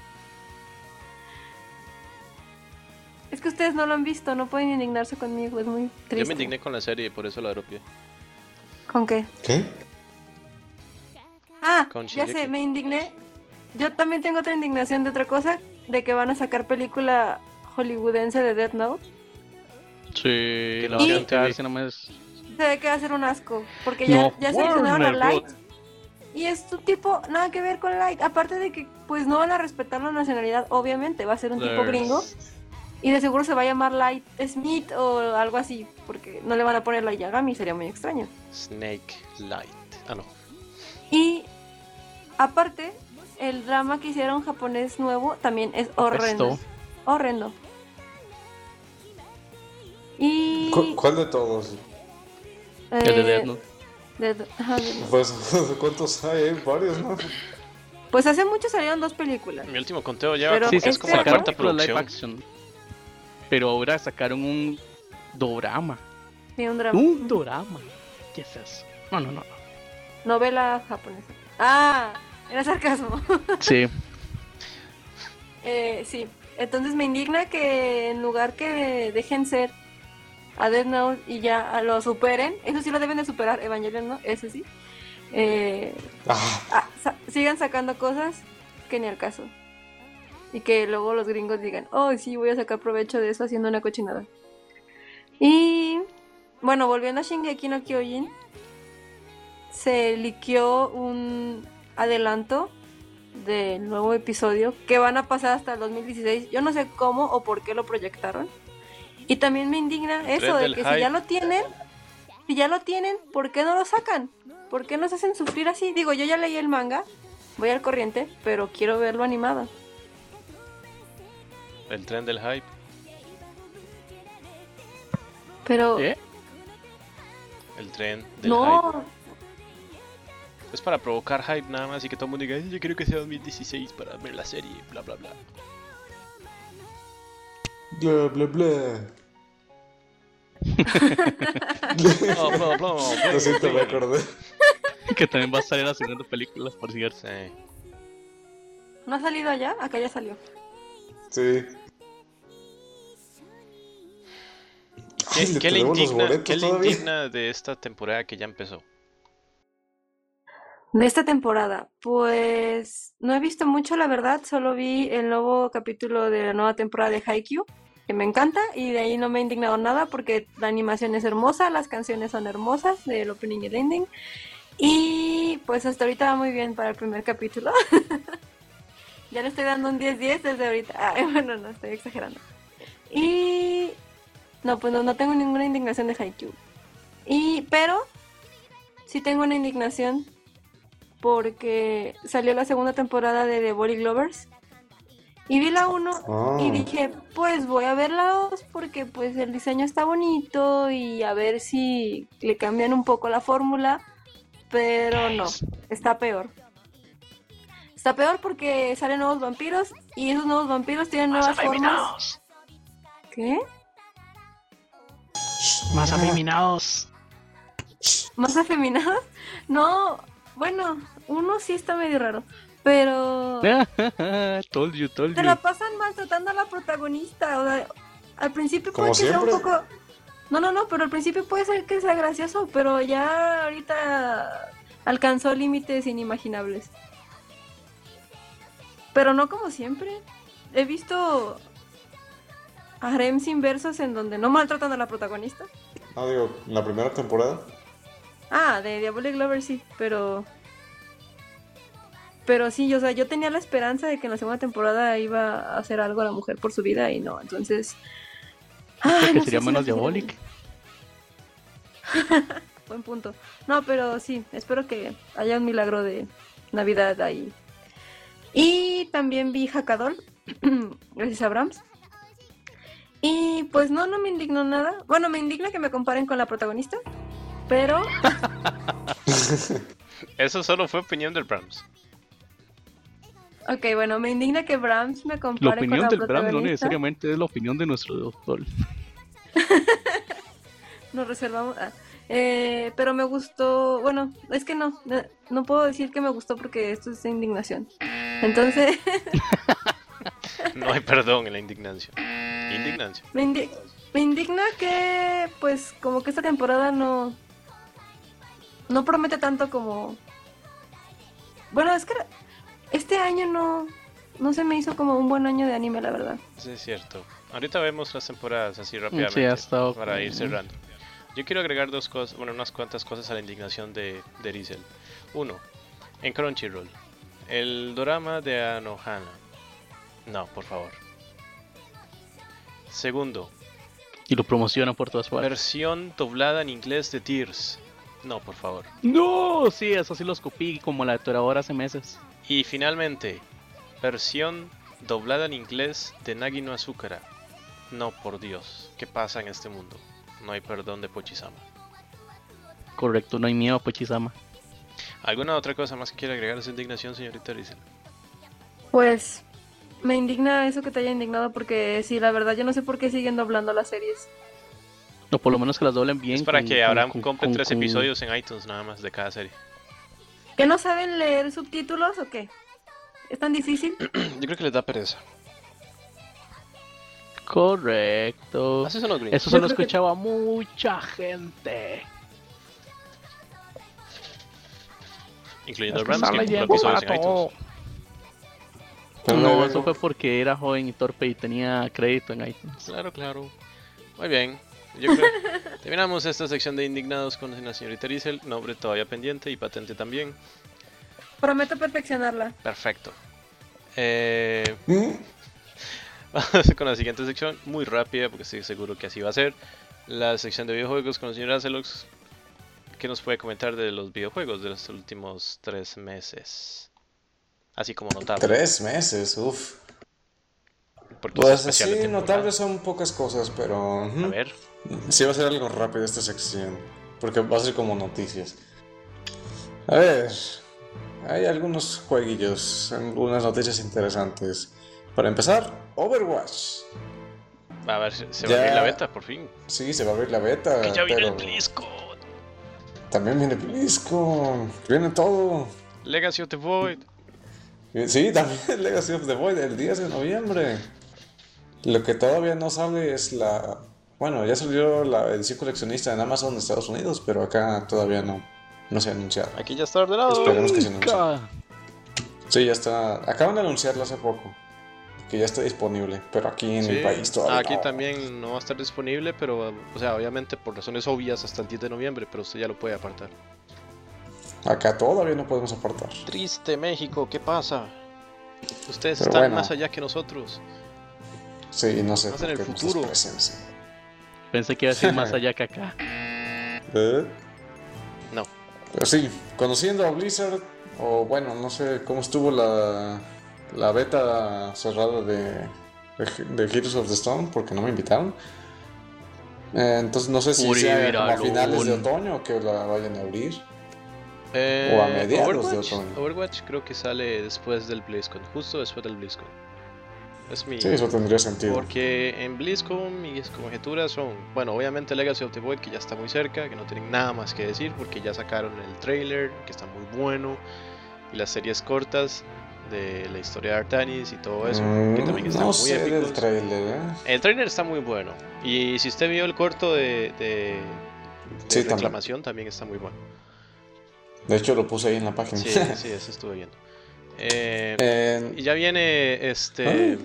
Speaker 3: es que ustedes no lo han visto. No pueden indignarse conmigo. Es muy triste.
Speaker 1: Yo me indigné con la serie y por eso la dropeé.
Speaker 3: ¿Con qué?
Speaker 2: ¿Qué?
Speaker 3: Ah,
Speaker 1: Con
Speaker 3: ya
Speaker 1: Shingeki.
Speaker 3: sé, me indigné. Yo también tengo otra indignación de otra cosa, de que van a sacar película hollywoodense de Death Note.
Speaker 4: Sí, la
Speaker 1: la
Speaker 4: van a
Speaker 3: Y-
Speaker 4: sacar si no me es-
Speaker 3: Se ve que va a ser un asco, porque ya,
Speaker 4: No,
Speaker 3: ya seleccionaron a eh,
Speaker 4: Warner
Speaker 3: Light. Y es un tipo, nada que ver con Light, aparte de que pues no van a respetar la nacionalidad, obviamente, va a ser un tipo
Speaker 4: There's-
Speaker 3: gringo. Y de seguro se va a llamar Light Smith o algo así, porque no le van a poner Light Yagami, sería muy extraño.
Speaker 1: Snake Light. Ah, no.
Speaker 3: Y aparte, el drama que hicieron japonés nuevo también es horrendo.
Speaker 4: Esto.
Speaker 3: Horrendo. Y.
Speaker 2: ¿Cu- ¿Cuál de todos?
Speaker 3: eh,
Speaker 4: El de Death Note.
Speaker 3: de- ajá, Death Note.
Speaker 2: Pues, ¿cuántos hay? Hay varios, ¿no?
Speaker 3: Pues hace mucho salieron dos películas.
Speaker 1: Mi último conteo ya
Speaker 3: Pero
Speaker 4: Sí,
Speaker 1: es
Speaker 4: se
Speaker 3: este
Speaker 1: como la
Speaker 3: acá-
Speaker 4: sacaron
Speaker 1: cuarta
Speaker 4: películas live
Speaker 1: producción.
Speaker 4: action. Pero ahora sacaron un dorama.
Speaker 3: Sí, un drama.
Speaker 4: Un dorama. ¿Qué es eso? No, no, no.
Speaker 3: Novela japonesa. Ah, era sarcasmo.
Speaker 4: Sí.
Speaker 3: Eh, sí, entonces me indigna que en lugar que dejen ser a Death Note y ya lo superen, eso sí lo deben de superar, Evangelion, ¿no? Eso sí. Eh,
Speaker 2: Ah,
Speaker 3: ah, sa- sigan sacando cosas que ni al caso. Y que luego los gringos digan, oh, sí, voy a sacar provecho de eso haciendo una cochinada. Y bueno, volviendo a Shingeki no Kyojin, se liqueó un adelanto del nuevo episodio que van a pasar hasta el 2016. Yo no sé cómo o por qué lo proyectaron. Y también me indigna
Speaker 1: El tren
Speaker 3: eso de
Speaker 1: del
Speaker 3: que
Speaker 1: hype.
Speaker 3: si ya lo tienen, si ya lo tienen, ¿por qué no lo sacan? ¿Por qué nos hacen sufrir así? Digo, yo ya leí el manga, voy al corriente, pero quiero verlo animado.
Speaker 1: El tren del hype.
Speaker 3: Pero
Speaker 4: ¿Qué?
Speaker 1: El tren del
Speaker 3: no,
Speaker 1: hype. Es para provocar hype nada más y que todo el mundo diga, "Ay, yo quiero que sea 2016 para ver la serie, bla, bla, bla.
Speaker 2: bla, bla, bla.
Speaker 1: Oh, bla, bla, bla,
Speaker 2: Lo siento, me
Speaker 1: bla.
Speaker 2: acordé.
Speaker 4: Que también va a salir la segunda película, por cierto.
Speaker 1: Sí.
Speaker 3: no ha salido allá, acá ya salió.
Speaker 2: Sí. Ay,
Speaker 1: ¿Qué, qué le
Speaker 2: tenemos los
Speaker 1: indigna,
Speaker 2: boletos
Speaker 1: qué le
Speaker 2: todavía.
Speaker 1: indigna de esta temporada que ya empezó?
Speaker 3: De esta temporada, pues no he visto mucho, la verdad, solo vi el nuevo capítulo de la nueva temporada de Haikyuu, que me encanta, y de ahí no me he indignado nada porque la animación es hermosa, las canciones son hermosas, el opening y el ending, y pues hasta ahorita va muy bien para el primer capítulo. ya le estoy dando un 10-10 desde ahorita. Ay, bueno, no, estoy exagerando. Y no, pues no, no tengo ninguna indignación de Haikyuu. Y, pero sí tengo una indignación porque salió la segunda temporada de The Body Glovers. Y vi la 1
Speaker 2: Ah,
Speaker 3: y dije, pues voy a ver la 2 porque pues el diseño está bonito y a ver si le cambian un poco la fórmula, pero no, está peor. Está peor porque salen nuevos vampiros y esos nuevos vampiros tienen nuevas formas. ¿Qué?
Speaker 4: Más afeminados.
Speaker 3: ¿Más afeminados? No, bueno, uno sí está medio raro, pero...
Speaker 4: told you, told
Speaker 3: Te
Speaker 4: you.
Speaker 3: Ah. la pasan maltratando a la protagonista. o sea, al principio
Speaker 2: Como
Speaker 3: puede que sea un
Speaker 2: siempre.
Speaker 3: poco. No, no, no, pero al principio puede ser que sea gracioso, pero ya ahorita alcanzó límites inimaginables. Pero no como siempre. He visto harems inversos en donde no maltratan a la protagonista.
Speaker 2: Ah, digo, en la primera temporada.
Speaker 3: Ah, de Diabolic Lover sí, pero. Pero sí, o sea, yo tenía la esperanza de que en la segunda temporada iba a hacer algo a la mujer por su vida y no, entonces. Ay,
Speaker 4: Porque
Speaker 3: no sé
Speaker 4: sería
Speaker 3: si
Speaker 4: menos
Speaker 3: la quisiera ver.
Speaker 4: diabólica.
Speaker 3: Buen punto. No, pero sí, espero que haya un milagro de Navidad ahí. Y también vi Hackathon, gracias a Brahms. Y pues no, no me indignó nada. Bueno, me indigna que me comparen con la protagonista, pero
Speaker 1: Eso solo fue opinión del Brahms.
Speaker 3: Ok, bueno, me indigna que Brahms me
Speaker 4: La
Speaker 3: compare con
Speaker 4: opinión
Speaker 3: la
Speaker 4: del Bram no
Speaker 3: protagonista.
Speaker 4: necesariamente es la opinión de nuestro doctor.
Speaker 3: Nos reservamos. ah. Eh, pero me gustó. Bueno, es que no, no. no puedo decir que me gustó porque esto es indignación. Entonces,
Speaker 1: No hay perdón en la indignación.
Speaker 3: Mm.
Speaker 1: Indignancia.
Speaker 3: me, indi- me indigna que, pues, como que esta temporada no. No promete tanto como. Bueno, es que este año no. No se me hizo como un buen año de anime, la verdad.
Speaker 1: Sí, es cierto. Ahorita vemos las temporadas así
Speaker 4: Sí,
Speaker 1: rápidamente
Speaker 4: ha estado
Speaker 1: para ir
Speaker 4: como-
Speaker 1: cerrando. Yo quiero agregar dos cosas, bueno, unas cuantas cosas a la indignación de, de Rizel. Uno, en Crunchyroll, el drama de Anohana. No, por favor. Segundo,
Speaker 4: Y lo promocionan por todas partes.
Speaker 1: versión doblada en inglés de Tears. No, por favor.
Speaker 4: No, sí, eso sí lo escupí como la atoradora hace meses.
Speaker 1: Y finalmente, versión doblada en inglés de Nagi no Azúcar. No, por Dios, ¿qué pasa en este mundo? No hay perdón de Pochisama.
Speaker 4: Correcto, no hay miedo, pues, Pochisama.
Speaker 1: ¿Alguna otra cosa más que quiera agregar a su indignación, señorita Rizel?
Speaker 3: Pues me indigna eso que te haya indignado porque sí, la verdad yo no sé por qué siguen doblando las series.
Speaker 4: O por lo menos que las doblen bien.
Speaker 1: Es para
Speaker 4: con-
Speaker 1: que
Speaker 4: con-
Speaker 1: Abraham
Speaker 4: con-
Speaker 1: compre
Speaker 4: con-
Speaker 1: tres
Speaker 4: con-
Speaker 1: episodios en iTunes nada más de cada serie.
Speaker 3: ¿Que no saben leer subtítulos o qué? ¿Es tan difícil?
Speaker 1: Yo creo que les da pereza.
Speaker 4: Correcto.
Speaker 1: Así son los gringos.
Speaker 4: Eso se
Speaker 3: Yo
Speaker 4: lo
Speaker 3: creo que-
Speaker 4: escuchaba mucha gente.
Speaker 1: Incleyendo a
Speaker 4: Es que
Speaker 1: Rams,
Speaker 4: están
Speaker 1: que
Speaker 4: leyendo
Speaker 1: compró episodios en
Speaker 4: para todo.
Speaker 1: iTunes.
Speaker 2: Pero
Speaker 4: No,
Speaker 2: luego-
Speaker 4: eso fue porque era joven y torpe y tenía crédito en iTunes.
Speaker 1: Claro, claro. Muy bien. Yo creo- Terminamos esta sección de indignados con la señorita Riesel. Nombre todavía pendiente y patente también.
Speaker 3: Prometo perfeccionarla.
Speaker 1: Perfecto. Eh,
Speaker 2: ¿Mm?
Speaker 1: Vamos con la siguiente sección, muy rápida, porque estoy seguro que así va a ser. La sección de videojuegos con el señor Acelox. ¿Qué nos puede comentar de los videojuegos de los últimos tres meses? Así como notable.
Speaker 2: Tres meses, uff.
Speaker 1: Porque es
Speaker 2: Pues
Speaker 1: especial de
Speaker 2: así,
Speaker 1: temporada.
Speaker 2: notables son pocas cosas, pero... ujú.
Speaker 1: A ver,
Speaker 2: Sí va a ser algo rápido esta sección, porque va a ser como noticias. A ver, hay algunos jueguillos, algunas noticias interesantes. Para empezar, Overwatch.
Speaker 1: a ver, se se va a
Speaker 2: Ya.
Speaker 1: abrir la beta por fin.
Speaker 2: Sí, se va a abrir la beta,
Speaker 1: que ya viene el
Speaker 2: Ah, pero
Speaker 1: BlizzCon.
Speaker 2: también viene BlizzCon, viene todo.
Speaker 1: Legacy of the Void.
Speaker 2: Eh, Sí, también Legacy of the Void el 10 de noviembre. Lo que todavía no sale es la... Bueno, ya salió la edición coleccionista en Amazon de Estados Unidos, pero acá todavía no, no se ha anunciado.
Speaker 1: Aquí ya está ordenado.
Speaker 2: Esperemos que se
Speaker 1: Oh,
Speaker 2: anuncie.
Speaker 4: Ca-
Speaker 2: Sí, ya está. Acaban de anunciarlo hace poco. Que ya está disponible. Pero aquí en
Speaker 1: Sí, Ah,
Speaker 2: mi país todavía.
Speaker 1: Aquí
Speaker 2: no.
Speaker 1: también no va a estar disponible, pero, o sea, obviamente por razones obvias hasta el 10 de noviembre, pero usted ya lo puede apartar.
Speaker 2: Acá todavía no podemos aportar.
Speaker 1: Triste México, ¿qué pasa? Ustedes
Speaker 2: Pero
Speaker 1: están
Speaker 2: bueno.
Speaker 1: más allá que nosotros.
Speaker 2: Sí, no sé.
Speaker 1: Más en
Speaker 2: por
Speaker 1: el
Speaker 2: qué no
Speaker 1: futuro.
Speaker 2: se presencia.
Speaker 4: Pensé que iba a decir más allá que acá.
Speaker 2: ¿Eh?
Speaker 1: No.
Speaker 2: Pero sí, conociendo a Blizzard. O bueno, no sé cómo estuvo la, la beta cerrada de, de, de Heroes of the Stone. Porque no me invitaron. Eh, entonces no sé si sea como a
Speaker 4: Uribe,
Speaker 2: finales de
Speaker 4: Aragón.
Speaker 2: otoño que la vayan a abrir.
Speaker 1: Eh,
Speaker 2: O a mediados de
Speaker 1: Overwatch,
Speaker 2: otoño.
Speaker 1: Overwatch creo que sale después del BlizzCon, justo después del BlizzCon. Es mi.
Speaker 2: Sí, eso tendría sentido.
Speaker 1: Porque en BlizzCon mis conjeturas son, bueno, obviamente Legacy of the Void que ya está muy cerca, que no tienen nada más que decir porque ya sacaron el trailer, que está muy bueno, y las series cortas de la historia de Artanis y todo eso, pues, que
Speaker 2: Mm,
Speaker 1: también están
Speaker 2: no
Speaker 1: muy
Speaker 2: sé
Speaker 1: épicos.
Speaker 2: del trailer, ¿eh?
Speaker 1: El trailer está muy bueno. Y si usted vio el corto de, de, de
Speaker 2: Sí, también.
Speaker 1: reclamación, también. está muy bueno.
Speaker 2: De hecho, lo puse ahí en la página.
Speaker 1: Sí, sí, eso estuve viendo. Eh,
Speaker 2: Eh,
Speaker 1: y ya viene este.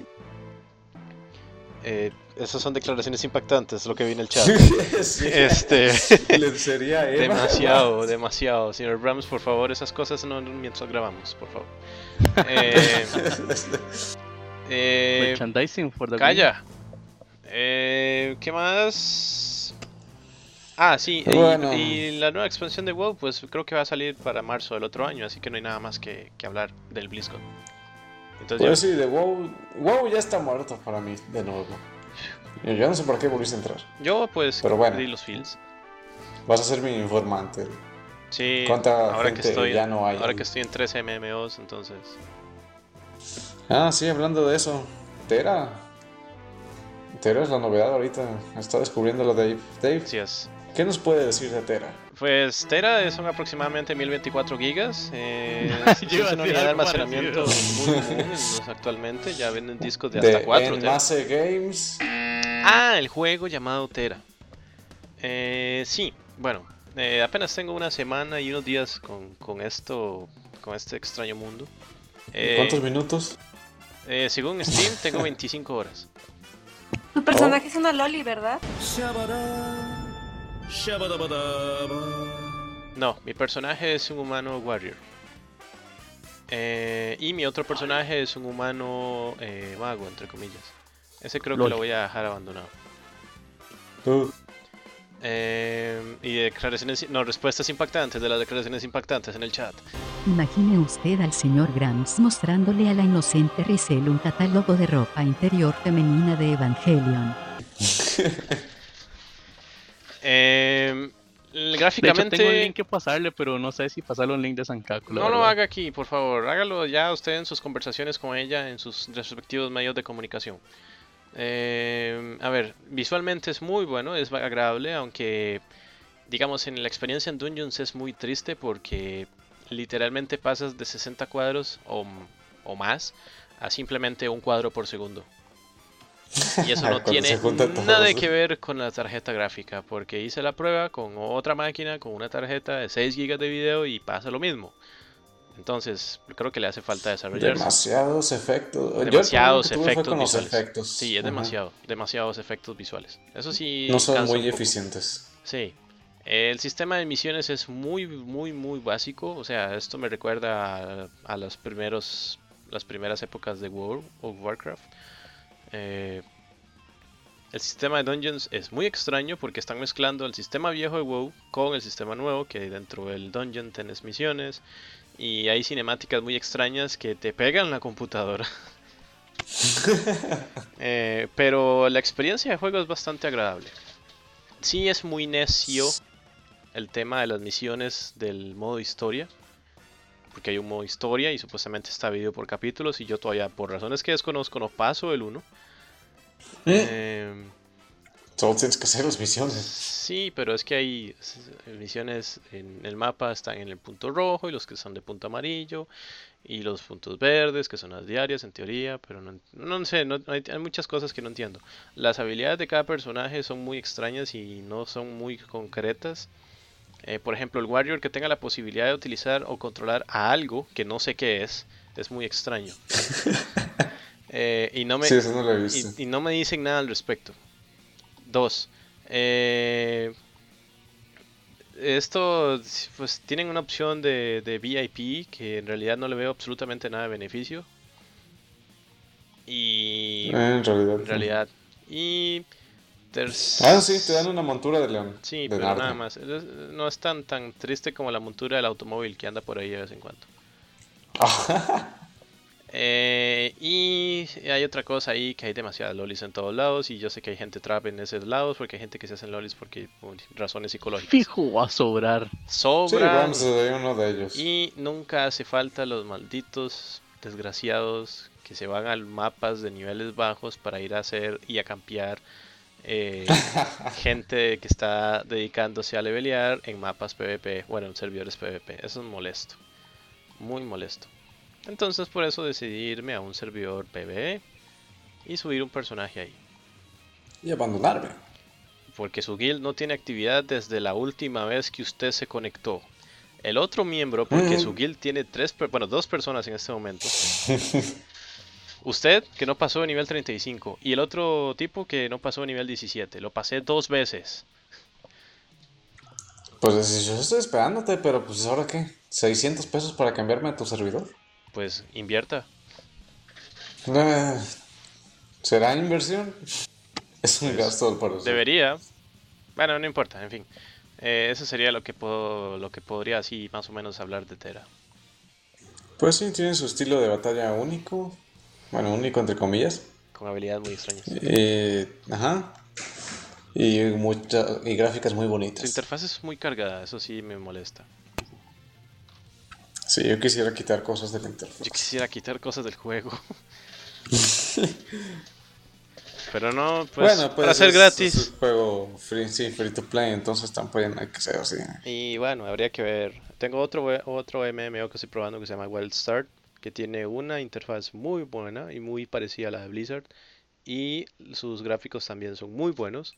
Speaker 1: eh, esas son declaraciones impactantes, lo que vi en el chat.
Speaker 2: sí,
Speaker 1: Este.
Speaker 2: le- sería Eva.
Speaker 1: demasiado, demasiado. Señor Brams, por favor, esas cosas no mientras grabamos, por favor. Eh, eh,
Speaker 4: Merchandising for the
Speaker 1: Calla. Eh, ¿Qué más? Ah, sí. y-
Speaker 2: Bueno.
Speaker 1: Y, la nueva expansión de WoW, pues creo que va a salir para marzo del otro año, así que no hay nada más que, que hablar del BlizzCon. Entonces,
Speaker 2: Pero Pues sí, de WoW. WoW ya está muerto para mí, de nuevo. Y Yo no sé por qué volviste a entrar.
Speaker 1: yo pues
Speaker 2: Pero bueno.
Speaker 1: di los fields.
Speaker 2: Vas a ser mi informante.
Speaker 1: Sí.
Speaker 2: ¿Cuánta
Speaker 1: Ahora que
Speaker 2: gente
Speaker 1: estoy,
Speaker 2: ya no hay?
Speaker 1: ahora que estoy en 13 MMOs, entonces.
Speaker 2: Ah, sí, hablando de eso. Tera. Tera es la novedad ahorita. Está descubriendo lo de Dave. Dave,
Speaker 1: Así es.
Speaker 2: ¿qué nos puede decir de Tera?
Speaker 1: Pues Tera son aproximadamente 1024 gigas. Eh,
Speaker 4: Yo
Speaker 1: es
Speaker 4: iba a
Speaker 1: una
Speaker 4: decir
Speaker 1: unidad de
Speaker 4: algo
Speaker 1: almacenamiento
Speaker 4: parecido.
Speaker 1: muy común en- actualmente. Ya venden discos de
Speaker 2: De
Speaker 1: hasta 4
Speaker 2: Enlace Games.
Speaker 1: Ah, el juego llamado Tera. Eh, sí, bueno, eh, apenas tengo una semana y unos días con, con esto, con este extraño mundo. Eh,
Speaker 2: ¿Cuántos minutos?
Speaker 1: eh, según Steam, tengo 25 horas.
Speaker 3: Tu
Speaker 4: Oh.
Speaker 3: personaje es una Loli, ¿verdad?
Speaker 1: No, mi personaje es un humano warrior. Eh, y mi otro personaje es un humano eh, mago, entre comillas. Ese creo que
Speaker 4: Lol.
Speaker 1: lo voy a dejar abandonado.
Speaker 2: Uh,
Speaker 1: Eh, y declaraciones, no, respuestas impactantes de las declaraciones impactantes en el chat.
Speaker 5: Imagine usted al señor Grams mostrándole a la inocente Rizel un catálogo de ropa interior femenina de Evangelion.
Speaker 1: Eh,
Speaker 4: De hecho,
Speaker 1: gráficamente.
Speaker 4: tengo el link que pasarle, pero no sé si pasarle un link de San Caco. la
Speaker 1: No lo
Speaker 4: verdad.
Speaker 1: haga aquí, por favor. Hágalo ya usted en sus conversaciones con ella, en sus respectivos medios de comunicación. Eh, a ver, visualmente es muy bueno, es agradable, aunque digamos en la experiencia en Dungeons es muy triste porque literalmente pasas de 60 cuadros o, m- o más a simplemente un cuadro por segundo. Y eso no
Speaker 2: Cuando
Speaker 1: tiene
Speaker 2: se juntan todos.
Speaker 1: nada que ver con la tarjeta gráfica, porque hice la prueba con otra máquina, con una tarjeta de 6 GB de video y pasa lo mismo. Entonces, creo que le hace falta desarrollarse.
Speaker 2: Demasiados efectos. Yo el
Speaker 1: pues demasiados
Speaker 2: problema que tuve fue
Speaker 1: efectos
Speaker 2: con los
Speaker 1: visuales.
Speaker 2: efectos.
Speaker 1: Sí, es
Speaker 2: Ajá.
Speaker 1: demasiado, demasiados efectos visuales. Eso sí.
Speaker 2: No son
Speaker 1: cansa un
Speaker 2: muy
Speaker 1: poco.
Speaker 2: eficientes.
Speaker 1: Sí. El sistema de misiones es muy, muy, muy básico. O sea, esto me recuerda a, a los primeros, las primeras épocas de World of Warcraft. Eh, el sistema de dungeons es muy extraño porque están mezclando el sistema viejo de WoW con el sistema nuevo, que dentro del dungeon tenés misiones y hay cinemáticas muy extrañas que te pegan la computadora. Eh, pero la experiencia de juego es bastante agradable. Sí es muy necio el tema de las misiones del modo historia. Porque hay un modo historia y supuestamente está video por capítulos y yo todavía por razones que desconozco no paso el 1. Eh.
Speaker 2: Solo tienes que hacer las misiones.
Speaker 1: Sí, pero es que hay s- misiones en el mapa, están en el punto rojo y los que son de punto amarillo y los puntos verdes que son las diarias en teoría, pero no, en- no sé, no- hay, hay muchas cosas que no entiendo. Las habilidades de cada personaje son muy extrañas y no son muy concretas. Eh, por ejemplo, el warrior que tenga la posibilidad de utilizar o controlar a algo que no sé qué es, es muy extraño. Eh, y no me,
Speaker 2: Sí, eso no lo he
Speaker 1: y-
Speaker 2: visto.
Speaker 1: Y, no me dicen nada al respecto. Dos. eh, esto, pues tienen una opción de, de VIP que en realidad no le veo absolutamente nada de beneficio. Y
Speaker 2: Eh, en realidad.
Speaker 1: en realidad. Y tercero.
Speaker 2: Ah, sí, te dan una montura de león.
Speaker 1: Sí,
Speaker 2: de
Speaker 1: pero
Speaker 2: nardo.
Speaker 1: nada más. Es- No es tan, tan triste como la montura del automóvil que anda por ahí de vez en cuando.
Speaker 2: Ah,
Speaker 1: Eh, y hay otra cosa ahí que hay demasiadas lolis en todos lados y yo sé que hay gente trap en esos lados porque hay gente que se hacen lolis porque por razones psicológicas.
Speaker 4: Fijo va a sobrar.
Speaker 2: Sí,
Speaker 1: Sobran
Speaker 2: Rams de uno de ellos.
Speaker 1: y nunca hace falta los malditos desgraciados que se van a mapas de niveles bajos para ir a hacer y a campear eh, gente que está dedicándose a levelear en mapas PvP, bueno, en servidores PvP. Eso es molesto, muy molesto. Entonces por eso decidí irme a un servidor PvE y subir un personaje ahí.
Speaker 2: Y abandonarme.
Speaker 1: Porque su guild no tiene actividad desde la última vez que usted se conectó. El otro miembro, porque su
Speaker 2: Mm.
Speaker 1: guild tiene tres, per- bueno, dos personas en este momento. usted, que no pasó de nivel 35, y el otro tipo que no pasó de nivel 17. Lo pasé dos veces.
Speaker 2: Pues decís, yo estoy esperándote, pero pues ahora qué? 600 pesos para cambiarme a tu servidor.
Speaker 1: Pues invierta.
Speaker 2: Eh, ¿Será inversión? Es un
Speaker 1: Pues,
Speaker 2: gasto para usted.
Speaker 1: Debería. Bueno, no importa, en fin. Eh, eso sería lo que puedo, lo que podría así más o menos hablar de Tera.
Speaker 2: Pues sí, tiene su estilo de batalla único. Bueno, único entre comillas.
Speaker 1: Con habilidades muy extrañas.
Speaker 2: Eh, ajá. Y, mucha- y gráficas muy
Speaker 1: Su
Speaker 2: bonitas.
Speaker 1: interfaz es muy cargada, eso sí me molesta.
Speaker 2: Sí, yo quisiera quitar cosas del
Speaker 1: Yo
Speaker 2: interfaz.
Speaker 1: quisiera quitar cosas del juego. Pero no, pues,
Speaker 2: Bueno,
Speaker 1: para ser
Speaker 2: es-
Speaker 1: gratis.
Speaker 2: Es un juego free, sí, free to play, entonces tampoco hay que ser así.
Speaker 1: Y bueno, habría que ver. Tengo otro, we- otro MMO que estoy probando que se llama Wild Start, que tiene una interfaz muy buena y muy parecida a la de Blizzard. Y sus gráficos también son muy buenos.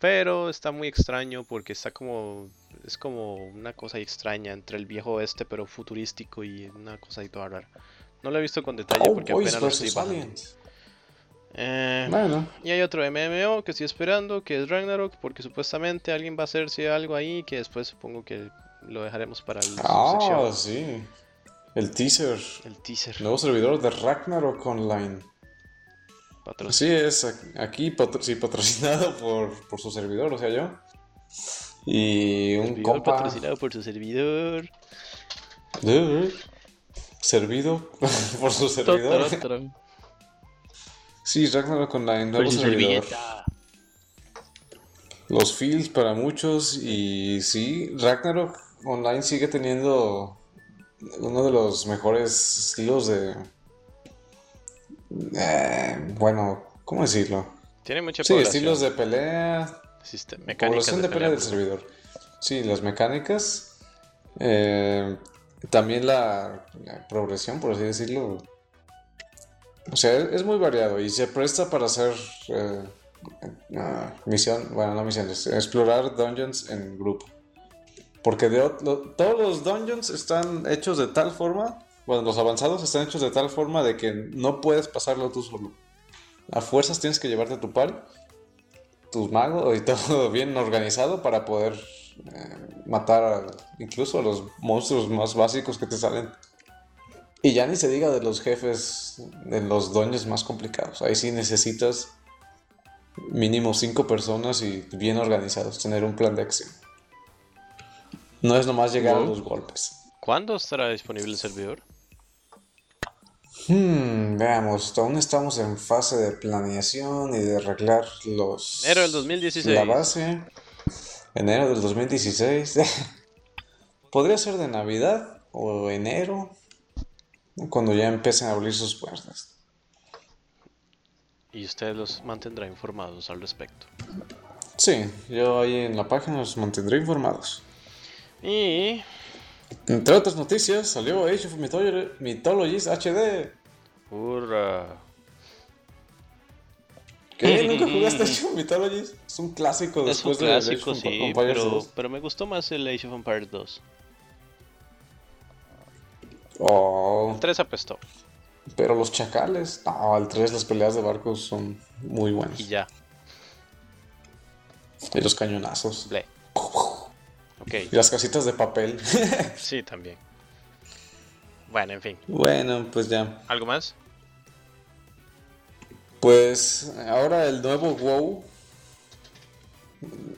Speaker 1: Pero está muy extraño porque está como... Es como una cosa ahí extraña entre el viejo oeste pero futurístico y una cosa ahí toda rara. No lo he visto con detalle porque
Speaker 2: Cowboys
Speaker 1: apenas lo estoy
Speaker 2: Oh, versus
Speaker 1: bajando.
Speaker 2: Aliens.
Speaker 1: Eh,
Speaker 2: Bueno,
Speaker 1: y hay otro MMO que estoy esperando, que es Ragnarok, porque supuestamente alguien va a hacerse algo ahí, que después supongo que lo dejaremos para el
Speaker 2: ah, sí. El teaser.
Speaker 1: el teaser.
Speaker 2: Nuevo servidor de Ragnarok Online.
Speaker 1: patrón.
Speaker 2: Así es, ac- aquí patro- sí, patrocinado por, por su servidor, o sea, yo. Y un
Speaker 1: Servidor
Speaker 2: compa.
Speaker 1: patrocinado por su servidor.
Speaker 2: Eh, eh. Servido por su servidor.
Speaker 4: Totorotron.
Speaker 2: Sí, Ragnarok Online, nuevo
Speaker 4: Por su
Speaker 2: servidor.
Speaker 4: servilleta.
Speaker 2: Los fields para muchos y sí, Ragnarok Online sigue teniendo uno de los mejores estilos de... eh, bueno, ¿cómo decirlo?
Speaker 1: Tiene mucha
Speaker 2: Sí,
Speaker 1: población.
Speaker 2: estilos de pelea,
Speaker 1: Siste- mecánicas
Speaker 2: población
Speaker 1: de
Speaker 2: de pelea del
Speaker 1: pelea.
Speaker 2: servidor. Sí, las mecánicas, eh, también la, la progresión, por así decirlo. O sea, es, es muy variado y se presta para hacer eh, ah, misión, bueno, no misiones, explorar dungeons en grupo. Porque de ot- lo- todos los dungeons están hechos de tal forma, bueno, los avanzados están hechos de tal forma de que no puedes pasarlo tú solo. A fuerzas tienes que llevarte tu pari, tus magos y todo bien organizado para poder eh, matar a- incluso a los monstruos más básicos que te salen. Y ya ni se diga de los jefes, de los dueños más complicados. Ahí sí necesitas mínimo cinco personas y bien organizados, tener un plan de acción. No es nomás llegar a
Speaker 4: Wow.
Speaker 2: los golpes.
Speaker 1: ¿Cuándo estará disponible el servidor?
Speaker 2: Hmm, veamos, aún estamos en fase de planeación y de arreglar los...
Speaker 1: Enero del 2016.
Speaker 2: La base. Enero del 2016. Podría ser de Navidad o enero, cuando ya empiecen a abrir sus puertas.
Speaker 1: Y usted los mantendrá informados al respecto.
Speaker 2: Sí, yo ahí en la página los mantendré informados.
Speaker 1: Y
Speaker 2: Entre otras noticias, salió Age of Mytholo- Mythologies HD.
Speaker 1: Hurra.
Speaker 2: ¿Qué? ¿Nunca jugaste Age of Mythologies? Es un clásico
Speaker 1: Es un
Speaker 2: después de Age of
Speaker 1: clásico, sí,
Speaker 2: Empires
Speaker 1: pero,
Speaker 2: 2.
Speaker 1: pero me gustó más el Age of Empires 2.
Speaker 2: Oh,
Speaker 1: El 3 apestó
Speaker 2: pero los chacales. No, al 3 las peleas de barcos son muy buenas.
Speaker 1: y ya.
Speaker 2: Y los cañonazos.
Speaker 1: Ble.
Speaker 2: Y
Speaker 1: Ok,
Speaker 2: las casitas de papel.
Speaker 1: sí, también. Bueno, en fin.
Speaker 2: Bueno, pues ya.
Speaker 1: ¿Algo más?
Speaker 2: Pues ahora el nuevo WoW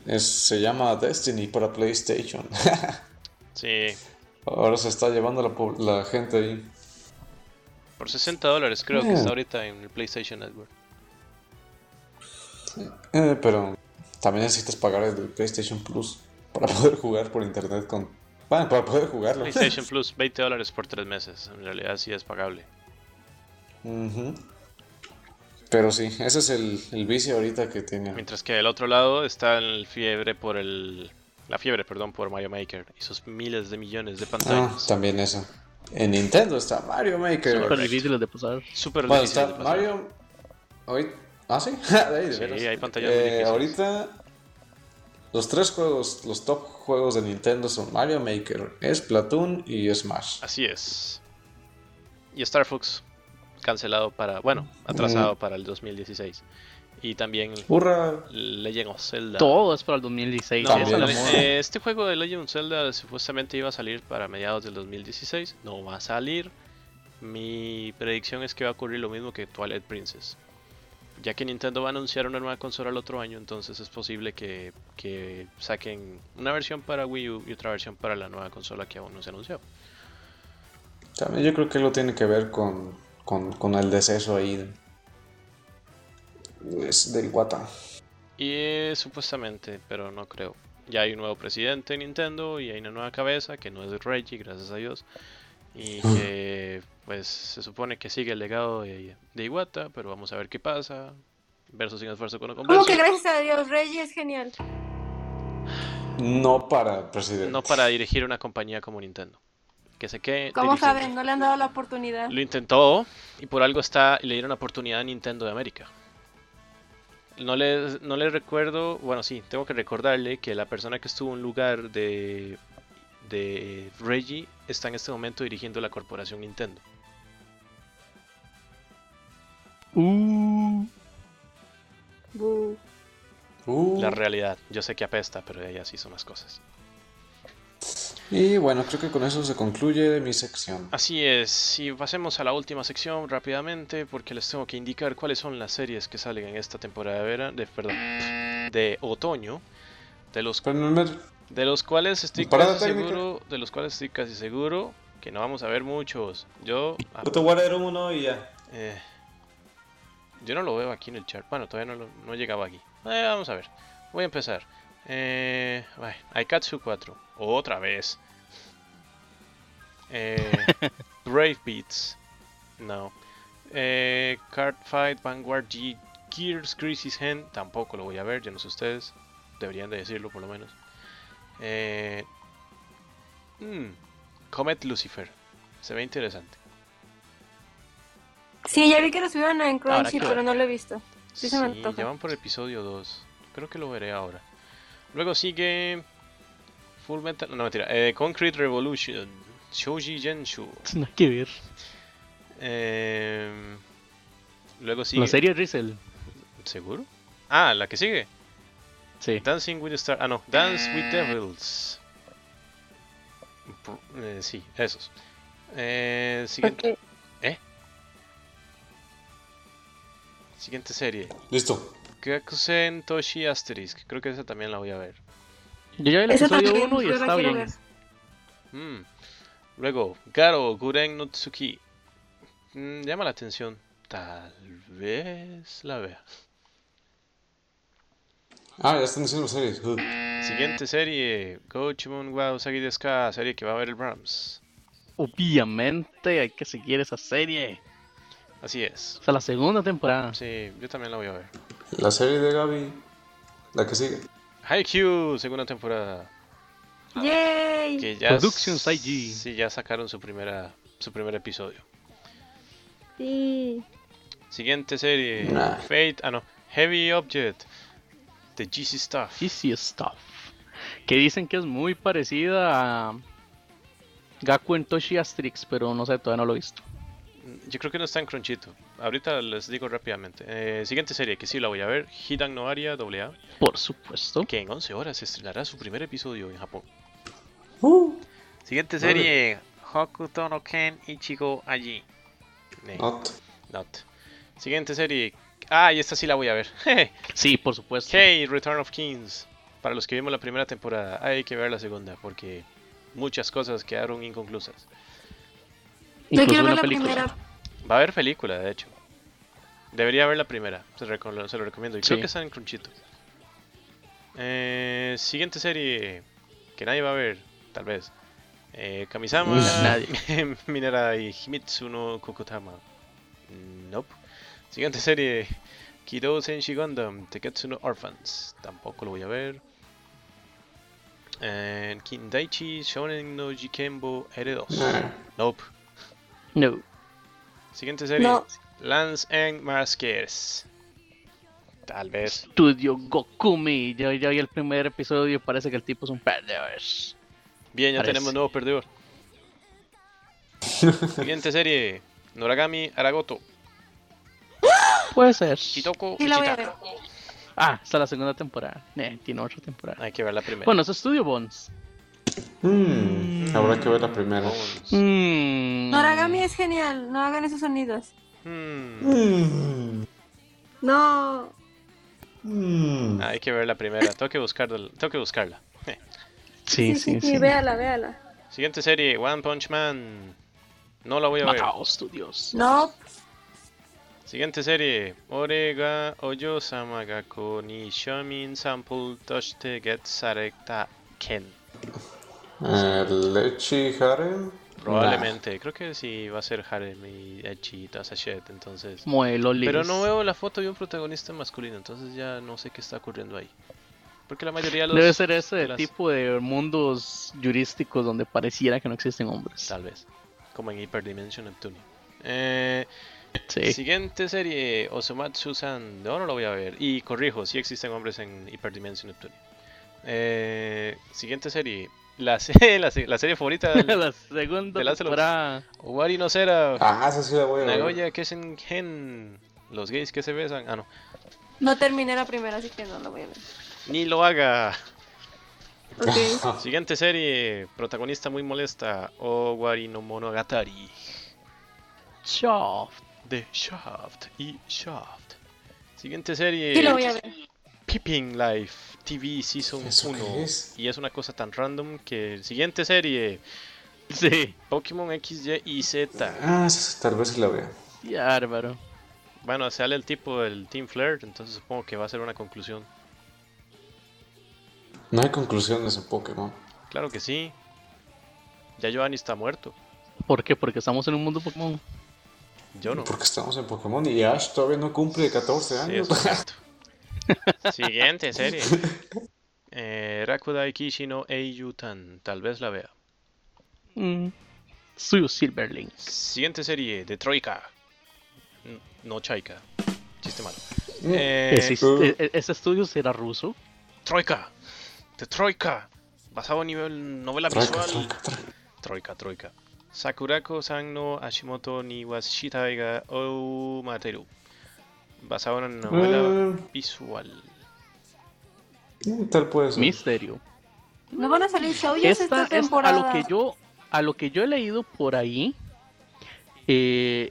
Speaker 2: es- se llama Destiny para PlayStation.
Speaker 1: Sí,
Speaker 2: ahora se está llevando la, pu- la gente ahí.
Speaker 1: por 60 dólares creo que
Speaker 2: Mm.
Speaker 1: está ahorita en el PlayStation Network.
Speaker 2: Eh, pero también necesitas pagar el PlayStation Plus para poder jugar por internet con... Bueno, para poder jugarlo.
Speaker 1: PlayStation Plus, 20 dólares por 3 meses. En realidad sí es pagable.
Speaker 2: Ujú. Pero sí, ese es el, el vicio ahorita que tiene.
Speaker 1: Mientras que del otro lado está el fiebre por el... La fiebre, perdón, por Mario Maker y sus miles de millones de
Speaker 2: Ah,
Speaker 1: pantallas.
Speaker 2: también eso. En Nintendo está Mario Maker.
Speaker 4: Súper difíciles de pasar.
Speaker 1: Súper
Speaker 2: Bueno,
Speaker 1: difícil
Speaker 2: está
Speaker 1: de pasar.
Speaker 2: Mario. Hoy... Ah, sí. Ahí, de
Speaker 1: Sí,
Speaker 2: veras.
Speaker 1: hay pantallas muy
Speaker 2: Eh,
Speaker 1: difíciles.
Speaker 2: Ahorita, los tres juegos, los top juegos de Nintendo son Mario Maker, Splatoon y Smash.
Speaker 1: Así es. Y Star Fox cancelado para, bueno, atrasado
Speaker 2: Mm.
Speaker 1: para el 2016. Y también
Speaker 2: ¡Hurra!
Speaker 1: Legend of Zelda.
Speaker 4: Todo es para el 2016.
Speaker 1: No,
Speaker 4: esa es
Speaker 2: También.
Speaker 4: la
Speaker 1: eh,
Speaker 4: moda.
Speaker 1: este juego de Legend of Zelda supuestamente iba a salir para mediados del 2016. No va a salir. Mi predicción es que va a ocurrir lo mismo que Twilight Princess. Ya que Nintendo va a anunciar una nueva consola el otro año, entonces es posible que, que saquen una versión para Wii U y otra versión para la nueva consola que aún no se anunció.
Speaker 2: También yo creo que lo tiene que ver con, con, con el deceso ahí. Es del Wata.
Speaker 1: Y eh, supuestamente, pero no creo. Ya hay un nuevo presidente de Nintendo y hay una nueva cabeza que no es Reggie, gracias a Dios. Y que pues se supone que sigue el legado de, de Iwata, pero vamos a ver qué pasa. Verso sin esfuerzo con
Speaker 3: ¿Cómo que
Speaker 1: converso.
Speaker 3: gracias a Dios, Reggie es genial?
Speaker 2: No para presidente.
Speaker 1: No para dirigir una compañía como Nintendo. Que se quede.
Speaker 3: ¿Cómo
Speaker 1: dirigiendo.
Speaker 3: saben? No le han dado la oportunidad.
Speaker 1: Lo intentó y por algo está le dieron oportunidad a Nintendo de América. No les, no les recuerdo, bueno sí, tengo que recordarle que la persona que estuvo en lugar de, de Reggie está en este momento dirigiendo la corporación Nintendo.
Speaker 4: Uh,
Speaker 3: Bu.
Speaker 2: Uh,
Speaker 1: La realidad, yo sé que apesta, pero ella sí son las cosas.
Speaker 2: y bueno, creo que con eso se concluye mi sección.
Speaker 1: Así es, y pasemos a la última sección rápidamente porque les tengo que indicar cuáles son las series que salen en esta temporada de verano, de, perdón, de otoño, de los
Speaker 2: Pero no me-
Speaker 1: De los cuales estoy
Speaker 2: Parada
Speaker 1: casi
Speaker 2: técnica.
Speaker 1: seguro, de los cuales estoy casi seguro que no vamos a ver muchos. Yo, ah,
Speaker 2: Puto Warrior 1 y ya.
Speaker 1: eh, yo no lo veo aquí en el chat. Bueno, todavía no, lo- no llegaba aquí. Eh, vamos a ver. Voy a empezar. Eh, ay, Aikatsu 4. Otra vez. Eh, Brave Beats. No. Eh, Card Fight, Vanguard G, Gears, Crisis Gen. Tampoco lo voy a ver, yo no sé ustedes. Deberían de decirlo por lo menos. Eh, mm, Comet Lucifer. Se ve interesante.
Speaker 3: Sí, ya vi que lo subieron en
Speaker 4: Ahora,
Speaker 3: Crunchy,
Speaker 4: ¿qué?
Speaker 3: pero no lo he visto. Sí,
Speaker 1: Sí,
Speaker 3: se me antoja.
Speaker 1: ya van por el episodio 2. Creo que lo veré ahora. Luego sigue Full Metal, no mentira, eh, Concrete Revolution, Shouji Genshu.
Speaker 4: Nada que ver.
Speaker 1: Em, luego sigue
Speaker 4: La serie Rizel.
Speaker 1: ¿Seguro? Ah, la que sigue.
Speaker 4: Sí.
Speaker 1: Dancing with the Star. Ah, no. Dance with Devils. Pr- eh, sí, esos. Eh, siguiente,
Speaker 3: Ok.
Speaker 1: siguiente serie.
Speaker 2: Listo.
Speaker 1: Kyakusen Toshi Asterisk. Creo que esa también la voy a ver.
Speaker 4: Yo ya vi el
Speaker 3: Esa
Speaker 4: episodio
Speaker 3: también,
Speaker 4: 1 y
Speaker 3: yo la
Speaker 4: está
Speaker 3: quiero
Speaker 4: bien.
Speaker 3: ver.
Speaker 1: Mm. Luego, Garo Guren no Tsuki. Mm, llama la atención. Tal vez la vea.
Speaker 2: Ah, ya están diciendo series. Uh.
Speaker 1: Siguiente serie. Gochimon wa Usagi desu ka, Serie que va a ver el Brahms.
Speaker 4: Obviamente hay que seguir esa serie.
Speaker 1: Así es.
Speaker 4: O sea, la segunda temporada.
Speaker 1: Sí, yo también la voy a ver.
Speaker 2: La serie de Gaby. La que sigue.
Speaker 1: Haikyuu, segunda temporada.
Speaker 3: ¡Yay!
Speaker 1: Que ya
Speaker 4: Productions
Speaker 1: s-
Speaker 4: IG.
Speaker 1: Sí, ya sacaron su primera su primer episodio.
Speaker 3: Sí.
Speaker 1: Siguiente serie,
Speaker 2: Nah.
Speaker 1: Fate, ah no, Heavy Object, The GC Stuff.
Speaker 4: Easy Stuff. Que dicen que es muy parecida a Gaku en Toshi Asterix, pero no sé, todavía no lo he visto.
Speaker 1: Yo creo que no está en Cronchito. Ahorita les digo rápidamente. Eh, siguiente serie que sí la voy a ver, Hidan no Aria AA,
Speaker 4: Por supuesto.
Speaker 1: que en 11 horas estrenará su primer episodio en Japón.
Speaker 2: Uh.
Speaker 1: Siguiente
Speaker 2: Vale.
Speaker 1: serie, Hokuto no Ken Ichigo Allí.
Speaker 2: Not.
Speaker 1: Not. Siguiente serie, ah, y esta sí la voy a ver.
Speaker 4: Sí, por supuesto.
Speaker 1: Hey, Return of Kings. Para los que vimos la primera temporada, hay que ver la segunda porque muchas cosas quedaron inconclusas.
Speaker 3: Yo
Speaker 4: Incluso
Speaker 3: quiero ver
Speaker 4: una
Speaker 3: la
Speaker 4: película.
Speaker 3: primera.
Speaker 1: Va a haber película, de hecho. Debería ver la primera, se, reco- se lo recomiendo. Y creo
Speaker 4: Sí.
Speaker 1: que está en Crunchito. Eh, siguiente serie que nadie va a ver, tal vez. Eh, Kamisama,
Speaker 4: Nadie.
Speaker 1: Minera y Himitsu no Kokutama. Mm, Nope. Siguiente serie, Kido Senshi Gundam, Teketsu no Orphans. Tampoco lo voy a ver. Eh, Kindaichi Shonen no Jikembo R2.
Speaker 2: Nah.
Speaker 1: Nope.
Speaker 4: No.
Speaker 1: Siguiente serie.
Speaker 3: No,
Speaker 1: Lance and Maskers. Tal vez.
Speaker 4: Estudio Gokumi. Ya, ya vi el primer episodio y parece que el tipo es un perdedor.
Speaker 1: Bien, ya
Speaker 4: Parece.
Speaker 1: tenemos nuevo perdedor. Siguiente serie. Noragami Aragoto.
Speaker 4: Puede ser.
Speaker 1: Kitoko
Speaker 3: sí la voy a ver.
Speaker 1: Uchitaka.
Speaker 4: Ah, está la segunda temporada. Eh, tiene otra temporada.
Speaker 1: Hay que ver la primera.
Speaker 4: Bueno, es Estudio Bones.
Speaker 2: Mm, Habrá que ver la primera.
Speaker 1: Bones.
Speaker 4: Mm.
Speaker 3: Noragami es genial, no hagan esos sonidos.
Speaker 1: Hmm,
Speaker 2: Mm,
Speaker 3: No.
Speaker 2: mm.
Speaker 1: Hay que ver la primera. Tengo que, buscarla- tengo que buscarla.
Speaker 4: Sí, sí, sí.
Speaker 3: véala, véala.
Speaker 1: Siguiente serie. One Punch Man. No la voy a ver.
Speaker 4: Macao Studios.
Speaker 3: No,
Speaker 1: Siguiente serie. Orega Oyo Samagako ni Shomin Sample Toshite Getsarekta Ken.
Speaker 2: Eh, Lechi Harem.
Speaker 1: Probablemente, creo que sí va a ser Harem y Echi y toda esa shit, entonces.
Speaker 4: Modelo
Speaker 1: Pero
Speaker 4: Liz.
Speaker 1: no veo la foto de un protagonista masculino, entonces ya no sé qué está ocurriendo ahí. Porque la mayoría de los.
Speaker 4: Debe ser ese
Speaker 1: de las-
Speaker 4: tipo de mundos jurísticos donde pareciera que no existen hombres.
Speaker 1: Tal vez. Como en Hyperdimension Neptune. Eh,
Speaker 4: Sí.
Speaker 1: Siguiente serie, Osomatsu-san. No, no lo voy a ver. Y corrijo, sí existen hombres en Hyperdimension Neptune. Eh, siguiente serie, la, se- la, se- la serie favorita del
Speaker 4: la segunda
Speaker 1: de las-
Speaker 4: temporada.
Speaker 1: Owari no Sera.
Speaker 2: Ah, esa sí la voy a ver.
Speaker 1: Nagoya Kessen Gen. Los gays que se besan. Ah, no.
Speaker 3: no terminé la primera, así que no la voy a ver.
Speaker 1: Ni lo haga.
Speaker 3: Ok.
Speaker 1: Siguiente serie, protagonista muy molesta, Owari no Monogatari.
Speaker 4: Shaft.
Speaker 1: The Shaft y Shaft. Siguiente serie,
Speaker 3: Sí, la voy a ver.
Speaker 1: Pipping Life TV Season
Speaker 2: ¿Eso
Speaker 1: 1.
Speaker 2: qué es?
Speaker 1: Y es una cosa tan random que... Siguiente serie,
Speaker 4: Sí.
Speaker 1: Pokémon XY y Z.
Speaker 2: Ah, esa sí, tal vez sí la vea.
Speaker 4: Qué bárbaro.
Speaker 1: Bueno, sale el tipo del Team Flirt, entonces supongo que va a ser una conclusión.
Speaker 2: No hay conclusiones en Pokémon.
Speaker 1: Claro que sí. Ya Giovanni está muerto.
Speaker 4: ¿Por qué? Porque estamos en un mundo Pokémon.
Speaker 1: Yo no.
Speaker 2: Porque estamos en Pokémon y Ash todavía no cumple 14
Speaker 1: Sí,
Speaker 2: años.
Speaker 1: eso es cierto. Siguiente serie. Eh, Rakudai Kishino Eiyutan. Tal vez la vea.
Speaker 4: Mm. Su Silverling.
Speaker 1: Siguiente serie de Troika. N- No Chaika. Chiste malo.
Speaker 2: Mm.
Speaker 1: Eh,
Speaker 4: Existe- e- e- ese estudio será ruso.
Speaker 1: Troika. De Troika. Basado en nivel novela
Speaker 2: Mm. Tranca,
Speaker 1: visual.
Speaker 2: tranca, tranca.
Speaker 1: Troika, troika. Sakurako san no Hashimoto ni washitai ga ou materu. Basado en una novela
Speaker 2: Eh,
Speaker 1: visual.
Speaker 2: mm, tal puede ser.
Speaker 4: Misterio.
Speaker 3: No van a salir shows esta,
Speaker 4: Esta, esta- a
Speaker 3: temporada.
Speaker 4: lo que yo a lo que yo he leído por ahí eh,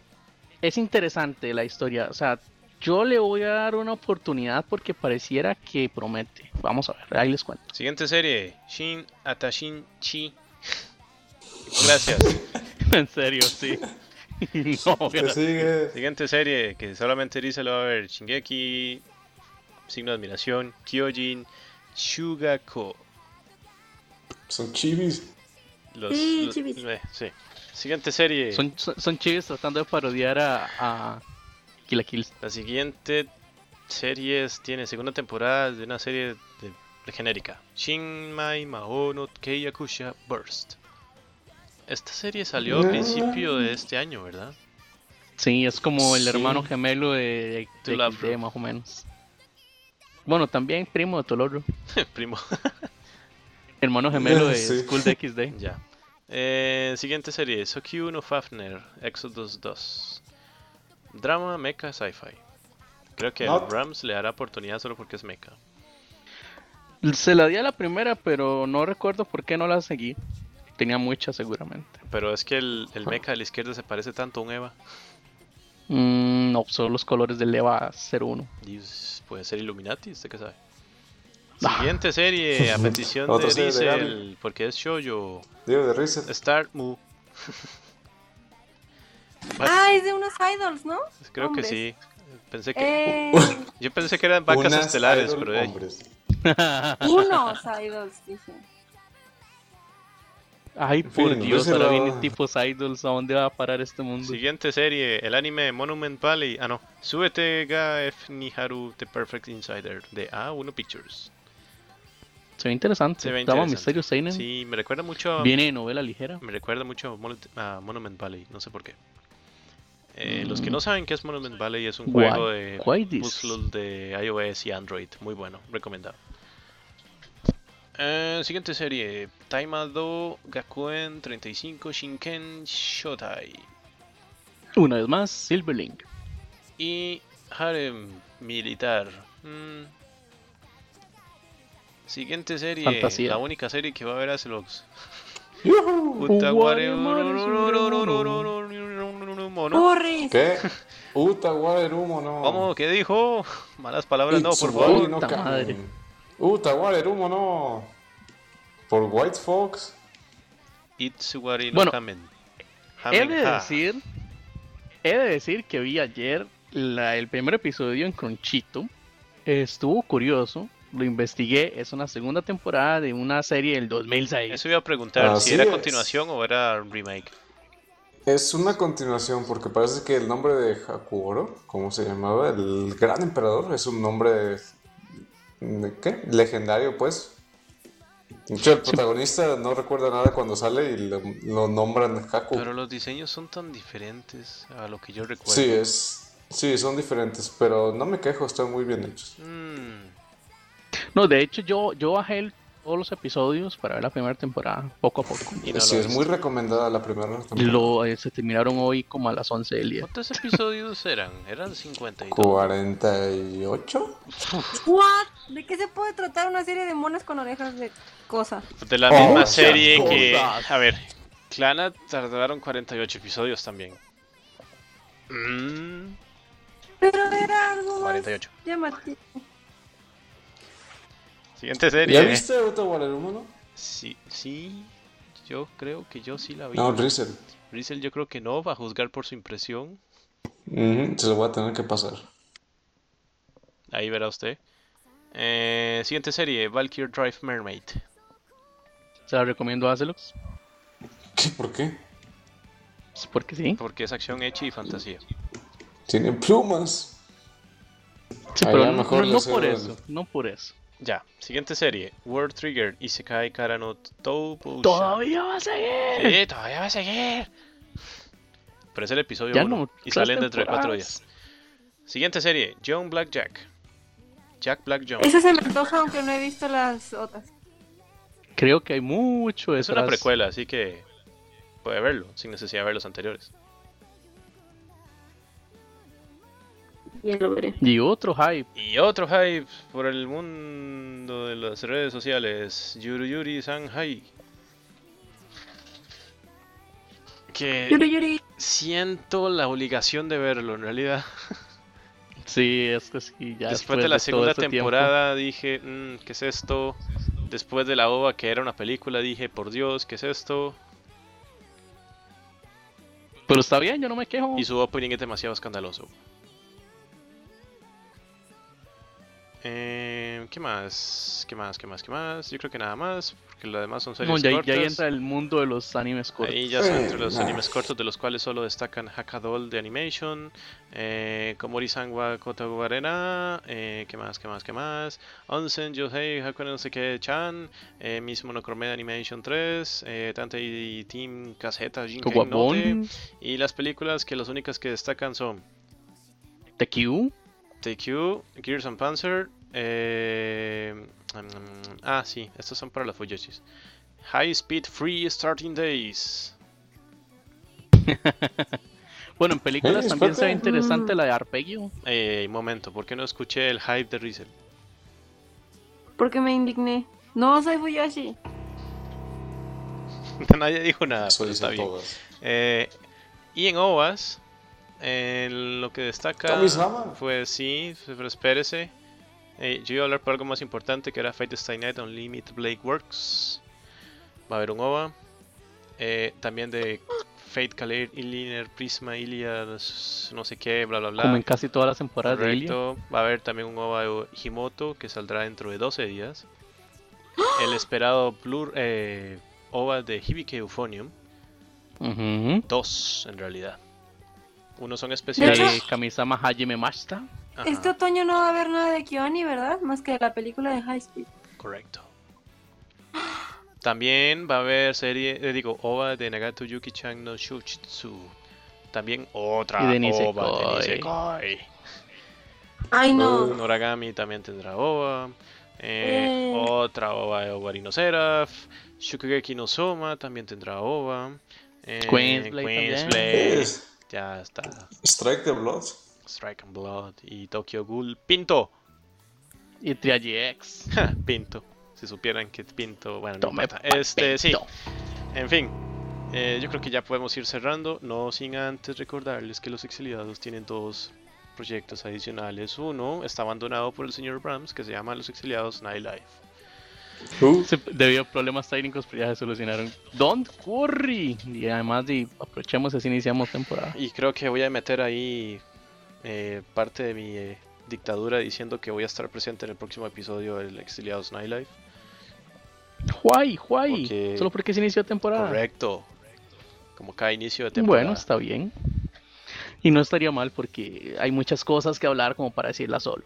Speaker 4: es interesante la historia. O sea, yo le voy a dar una oportunidad porque pareciera que promete. Vamos a ver, ahí les cuento.
Speaker 1: Siguiente serie, Shin Atashin Chi. Gracias.
Speaker 4: En serio, sí. no,
Speaker 2: Te sigue.
Speaker 1: Siguiente serie que solamente dice lo va a ver Shingeki, signo de admiración, Kyojin, Shugako.
Speaker 2: Son chivis.
Speaker 1: Los,
Speaker 3: Sí,
Speaker 1: lo-
Speaker 3: chibis.
Speaker 1: eh, sí. Siguiente serie.
Speaker 4: son, son, son chivis tratando de parodiar a, a Kill la Kill.
Speaker 1: La siguiente serie es- tiene segunda temporada de una serie de, de genérica. Shinmai Mao no Keiyakusha Burst. Esta serie salió a
Speaker 2: No.
Speaker 1: principio de este año, ¿verdad?
Speaker 4: Sí, es como el
Speaker 2: Sí.
Speaker 4: hermano gemelo de,
Speaker 1: To
Speaker 4: de, de
Speaker 1: Love
Speaker 4: XD,
Speaker 1: Ru.
Speaker 4: más o menos. Bueno, también primo de Toloro.
Speaker 1: Primo,
Speaker 4: Hermano gemelo de
Speaker 2: Sí.
Speaker 4: School de XD.
Speaker 1: ya. Eh, siguiente serie, Sokyu no Fafner, Exodus 2. Drama, mecha, sci-fi. Creo que
Speaker 2: Not-
Speaker 1: Rams le dará oportunidad solo porque es mecha.
Speaker 4: Se la di a la primera, pero no recuerdo por qué no la seguí. Tenía mucha seguramente.
Speaker 1: Pero es que el, el mecha de la izquierda se parece tanto a un Eva.
Speaker 4: Mm, no, son los colores del EVA 01.
Speaker 1: Y s- puede ser Illuminati, ¿usted qué sabe?
Speaker 4: Ah.
Speaker 1: Siguiente serie, a petición
Speaker 2: Otra
Speaker 1: de
Speaker 2: serie de
Speaker 1: Diesel,
Speaker 2: Gaby.
Speaker 1: porque es Shoujo,
Speaker 2: Diego de risa.
Speaker 1: Star Mu.
Speaker 3: Ah, es de unos idols, ¿no?
Speaker 1: Creo
Speaker 3: Hombres.
Speaker 1: que sí. Pensé que,
Speaker 3: Eh,
Speaker 1: yo pensé que eran vacas
Speaker 2: Unas
Speaker 1: estelares,
Speaker 2: idol
Speaker 1: pero eh,
Speaker 2: hombres.
Speaker 3: unos idols, dije.
Speaker 4: Ay, por
Speaker 2: Bueno,
Speaker 4: Dios,
Speaker 2: ese
Speaker 4: ahora
Speaker 2: va-
Speaker 4: vienen tipos idols. ¿A dónde va a parar este mundo?
Speaker 1: siguiente serie, el anime Monument Valley. Ah, no, Súbete ga F Niharu The Perfect Insider de A1 Pictures.
Speaker 4: Se ve interesante.
Speaker 1: Se ve
Speaker 4: Drama
Speaker 1: interesante.
Speaker 4: Misterio Seinen.
Speaker 1: Sí, me recuerda mucho a
Speaker 4: Viene de novela ligera.
Speaker 1: Me recuerda mucho a, Monu- a Monument Valley, no sé por qué. Eh, Los que
Speaker 4: Mm.
Speaker 1: no saben qué es Monument Valley es un
Speaker 4: Why-
Speaker 1: juego de
Speaker 4: why this?
Speaker 1: puzzles de iOS y Android, muy bueno, recomendado. Eh, siguiente serie, Taimado Gakuen 35 Shinken Shotai
Speaker 4: Una vez más, Silverlink.
Speaker 1: y Harem Militar. Mm. Siguiente serie,
Speaker 4: Fantasía.
Speaker 1: la única serie que va a ver hace los
Speaker 2: Yujú.
Speaker 1: Utaware- Mono.
Speaker 3: Corre.
Speaker 2: ¿Qué? Uta Guaderumo, no.
Speaker 1: ¿Cómo? ¿Qué dijo? Malas palabras, no, por
Speaker 2: Itsugoi
Speaker 1: favor.
Speaker 2: no
Speaker 4: Puta
Speaker 2: Kami.
Speaker 4: madre.
Speaker 2: Uta Guaderumo, no. Por White Fox.
Speaker 1: Itsuwari no
Speaker 4: Bueno,
Speaker 1: Kamen.
Speaker 4: He
Speaker 1: Kamen
Speaker 4: de
Speaker 1: ha.
Speaker 4: decir, he de decir que vi ayer la- el primer episodio en Cronchito. Estuvo curioso, lo investigué. Es una segunda temporada de una serie del 2006.
Speaker 1: Eso iba a preguntar
Speaker 2: Así
Speaker 1: si era
Speaker 2: Ah, es.
Speaker 1: continuación o era remake.
Speaker 2: Es una continuación porque parece que el nombre de Hakuoro, como se llamaba, el gran emperador, es un nombre ¿de qué? legendario, pues. De hecho, el protagonista no recuerda nada cuando sale y lo, lo nombran Haku.
Speaker 1: Pero los diseños son tan diferentes a lo que yo recuerdo.
Speaker 2: Sí, es, sí, son diferentes, pero no me quejo, están muy bien hechos.
Speaker 1: Mm,
Speaker 4: No, de hecho yo, yo bajé el- todos los episodios para ver la primera temporada, poco a poco.
Speaker 1: y no
Speaker 2: Sí,
Speaker 1: lo
Speaker 2: es
Speaker 1: ves.
Speaker 2: muy recomendada la primera temporada.
Speaker 4: Lo, eh, se terminaron hoy como a las 11 del día.
Speaker 1: ¿Cuántos episodios eran? Eran 52.
Speaker 2: 48?
Speaker 3: ¿What? ¿De qué se puede tratar una serie de monos con orejas de cosa?
Speaker 1: De la
Speaker 2: Oh,
Speaker 1: misma
Speaker 2: muchas
Speaker 1: serie que...
Speaker 4: cosas.
Speaker 1: A ver, Clana tardaron 48 episodios también. Mm,
Speaker 3: Pero era algo más
Speaker 1: 48.
Speaker 3: llamativo.
Speaker 1: Siguiente
Speaker 2: ¿Ya
Speaker 1: serie.
Speaker 2: viste Uta Guadalumo, no?
Speaker 1: Sí, sí, yo creo que yo sí la vi.
Speaker 2: No, Rizel.
Speaker 1: Rizel yo creo que no, va a juzgar por su impresión.
Speaker 2: Ujú, se lo voy a tener que pasar.
Speaker 1: Ahí verá usted. Eh, siguiente serie, Valkyrie Drive Mermaid.
Speaker 4: Se la recomiendo a Azelux,
Speaker 2: ¿Qué? ¿Por qué?
Speaker 4: pues, porque sí.
Speaker 1: Porque es acción hecha y fantasía.
Speaker 2: Tiene plumas.
Speaker 4: Sí,
Speaker 2: Ahí
Speaker 4: pero
Speaker 2: a lo
Speaker 4: no,
Speaker 2: mejor
Speaker 4: no-
Speaker 2: le
Speaker 4: no
Speaker 2: cedo
Speaker 4: por
Speaker 2: el-
Speaker 4: eso, no por eso.
Speaker 1: Ya, siguiente serie, World Trigger Isekai Karano Toubusha.
Speaker 4: Todavía va a seguir.
Speaker 1: Sí, todavía va a seguir. Pero es el episodio
Speaker 4: Ya
Speaker 1: 1
Speaker 4: no,
Speaker 1: y
Speaker 4: tres
Speaker 1: salen dentro de 4 días.
Speaker 4: temporadas.
Speaker 1: Siguiente serie, John Black Jack. Jack Black John.
Speaker 3: Esa se me antoja, aunque no he visto las otras.
Speaker 4: Creo que hay mucho
Speaker 1: Es una
Speaker 4: detrás.
Speaker 1: precuela, así que puede verlo sin necesidad de ver los anteriores.
Speaker 3: Ya lo veré.
Speaker 4: Y otro hype.
Speaker 1: Y otro hype por el mundo de las redes sociales, Yuruyuri Sanhai.
Speaker 3: Yuri
Speaker 1: Que
Speaker 3: Yuri.
Speaker 1: siento la obligación de verlo en realidad.
Speaker 4: Sí, es que sí, ya.
Speaker 1: Después de la
Speaker 4: todo
Speaker 1: segunda
Speaker 4: este tiempo.
Speaker 1: temporada dije, "Mm, ¿qué es esto? Después de la OVA que era una película dije, por Dios, ¿qué es esto?
Speaker 4: Pero está bien, yo no me quejo.
Speaker 1: Y su opening es demasiado escandaloso. Eh, ¿Qué más? ¿Qué más? ¿Qué más? ¿Qué más? Yo creo que nada más, porque lo demás son series
Speaker 4: No, ya, ahí- ya
Speaker 1: cortas.
Speaker 4: ahí entra el mundo de los animes cortos.
Speaker 1: Ahí ya son entre
Speaker 2: Eh,
Speaker 1: los
Speaker 2: nah.
Speaker 1: animes cortos, de los cuales solo destacan Hakadol de Animation, eh, Komori Sangwa Kotago Arena, eh, ¿qué más? ¿Qué más? ¿Qué más? Onsen Yosei Hakuna no sé qué Chan, eh, Miss Monochrome de Animation 3, eh, Tante y Team Caseta Jinken Note,
Speaker 4: Kogabon,
Speaker 1: y las películas que las únicas que destacan son
Speaker 4: TQ,
Speaker 1: TQ, Gears and Panzer, eh, mm, ah sí, estos son para las Fujoshis. High Speed Free Starting Days.
Speaker 4: Bueno, en películas
Speaker 2: Eh,
Speaker 4: también se ve
Speaker 2: espérate.
Speaker 4: interesante la de Arpeggio.
Speaker 1: Eh, momento, ¿por qué no escuché el hype de Rizel?
Speaker 3: Porque me indigné. No, soy Fuyoshi.
Speaker 1: Nadie dijo nada,
Speaker 2: Eso
Speaker 1: pero Ah, pues está
Speaker 2: dicen
Speaker 1: bien.
Speaker 2: todas.
Speaker 1: Eh, y en OVAS, eh, lo que destaca
Speaker 2: Kami-sama.
Speaker 1: fue sí, pero espérese. Eh, yo iba a hablar por algo más importante que era Fate Stay Night on Limit Blake Works. Va a haber un OVA. Eh, también de Fate Kaler, Illiner, Prisma, Ilia, no sé qué, bla bla bla.
Speaker 4: Como en casi todas las temporadas de Ilya.
Speaker 1: Correcto. Va a haber también un OVA de Himoto que saldrá dentro de 12 días. El esperado Blur, eh, OVA de Hibike Euphonium.
Speaker 4: Ujú.
Speaker 1: Dos, en realidad. Uno son
Speaker 4: De
Speaker 1: especiales.
Speaker 3: hecho-
Speaker 4: Kamisama Hajime Mashita.
Speaker 1: Ajá,
Speaker 3: Este otoño no va a haber nada de Kioni, ¿verdad? Más que la película de High Speed.
Speaker 1: Correcto. También va a haber serie, eh, digo, OVA de Nagato Yuki-chan no Shuchitsu. También otra
Speaker 4: Y de Nisekoi.
Speaker 1: OVA de Nisekoi.
Speaker 3: Ay, no.
Speaker 1: Noragami también tendrá OVA. Eh,
Speaker 3: Eh.
Speaker 1: Otra OVA de Owari no Seraph. Shukugeki no Soma también tendrá OVA. Eh,
Speaker 4: Queensblade
Speaker 1: Queensblade,
Speaker 2: Es
Speaker 1: Ya está.
Speaker 2: Strike the Blood.
Speaker 1: Strike and Blood y Tokyo Ghoul. Pinto.
Speaker 4: Y Triagi X.
Speaker 1: Ja, Pinto. Si supieran que es Pinto. Bueno, no
Speaker 4: Tome
Speaker 1: importa. Este, sí.
Speaker 4: papelito.
Speaker 1: En fin. eh, yo creo que ya podemos ir cerrando. No sin antes recordarles que los exiliados tienen dos proyectos adicionales. Uno está abandonado por el señor Brahms que se llama Los Exiliados Nightlife.
Speaker 4: Se- debido a problemas técnicos, pero ya se solucionaron. Don't worry. Y además, de, aprovechemos así iniciamos temporada.
Speaker 1: Y creo que voy a meter ahí eh, parte de mi eh, dictadura diciendo que voy a estar presente en el próximo episodio del Exiliados Nightlife.
Speaker 4: Guay, guay.
Speaker 1: Ok.
Speaker 4: Solo porque se inició temporada.
Speaker 1: Correcto. Como cada inicio de temporada.
Speaker 4: Ah. Bueno, está bien. Y no estaría mal porque hay muchas cosas que hablar como para decirlas solo.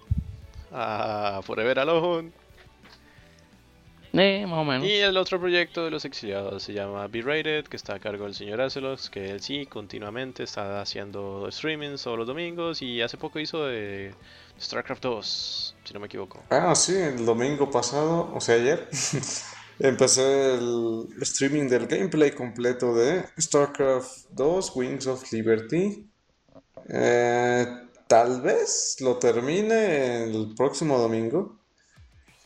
Speaker 1: Ah, Forever Alone.
Speaker 4: Eh, más o menos.
Speaker 1: Y el otro proyecto de los exiliados se llama B-Rated, que está a cargo del señor Acelos, que él sí, continuamente está haciendo streamings todos los domingos y hace poco hizo de StarCraft 2, si no me equivoco.
Speaker 2: Ah, sí, el domingo pasado, o sea, ayer, empecé el streaming del gameplay completo de StarCraft 2, Wings of Liberty. Eh, tal vez lo termine el próximo domingo.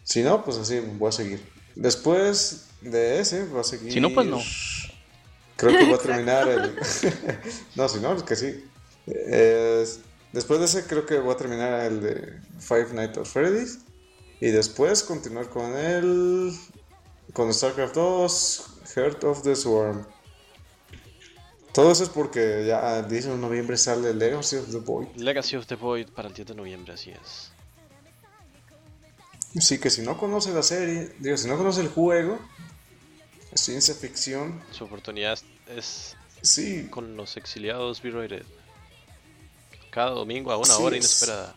Speaker 2: Si no, pues así voy a seguir. Después de ese, va a seguir.
Speaker 4: Si no, pues no.
Speaker 2: Creo que voy a terminar el. No, si no, es que sí. Eh, después de ese creo que voy a terminar el de Five Nights at Freddy's. Y después continuar con el... Con StarCraft 2, Heart of the Swarm. Todo eso es porque ya ah, dice en noviembre sale Legacy of the Void.
Speaker 1: Legacy of the Void para el 10 de noviembre, así es.
Speaker 2: Así que si no conoce la serie, digo, si no conoce el juego, es ciencia ficción.
Speaker 1: Su oportunidad es
Speaker 2: Sí,
Speaker 1: con los exiliados B-Rated. Cada domingo a una
Speaker 2: Así
Speaker 1: hora
Speaker 2: es.
Speaker 1: inesperada.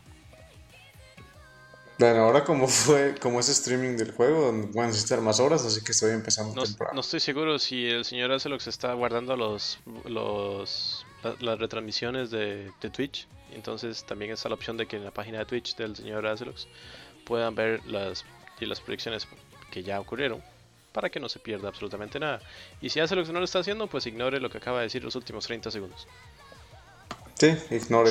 Speaker 2: Bueno, ahora como fue, como es streaming del juego, voy a necesitar más horas, así que estoy empezando
Speaker 1: No,
Speaker 2: temprano.
Speaker 1: no estoy seguro si el señor Acelox está guardando los, los, la- las retransmisiones de, de Twitch. Entonces también está la opción de que en la página de Twitch del señor Azelox puedan ver las, y las proyecciones que ya ocurrieron para que no se pierda absolutamente nada. Y si Azelox no lo está haciendo, pues ignore lo que acaba de decir los últimos 30 segundos.
Speaker 2: Sí, ignore.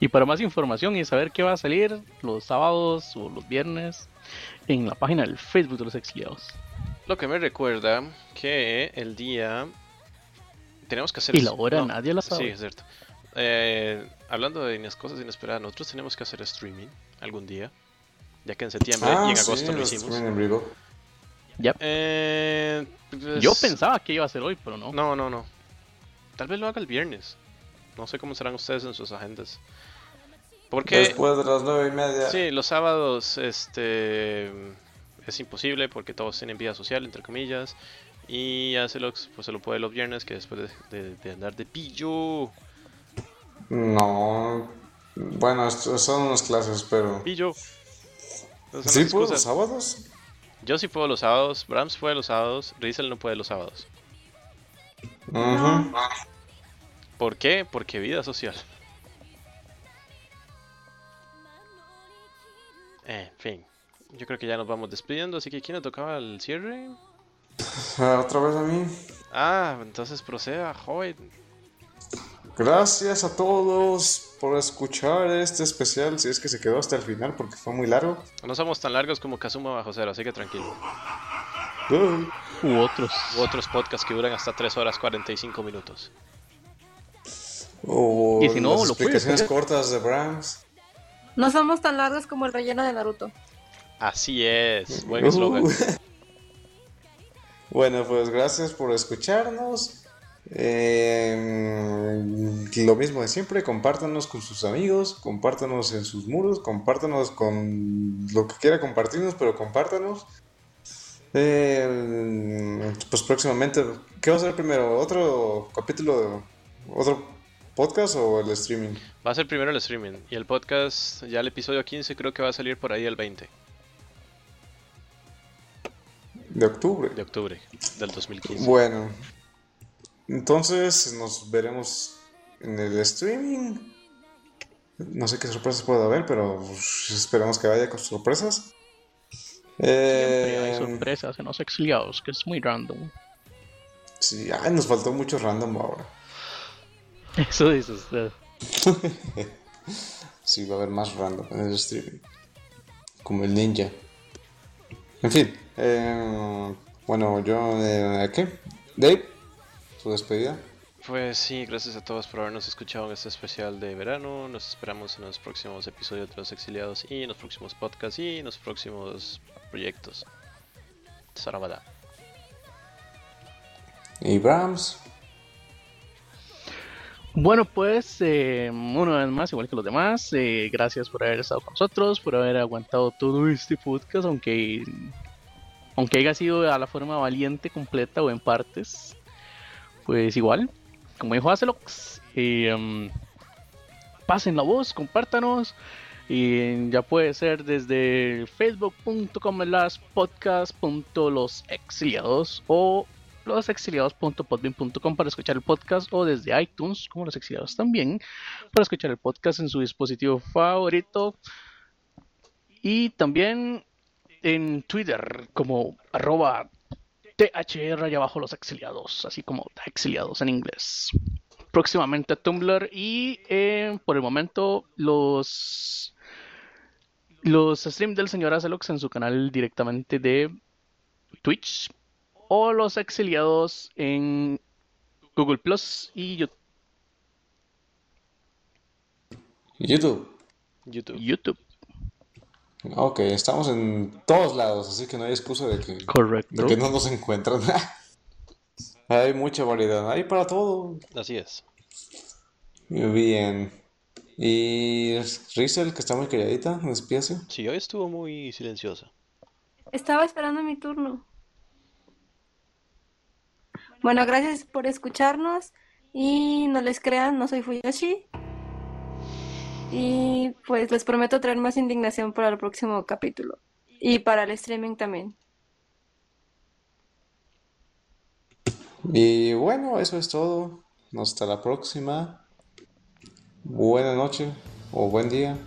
Speaker 4: Y para más información y saber qué va a salir los sábados o los viernes en la página del Facebook de los exiliados.
Speaker 1: Lo que me recuerda que el día... Tenemos que hacer...
Speaker 4: Y la hora
Speaker 1: no,
Speaker 4: nadie la
Speaker 1: Sí,
Speaker 4: sabe.
Speaker 1: es cierto. Eh, hablando de ines- cosas inesperadas, nosotros tenemos que hacer streaming algún día, ya que en septiembre y en agosto lo
Speaker 2: los
Speaker 1: hicimos.
Speaker 2: Ah, streaming en vivo.
Speaker 1: Eh, pues-
Speaker 4: Yo pensaba que iba a ser hoy, pero no.
Speaker 1: No, no, no. Tal vez lo haga el viernes. No sé cómo serán ustedes en sus agendas. Porque
Speaker 2: Después de las nueve y media.
Speaker 1: sí, los sábados este es imposible porque todos tienen vida social entre comillas y hace los- pues se lo puede los viernes que después de, de- de andar de pillo,
Speaker 2: No. Bueno, esto- son unas clases, pero.
Speaker 1: pillo. Esas son
Speaker 2: ¿Sí pues,
Speaker 1: las
Speaker 2: puedo los
Speaker 1: excusas.
Speaker 2: sábados?
Speaker 1: Yo sí puedo los sábados, Brahms puede los sábados, Riesel no puede los sábados.
Speaker 2: Ujú.
Speaker 1: ¿Por qué? Porque vida social. Eh, en fin, yo creo que ya nos vamos despidiendo, así que ¿quién le tocaba el cierre?
Speaker 2: Ah, Otra vez a mí.
Speaker 1: Ah, entonces proceda, joven.
Speaker 2: Gracias a todos por escuchar este especial. Si es que se quedó hasta el final porque fue muy largo.
Speaker 1: No somos tan largos como Kazuma Bajo Cero, así que tranquilo.
Speaker 2: Uy.
Speaker 4: U otros.
Speaker 1: U otros podcasts que duran hasta 3 horas 45 minutos.
Speaker 2: O
Speaker 4: Y si no,
Speaker 2: las
Speaker 4: lo puedes
Speaker 2: explicaciones
Speaker 4: hacer.
Speaker 2: cortas de Brahms.
Speaker 3: No somos tan largos como el relleno de Naruto.
Speaker 1: Así es, buen
Speaker 2: Uh.
Speaker 1: eslogan.
Speaker 2: Bueno, pues gracias por escucharnos. Eh, lo mismo de siempre, compártanos con sus amigos, compártanos en sus muros, compártanos con lo que quiera compartirnos, pero compártanos. Eh, pues próximamente, ¿qué va a ser primero? ¿Otro capítulo, otro podcast o el streaming?
Speaker 1: Va a ser primero el streaming y el podcast, ya el episodio 15 creo que va a salir por ahí el 20
Speaker 2: De octubre.
Speaker 1: de octubre del
Speaker 4: Pues
Speaker 1: 2015.
Speaker 2: Bueno, entonces nos veremos en el streaming. No sé qué sorpresas pueda haber, pero pues, esperemos que vaya con sorpresas.
Speaker 4: Siempre hay
Speaker 2: Eh,
Speaker 4: sorpresas en los exiliados, que es muy random.
Speaker 2: sí, ay, nos faltó mucho random ahora.
Speaker 4: Eso dice usted.
Speaker 1: eh.
Speaker 2: Sí, va a haber más random en el streaming. Como el ninja. En fin, eh, bueno, yo, eh, ¿qué? Dave, tu despedida.
Speaker 1: Pues sí, gracias a todos por habernos escuchado en este especial de verano. Nos esperamos en los próximos episodios de Los Exiliados y en los próximos podcasts y en los próximos proyectos. Sarabada.
Speaker 2: Y Brahms.
Speaker 4: Bueno, pues, eh, una vez más, igual que los demás, eh, gracias por haber estado con nosotros, por haber aguantado todo este podcast, aunque, aunque haya sido a la forma valiente, completa o en partes, pues igual, como dijo Acelox, eh, mm, pasen la voz, compártanos, y ya puede ser desde facebook.com las podcast.losexiliados o losexiliados.podbean.com para escuchar el podcast o desde iTunes, como los exiliados también, para escuchar el podcast en su dispositivo favorito. Y también en Twitter como arroba THR y abajo los exiliados, así como exiliados en inglés. Próximamente a Tumblr y eh, por el momento los los streams del señor Azelux en su canal directamente de Twitch o los exiliados en Google Plus y Yo-
Speaker 2: YouTube.
Speaker 1: YouTube.
Speaker 4: YouTube.
Speaker 2: Ok, estamos en todos lados, así que no hay excusa de que, de
Speaker 4: Correcto.
Speaker 2: que no nos encuentran. Hay mucha variedad, hay para todo.
Speaker 1: Así es.
Speaker 2: Bien. Y Rizel, que está muy calladita, despídase.
Speaker 1: Sí, hoy estuvo muy silenciosa.
Speaker 3: Estaba esperando mi turno. Bueno, gracias por escucharnos y no les crean, no soy Fuyoshi. Y pues les prometo traer más indignación para el próximo capítulo y para el streaming también.
Speaker 2: Y bueno, eso es todo. Hasta la próxima. Buena noche o buen día.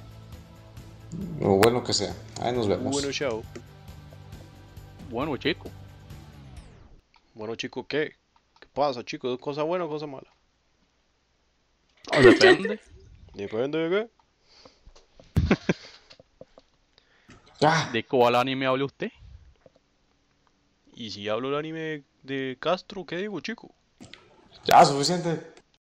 Speaker 2: O bueno que sea. Ahí nos vemos.
Speaker 1: Bueno, chao.
Speaker 4: Bueno, chico.
Speaker 1: Bueno, chico, ¿qué? ¿Qué pasa, chico? ¿Cosa buena o cosa mala?
Speaker 4: O Depende.
Speaker 1: Depende de qué.
Speaker 2: Ah,
Speaker 4: ¿De cuál anime habla usted?
Speaker 1: Y si hablo el anime de Castro, ¿qué digo, chico?
Speaker 2: ya, suficiente.